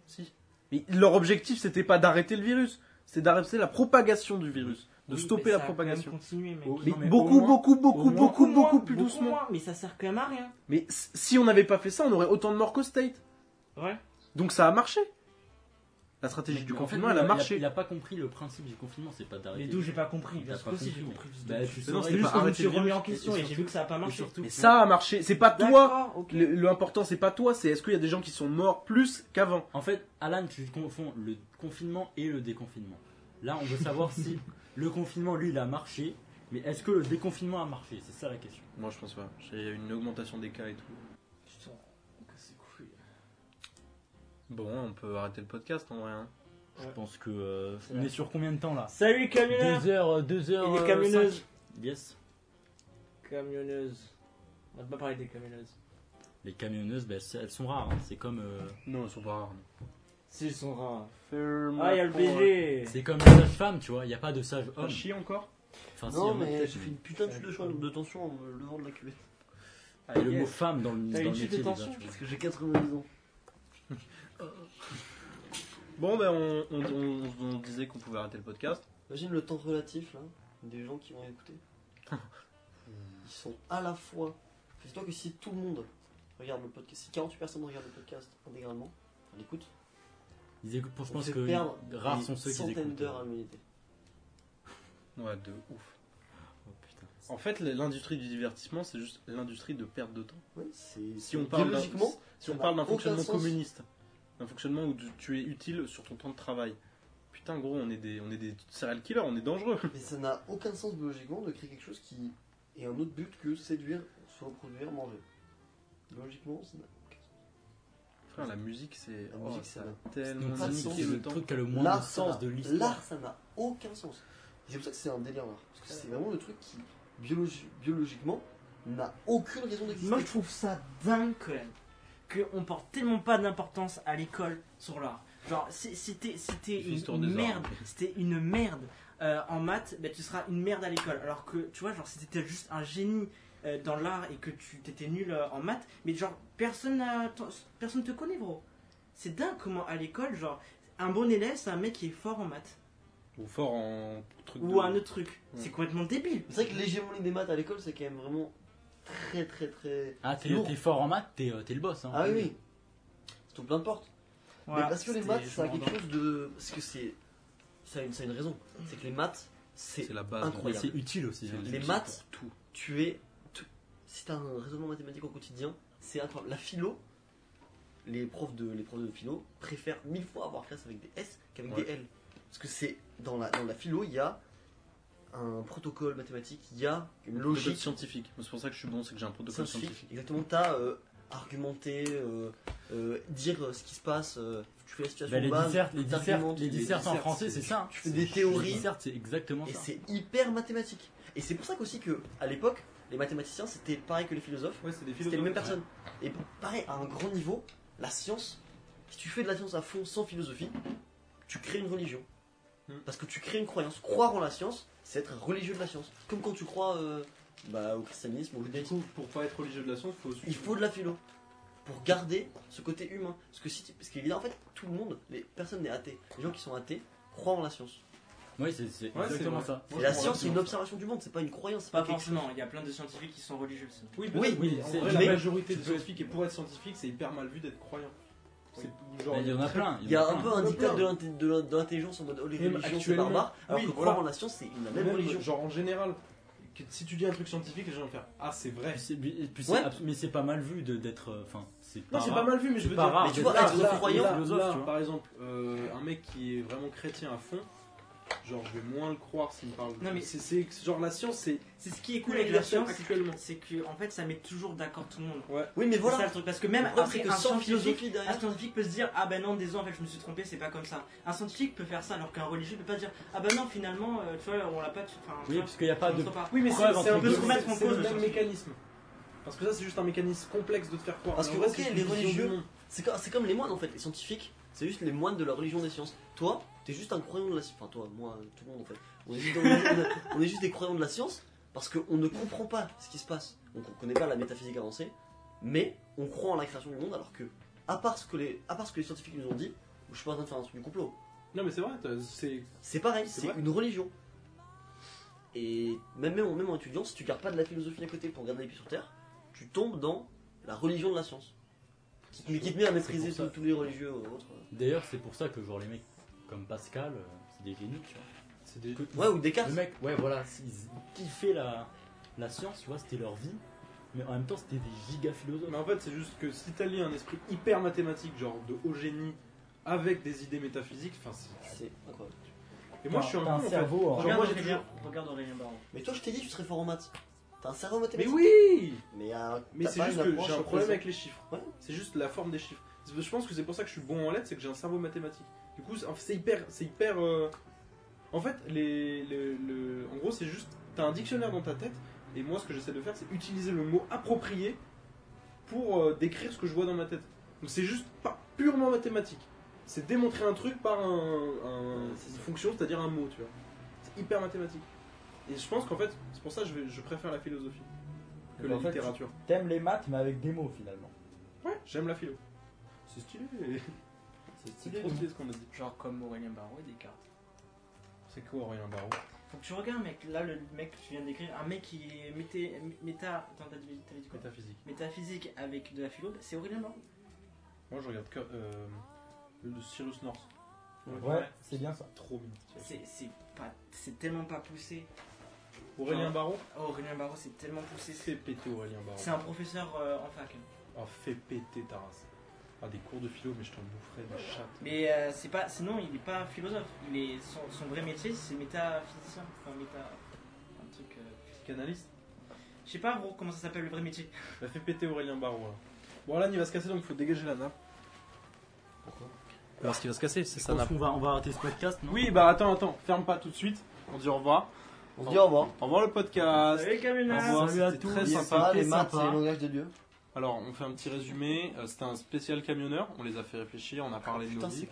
[SPEAKER 5] Mais leur objectif, c'était pas d'arrêter le virus, c'est d'arrêter la propagation du virus, de
[SPEAKER 3] Oui,
[SPEAKER 5] stopper
[SPEAKER 3] mais
[SPEAKER 5] la
[SPEAKER 3] ça a quand même
[SPEAKER 5] propagation.
[SPEAKER 3] continué, mec.
[SPEAKER 1] Oh,
[SPEAKER 5] Mais
[SPEAKER 1] non, mais
[SPEAKER 5] beaucoup,
[SPEAKER 1] au moins-
[SPEAKER 5] beaucoup,
[SPEAKER 1] au
[SPEAKER 5] beaucoup,
[SPEAKER 1] moins-
[SPEAKER 5] beaucoup,
[SPEAKER 3] moins,
[SPEAKER 5] beaucoup plus doucement.
[SPEAKER 3] moins, mais ça sert quand même à rien.
[SPEAKER 5] Mais s- si on n'avait pas fait ça, on aurait autant de morts qu'au State.
[SPEAKER 3] Ouais.
[SPEAKER 5] Donc ça a marché. La stratégie
[SPEAKER 1] Mec,
[SPEAKER 5] du
[SPEAKER 1] en
[SPEAKER 5] confinement,
[SPEAKER 1] fait,
[SPEAKER 5] elle a
[SPEAKER 1] il
[SPEAKER 5] marché.
[SPEAKER 1] Il a pas compris le principe du confinement, c'est pas d'arrêter.
[SPEAKER 3] Mais d'où j'ai pas compris, bien
[SPEAKER 1] Ah, T'as
[SPEAKER 3] sûr
[SPEAKER 1] pas
[SPEAKER 3] que si j'ai
[SPEAKER 1] compris.
[SPEAKER 3] compris.
[SPEAKER 1] Bah, tu
[SPEAKER 5] Mais non,
[SPEAKER 1] saurais-
[SPEAKER 5] c'était
[SPEAKER 3] C'est juste
[SPEAKER 5] pas
[SPEAKER 3] que je me
[SPEAKER 5] arrêter
[SPEAKER 3] suis
[SPEAKER 5] le virus,
[SPEAKER 3] remis en question
[SPEAKER 1] et
[SPEAKER 3] et j'ai vu que ça a pas
[SPEAKER 1] Et
[SPEAKER 3] marché.
[SPEAKER 1] surtout,
[SPEAKER 5] Mais ça a marché. C'est pas toi.
[SPEAKER 3] D'accord, ok.
[SPEAKER 5] Le, le important, c'est pas toi, c'est est-ce qu'il y a des gens qui sont morts plus qu'avant.
[SPEAKER 1] En fait, Alan, tu confonds le confinement et le déconfinement. Là, on veut savoir si le confinement, lui, il a marché, mais est-ce que le déconfinement a marché C'est ça la question.
[SPEAKER 5] Moi, je pense pas. J'ai une augmentation des cas et tout.
[SPEAKER 3] Putain, casse les couilles.
[SPEAKER 5] Bon, on peut arrêter le podcast en vrai. hein.
[SPEAKER 1] Je pense que. euh, on est sur combien de temps là
[SPEAKER 3] Salut les camionneurs
[SPEAKER 1] 2h, 2h.
[SPEAKER 3] Et les camionneuses
[SPEAKER 1] Yes.
[SPEAKER 3] Camionneuses. On va pas parler des camionneuses.
[SPEAKER 1] Les camionneuses, ben, elles sont rares. hein. C'est comme. euh,
[SPEAKER 5] Non, ils sont pas rares.
[SPEAKER 3] Si, ils sont rares.
[SPEAKER 5] Ferme
[SPEAKER 3] Ah,
[SPEAKER 5] la
[SPEAKER 3] y'a le
[SPEAKER 5] porte.
[SPEAKER 3] BG
[SPEAKER 1] C'est comme les sages-femmes, tu vois. Il n'y a pas de
[SPEAKER 5] T'as
[SPEAKER 1] sages-hommes.
[SPEAKER 5] chié encore
[SPEAKER 1] Enfin, si, il y en
[SPEAKER 4] Non,
[SPEAKER 1] a
[SPEAKER 4] mais
[SPEAKER 1] peut-être,
[SPEAKER 4] j'ai fait une putain de chute de choix de tension en me levant de la cuvette.
[SPEAKER 1] Et le mot femme dans le, dans
[SPEAKER 3] T'as une
[SPEAKER 1] le
[SPEAKER 3] chute
[SPEAKER 1] métier déjà,
[SPEAKER 3] de tension
[SPEAKER 1] tu vois.
[SPEAKER 4] Parce que j'ai 90 ans.
[SPEAKER 5] Bon, ben on, on- on- on- on disait qu'on pouvait arrêter le podcast.
[SPEAKER 4] Imagine le temps relatif là, des gens qui vont écouter. Ils sont à la fois. Fais-toi que si tout le monde regarde le podcast, si 48 personnes regardent le podcast intégralement, enfin l'écoute,
[SPEAKER 1] Ils écoutent, je
[SPEAKER 4] on
[SPEAKER 1] pense
[SPEAKER 4] fait perdre
[SPEAKER 1] que rares
[SPEAKER 4] des
[SPEAKER 1] sont ceux qui
[SPEAKER 4] centaines
[SPEAKER 1] écoutent.
[SPEAKER 4] d'heures à l'humanité.
[SPEAKER 5] Ouais, de ouf.
[SPEAKER 1] Oh, putain.
[SPEAKER 5] En fait, l'industrie du divertissement, c'est juste l'industrie de perte de temps.
[SPEAKER 4] Ouais, c'est
[SPEAKER 5] Si on parle d'un
[SPEAKER 4] biologiquement,
[SPEAKER 5] si on
[SPEAKER 4] ça
[SPEAKER 5] parle
[SPEAKER 4] n'a
[SPEAKER 5] d'un
[SPEAKER 4] aucun
[SPEAKER 5] fonctionnement
[SPEAKER 4] sens.
[SPEAKER 5] communiste, d'un fonctionnement où tu- tu es utile sur ton temps de travail. Putain, gros, on est des, on est des serial killers, on est dangereux.
[SPEAKER 4] Mais ça n'a aucun sens biologiquement de créer quelque chose qui ait un autre but que séduire, se reproduire, manger. Biologiquement, ça n'a aucun sens.
[SPEAKER 5] Frère, la musique, c'est.
[SPEAKER 4] La
[SPEAKER 5] oh,
[SPEAKER 4] musique, ça
[SPEAKER 5] ça a
[SPEAKER 1] Donc,
[SPEAKER 5] tellement
[SPEAKER 4] pas de
[SPEAKER 1] c'est
[SPEAKER 4] sens.
[SPEAKER 5] niqué
[SPEAKER 1] le
[SPEAKER 5] le temps.
[SPEAKER 1] truc qui a le moins de
[SPEAKER 4] ça
[SPEAKER 1] sens
[SPEAKER 4] n'a-
[SPEAKER 1] de l'histoire.
[SPEAKER 4] L'art, ça n'a aucun sens. Et C'est pour ça que c'est un délire l'art. Parce que c'est vraiment le truc qui, biologi- biologiquement, n'a aucune raison d'exister.
[SPEAKER 3] Moi je trouve ça dingue quand même qu'on porte tellement pas d'importance à l'école sur l'art. Genre si, si t'es si t'es
[SPEAKER 5] Il fait l'histoire
[SPEAKER 3] une
[SPEAKER 5] des arts.
[SPEAKER 3] merde, si t'es une merde euh, en maths, ben, tu seras une merde à l'école. Alors que tu vois genre si t'étais juste un génie euh, dans l'art et que tu t'étais nul euh, en maths, mais genre personne n'a- t'en- personne te connaît bro. C'est dingue comment à l'école genre un bon élève c'est un mec qui est fort en maths
[SPEAKER 5] Ou fort en truc de-
[SPEAKER 3] ou un autre truc.
[SPEAKER 5] Ouais.
[SPEAKER 3] C'est complètement débile.
[SPEAKER 4] C'est vrai que l'hégémonie des maths à l'école, c'est quand même vraiment très très très.
[SPEAKER 1] Ah, t'es
[SPEAKER 4] lourd.
[SPEAKER 1] t'es fort en maths, t'es euh, t'es le boss. hein.
[SPEAKER 4] Ah oui, oui. C'est tout plein de portes.
[SPEAKER 3] Voilà,
[SPEAKER 4] Mais parce que les
[SPEAKER 3] c'était-
[SPEAKER 4] maths,
[SPEAKER 3] je
[SPEAKER 4] ça a
[SPEAKER 3] me
[SPEAKER 4] quelque
[SPEAKER 3] rends
[SPEAKER 4] chose de. Parce que c'est. Ça a une, ça a une raison. C'est que les maths, c'est.
[SPEAKER 5] C'est la base.
[SPEAKER 1] Et
[SPEAKER 4] incroyable.
[SPEAKER 1] C'est utile aussi. hein.
[SPEAKER 4] Les maths, tout. Tu es. tout- Si t'as un raisonnement mathématique au quotidien, c'est incroyable. La philo, les profs, de, les profs de philo préfèrent mille fois avoir classe avec des S qu'avec
[SPEAKER 5] Ouais.
[SPEAKER 4] des L. Parce que c'est. Dans la, dans la philo, il y a un protocole mathématique, il y a une
[SPEAKER 5] Logique
[SPEAKER 4] logique.
[SPEAKER 5] scientifique. C'est pour ça que je suis bon, c'est que j'ai un protocole
[SPEAKER 4] scientifique.
[SPEAKER 5] scientifique.
[SPEAKER 4] Exactement, t'as euh, argumenté, euh, euh, dire euh, ce qui se passe, euh, tu fais la situation
[SPEAKER 1] Bah, les
[SPEAKER 4] de base,
[SPEAKER 1] dissertes, les
[SPEAKER 4] t'argumentes,
[SPEAKER 1] dissertes, les
[SPEAKER 4] tu-
[SPEAKER 1] dissertes en français, c'est ça. hein.
[SPEAKER 4] tu fais des théories,
[SPEAKER 1] Les dissertes, c'est exactement
[SPEAKER 4] et
[SPEAKER 1] ça.
[SPEAKER 4] c'est hyper mathématique. Et c'est pour ça qu'aussi que à l'époque, les mathématiciens c'était pareil que les philosophes.
[SPEAKER 5] Ouais, c'est des
[SPEAKER 4] C'était les
[SPEAKER 5] philosophes,
[SPEAKER 4] mêmes personnes. Et pareil, à un grand niveau, la science, si tu fais de la science à fond sans philosophie, tu crées une religion.
[SPEAKER 15] Hmm.
[SPEAKER 4] Parce que tu crées une croyance. Croire en la science, c'est être religieux de la science. Comme quand tu crois euh, bah, au christianisme, au
[SPEAKER 5] Du
[SPEAKER 4] judaïsme.
[SPEAKER 5] coup, pour pas être religieux de la science, faut aussi.
[SPEAKER 4] Il faut de la philo pour garder ce côté humain. Parce que si tu- parce qu'évidemment, en fait, tout le monde, les personnes n'est athée. Les gens qui sont athées croient en la science.
[SPEAKER 1] Oui, c'est c'est
[SPEAKER 5] Ouais,
[SPEAKER 1] exactement
[SPEAKER 5] c'est vrai.
[SPEAKER 1] ça.
[SPEAKER 5] Moi,
[SPEAKER 4] Et
[SPEAKER 5] je
[SPEAKER 4] la
[SPEAKER 5] crois
[SPEAKER 4] science,
[SPEAKER 5] en
[SPEAKER 4] c'est une observation du monde, c'est pas une croyance. c'est
[SPEAKER 3] Pas
[SPEAKER 4] quelque
[SPEAKER 3] forcément, il y a plein de scientifiques qui sont religieux aussi.
[SPEAKER 5] Oui,
[SPEAKER 4] Oui,
[SPEAKER 5] oui, oui.
[SPEAKER 1] c'est-
[SPEAKER 5] En vrai,
[SPEAKER 4] mais-
[SPEAKER 5] la majorité des scientifiques, et pour être scientifique, c'est hyper mal vu d'être croyant. C'est genre.
[SPEAKER 1] Bah, Il y en a
[SPEAKER 5] très-
[SPEAKER 1] plein.
[SPEAKER 4] Il y a
[SPEAKER 1] en
[SPEAKER 4] un peu
[SPEAKER 1] plein.
[SPEAKER 4] un
[SPEAKER 5] Plein.
[SPEAKER 4] dictat de l'inté- de l'in- de l'intelligence en mode oh, les
[SPEAKER 5] Même
[SPEAKER 4] religions c'est
[SPEAKER 5] actuellement.
[SPEAKER 4] barbare, alors
[SPEAKER 5] Oui,
[SPEAKER 4] que
[SPEAKER 5] voilà.
[SPEAKER 4] croire en la science c'est la même
[SPEAKER 5] Même,
[SPEAKER 4] religion.
[SPEAKER 5] Genre en général, que si tu dis un truc scientifique, les gens vont faire Ah, c'est vrai.
[SPEAKER 1] Puis c'est- puis- puis
[SPEAKER 4] Ouais.
[SPEAKER 1] c'est abs- Mais c'est pas mal vu de- d'être. euh, Enfin, c'est pas.
[SPEAKER 5] Non, c'est
[SPEAKER 1] rare.
[SPEAKER 5] pas mal vu, mais je
[SPEAKER 1] C'est
[SPEAKER 5] veux
[SPEAKER 1] pas
[SPEAKER 5] dire.
[SPEAKER 1] rare
[SPEAKER 4] Mais tu
[SPEAKER 1] d'être-
[SPEAKER 4] vois, être
[SPEAKER 1] d'être
[SPEAKER 4] croyant,
[SPEAKER 1] philosophe,
[SPEAKER 5] là,
[SPEAKER 1] tu
[SPEAKER 5] là,
[SPEAKER 1] vois.
[SPEAKER 5] par exemple, euh, un mec qui est vraiment chrétien à fond, genre je vais moins le croire s'il me parle.
[SPEAKER 3] Non, mais-
[SPEAKER 5] c'est, c'est- genre la science, c'est
[SPEAKER 3] C'est ce qui est cool avec la science,
[SPEAKER 5] actuellement.
[SPEAKER 3] c'est que en fait ça met toujours d'accord tout le monde.
[SPEAKER 4] Oui, mais
[SPEAKER 3] C'est ça
[SPEAKER 4] voilà.
[SPEAKER 3] le truc, parce que
[SPEAKER 4] Le
[SPEAKER 3] même
[SPEAKER 4] problème, c'est
[SPEAKER 3] après
[SPEAKER 4] que
[SPEAKER 3] un
[SPEAKER 4] sans
[SPEAKER 3] scientifique,
[SPEAKER 4] philosophie
[SPEAKER 3] un
[SPEAKER 4] derrière.
[SPEAKER 3] scientifique peut se dire ah ben non désolé en fait je me suis trompé c'est pas comme ça. Un scientifique peut faire ça alors qu'un religieux peut pas dire ah ben non finalement euh, tu vois on l'a pas tu- enfin tu
[SPEAKER 1] Oui,
[SPEAKER 3] vois,
[SPEAKER 1] parce qu'il n'y a pas
[SPEAKER 3] on
[SPEAKER 1] de.
[SPEAKER 3] se trompe
[SPEAKER 5] Oui, mais
[SPEAKER 1] Preuve,
[SPEAKER 5] c'est,
[SPEAKER 1] entre
[SPEAKER 5] c'est un peu
[SPEAKER 1] guillemets.
[SPEAKER 5] se remettre en
[SPEAKER 3] C'est
[SPEAKER 5] cause
[SPEAKER 3] le
[SPEAKER 5] le
[SPEAKER 3] même
[SPEAKER 5] mécanisme. Parce que ça, c'est juste un mécanisme complexe de te faire croire.
[SPEAKER 4] Parce
[SPEAKER 5] Mais
[SPEAKER 4] que,
[SPEAKER 5] en vrai,
[SPEAKER 4] ok,
[SPEAKER 5] c'est une
[SPEAKER 4] les
[SPEAKER 5] vision du
[SPEAKER 4] religieux-
[SPEAKER 5] monde.
[SPEAKER 4] C'est co- c'est comme les moines en fait, les scientifiques, c'est juste les moines de la religion des sciences. Toi, t'es juste un croyant de la science. Enfin, toi, moi, tout le monde en fait. On est juste, on est- on est juste des croyants de la science parce qu'on ne comprend pas ce qui se passe. Donc on connaît pas la métaphysique avancée, mais on croit en la création du monde alors que, à part ce que les, à part ce que les scientifiques nous ont dit, je suis pas en train de faire un truc du complot.
[SPEAKER 5] Non, mais c'est vrai, t'as- c'est.
[SPEAKER 4] C'est pareil,
[SPEAKER 5] C'est
[SPEAKER 4] c'est
[SPEAKER 5] vrai.
[SPEAKER 4] une religion. Et même, même, en- même en étudiant, si tu gardes pas de la philosophie à côté pour garder les pieds sur terre, tu tombes dans la religion de la science. Qui te, qui te met à maîtriser
[SPEAKER 1] pour ça.
[SPEAKER 4] tous- tous les religieux ou autres.
[SPEAKER 1] D'ailleurs, c'est pour ça que, genre, les mecs comme Pascal, euh, c'est des génies, tu vois.
[SPEAKER 5] c'est des...
[SPEAKER 1] Que-
[SPEAKER 4] Ouais, ou Descartes.
[SPEAKER 1] Le mec, ouais, voilà, ils kiffaient la, la science, tu vois, c'était leur vie, mais en même temps, c'était des giga philosophes.
[SPEAKER 5] Mais en fait, c'est juste que si t'as lié un esprit hyper mathématique, genre de haut génie, avec des idées métaphysiques, enfin, c'est.
[SPEAKER 4] C'est incroyable.
[SPEAKER 5] Et moi, je suis un peu. en fait.
[SPEAKER 1] cerveau.
[SPEAKER 5] Genre,
[SPEAKER 3] Regarde
[SPEAKER 5] moi, j'ai
[SPEAKER 3] Aurélien, regarde Aurélien Baron.
[SPEAKER 4] Mais toi, je t'ai dit, tu serais fort en maths. T'as un cerveau
[SPEAKER 5] Mais
[SPEAKER 4] mathématique.
[SPEAKER 5] oui
[SPEAKER 4] Mais, euh,
[SPEAKER 5] Mais
[SPEAKER 4] t'as
[SPEAKER 5] c'est
[SPEAKER 4] pas
[SPEAKER 5] juste
[SPEAKER 4] une
[SPEAKER 5] que
[SPEAKER 4] approche
[SPEAKER 5] j'ai un problème
[SPEAKER 4] présente.
[SPEAKER 5] avec les chiffres.
[SPEAKER 4] Ouais.
[SPEAKER 5] C'est juste la forme des chiffres. C'est- Je pense que c'est pour ça que je suis bon en lettres, c'est que j'ai un cerveau mathématique. Du coup, c'est- c'est hyper. C'est hyper euh, En fait, les, les- le- en gros, c'est juste. T'as un dictionnaire dans ta tête, et moi, ce que j'essaie de faire, c'est utiliser le mot approprié pour euh, décrire ce que je vois dans ma tête. Donc, c'est juste pas purement mathématique. C'est démontrer un truc par un, un- une fonction, c'est-à-dire un mot, tu vois. C'est hyper mathématique. Et je pense qu'en fait, c'est pour ça que je, vais- je préfère la philosophie que
[SPEAKER 1] Mais
[SPEAKER 5] la
[SPEAKER 1] ben, en fait,
[SPEAKER 5] littérature.
[SPEAKER 1] T'aimes les maths, mais avec des mots, finalement.
[SPEAKER 5] Ouais, j'aime la philo. C'est stylé.
[SPEAKER 1] C'est
[SPEAKER 5] C'est trop stylé ce qu'on a dit.
[SPEAKER 3] Genre comme Aurélien Barreau et Descartes.
[SPEAKER 5] C'est quoi Aurélien Barreau
[SPEAKER 3] Faut que tu regardes mec, là le mec que tu viens de décrire, un mec qui est mété- méta, attends, t'as dit, t'as dit quoi
[SPEAKER 5] Métaphysique.
[SPEAKER 3] Métaphysique avec de la philo, bah, c'est Aurélien Baron.
[SPEAKER 5] Moi je regarde que euh, le Cyrus North.
[SPEAKER 1] c'est bien ça.
[SPEAKER 5] Trop mignon.
[SPEAKER 3] C'est c'est pas, c'est tellement pas poussé.
[SPEAKER 5] Aurélien
[SPEAKER 3] Genre-
[SPEAKER 5] Barreau
[SPEAKER 3] Aurélien Barreau Oh, c'est tellement poussé. c'est-
[SPEAKER 5] Fais péter Aurélien Barreau.
[SPEAKER 3] C'est un professeur euh, en fac.
[SPEAKER 5] Oh, fais péter ta race. Ah, des cours de philo, mais je t'en boufferais des chattes.
[SPEAKER 3] Mais euh, c'est pas, sinon il n'est pas philosophe. Il est son, son vrai métier c'est métaphysicien, enfin méta, un truc. euh,
[SPEAKER 5] Psychanalyste
[SPEAKER 3] je sais pas gros comment ça s'appelle le vrai métier.
[SPEAKER 5] Bah, fais péter Aurélien Barreau là. Bon, Alan il va se casser donc il faut dégager la nappe.
[SPEAKER 4] Pourquoi
[SPEAKER 15] Parce qu'il va se casser, c'est
[SPEAKER 1] Je pense qu'on va, on va arrêter ce podcast, non
[SPEAKER 5] Oui, bah attends, attends, ferme pas tout de suite. On dit au revoir.
[SPEAKER 4] On se dit au revoir.
[SPEAKER 5] Au revoir le podcast.
[SPEAKER 3] Salut Camilla.
[SPEAKER 5] Au revoir,
[SPEAKER 1] Salut à
[SPEAKER 5] c'était
[SPEAKER 1] tous.
[SPEAKER 5] Très
[SPEAKER 4] N'oubliez
[SPEAKER 5] sympa.
[SPEAKER 4] pas,
[SPEAKER 1] très
[SPEAKER 4] les maths,
[SPEAKER 1] sympa.
[SPEAKER 4] c'est le langage de Dieu.
[SPEAKER 5] Alors, on fait un petit résumé. Euh, C'était un spécial camionneur. On les a fait réfléchir. On a parlé de nos
[SPEAKER 4] Oh, Putain,
[SPEAKER 5] vies.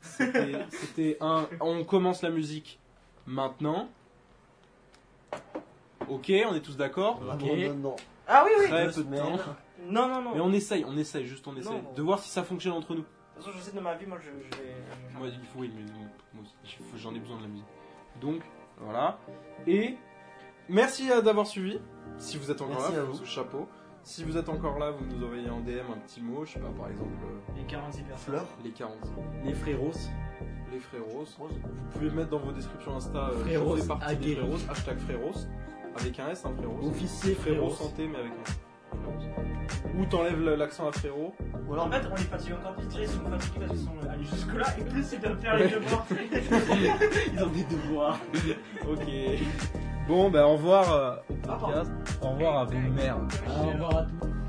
[SPEAKER 4] c'est clair.
[SPEAKER 5] C'était- C'était un. On commence la musique maintenant. Ok, on est tous d'accord.
[SPEAKER 4] On abandonne, non.
[SPEAKER 3] Ah oui oui.
[SPEAKER 5] Très
[SPEAKER 4] Deux
[SPEAKER 5] peu de temps.
[SPEAKER 4] semaines.
[SPEAKER 3] Non non non.
[SPEAKER 5] Mais on essaye, on essaye, juste on essaye.
[SPEAKER 3] Non.
[SPEAKER 5] De voir si ça fonctionne entre nous.
[SPEAKER 3] De toute façon je sais de ma vie moi je, je vais.
[SPEAKER 5] Moi, il faut, oui, mais non, moi aussi, il faut- j'en ai besoin de la musique. Donc, voilà. Et merci euh, d'avoir suivi. Si vous êtes encore
[SPEAKER 4] Merci
[SPEAKER 5] là,
[SPEAKER 4] à
[SPEAKER 5] vous
[SPEAKER 4] vous.
[SPEAKER 5] sous le chapeau. Si vous êtes encore là, vous nous envoyez en DM un petit mot. Je sais pas, par exemple, euh,
[SPEAKER 3] Les 46 personnes.
[SPEAKER 4] Fleur.
[SPEAKER 5] les 40,
[SPEAKER 1] Les frérots,
[SPEAKER 5] les frérots. Vous pouvez mettre dans vos descriptions Insta euh,
[SPEAKER 1] Fréros
[SPEAKER 5] je fais partie des
[SPEAKER 1] aguerris.
[SPEAKER 5] fréros, hashtag fréros, avec un S, un fréros.
[SPEAKER 1] officiers
[SPEAKER 5] Frérot
[SPEAKER 1] frérots.
[SPEAKER 5] santé, mais avec un S. Fréros. Ou t'enlèves le- l'accent à frérot.
[SPEAKER 4] Ou alors,
[SPEAKER 3] En fait on les fatigue encore plus, ils sont fatigués parce qu'ils sont allés jusque là et plus ils doivent faire les devoirs.
[SPEAKER 1] Ils ont des devoirs.
[SPEAKER 5] Ok. Bon, bah, au revoir euh, au
[SPEAKER 3] Ah, pardon.
[SPEAKER 5] podcast. Au revoir à vos mères.
[SPEAKER 1] Au revoir à tous.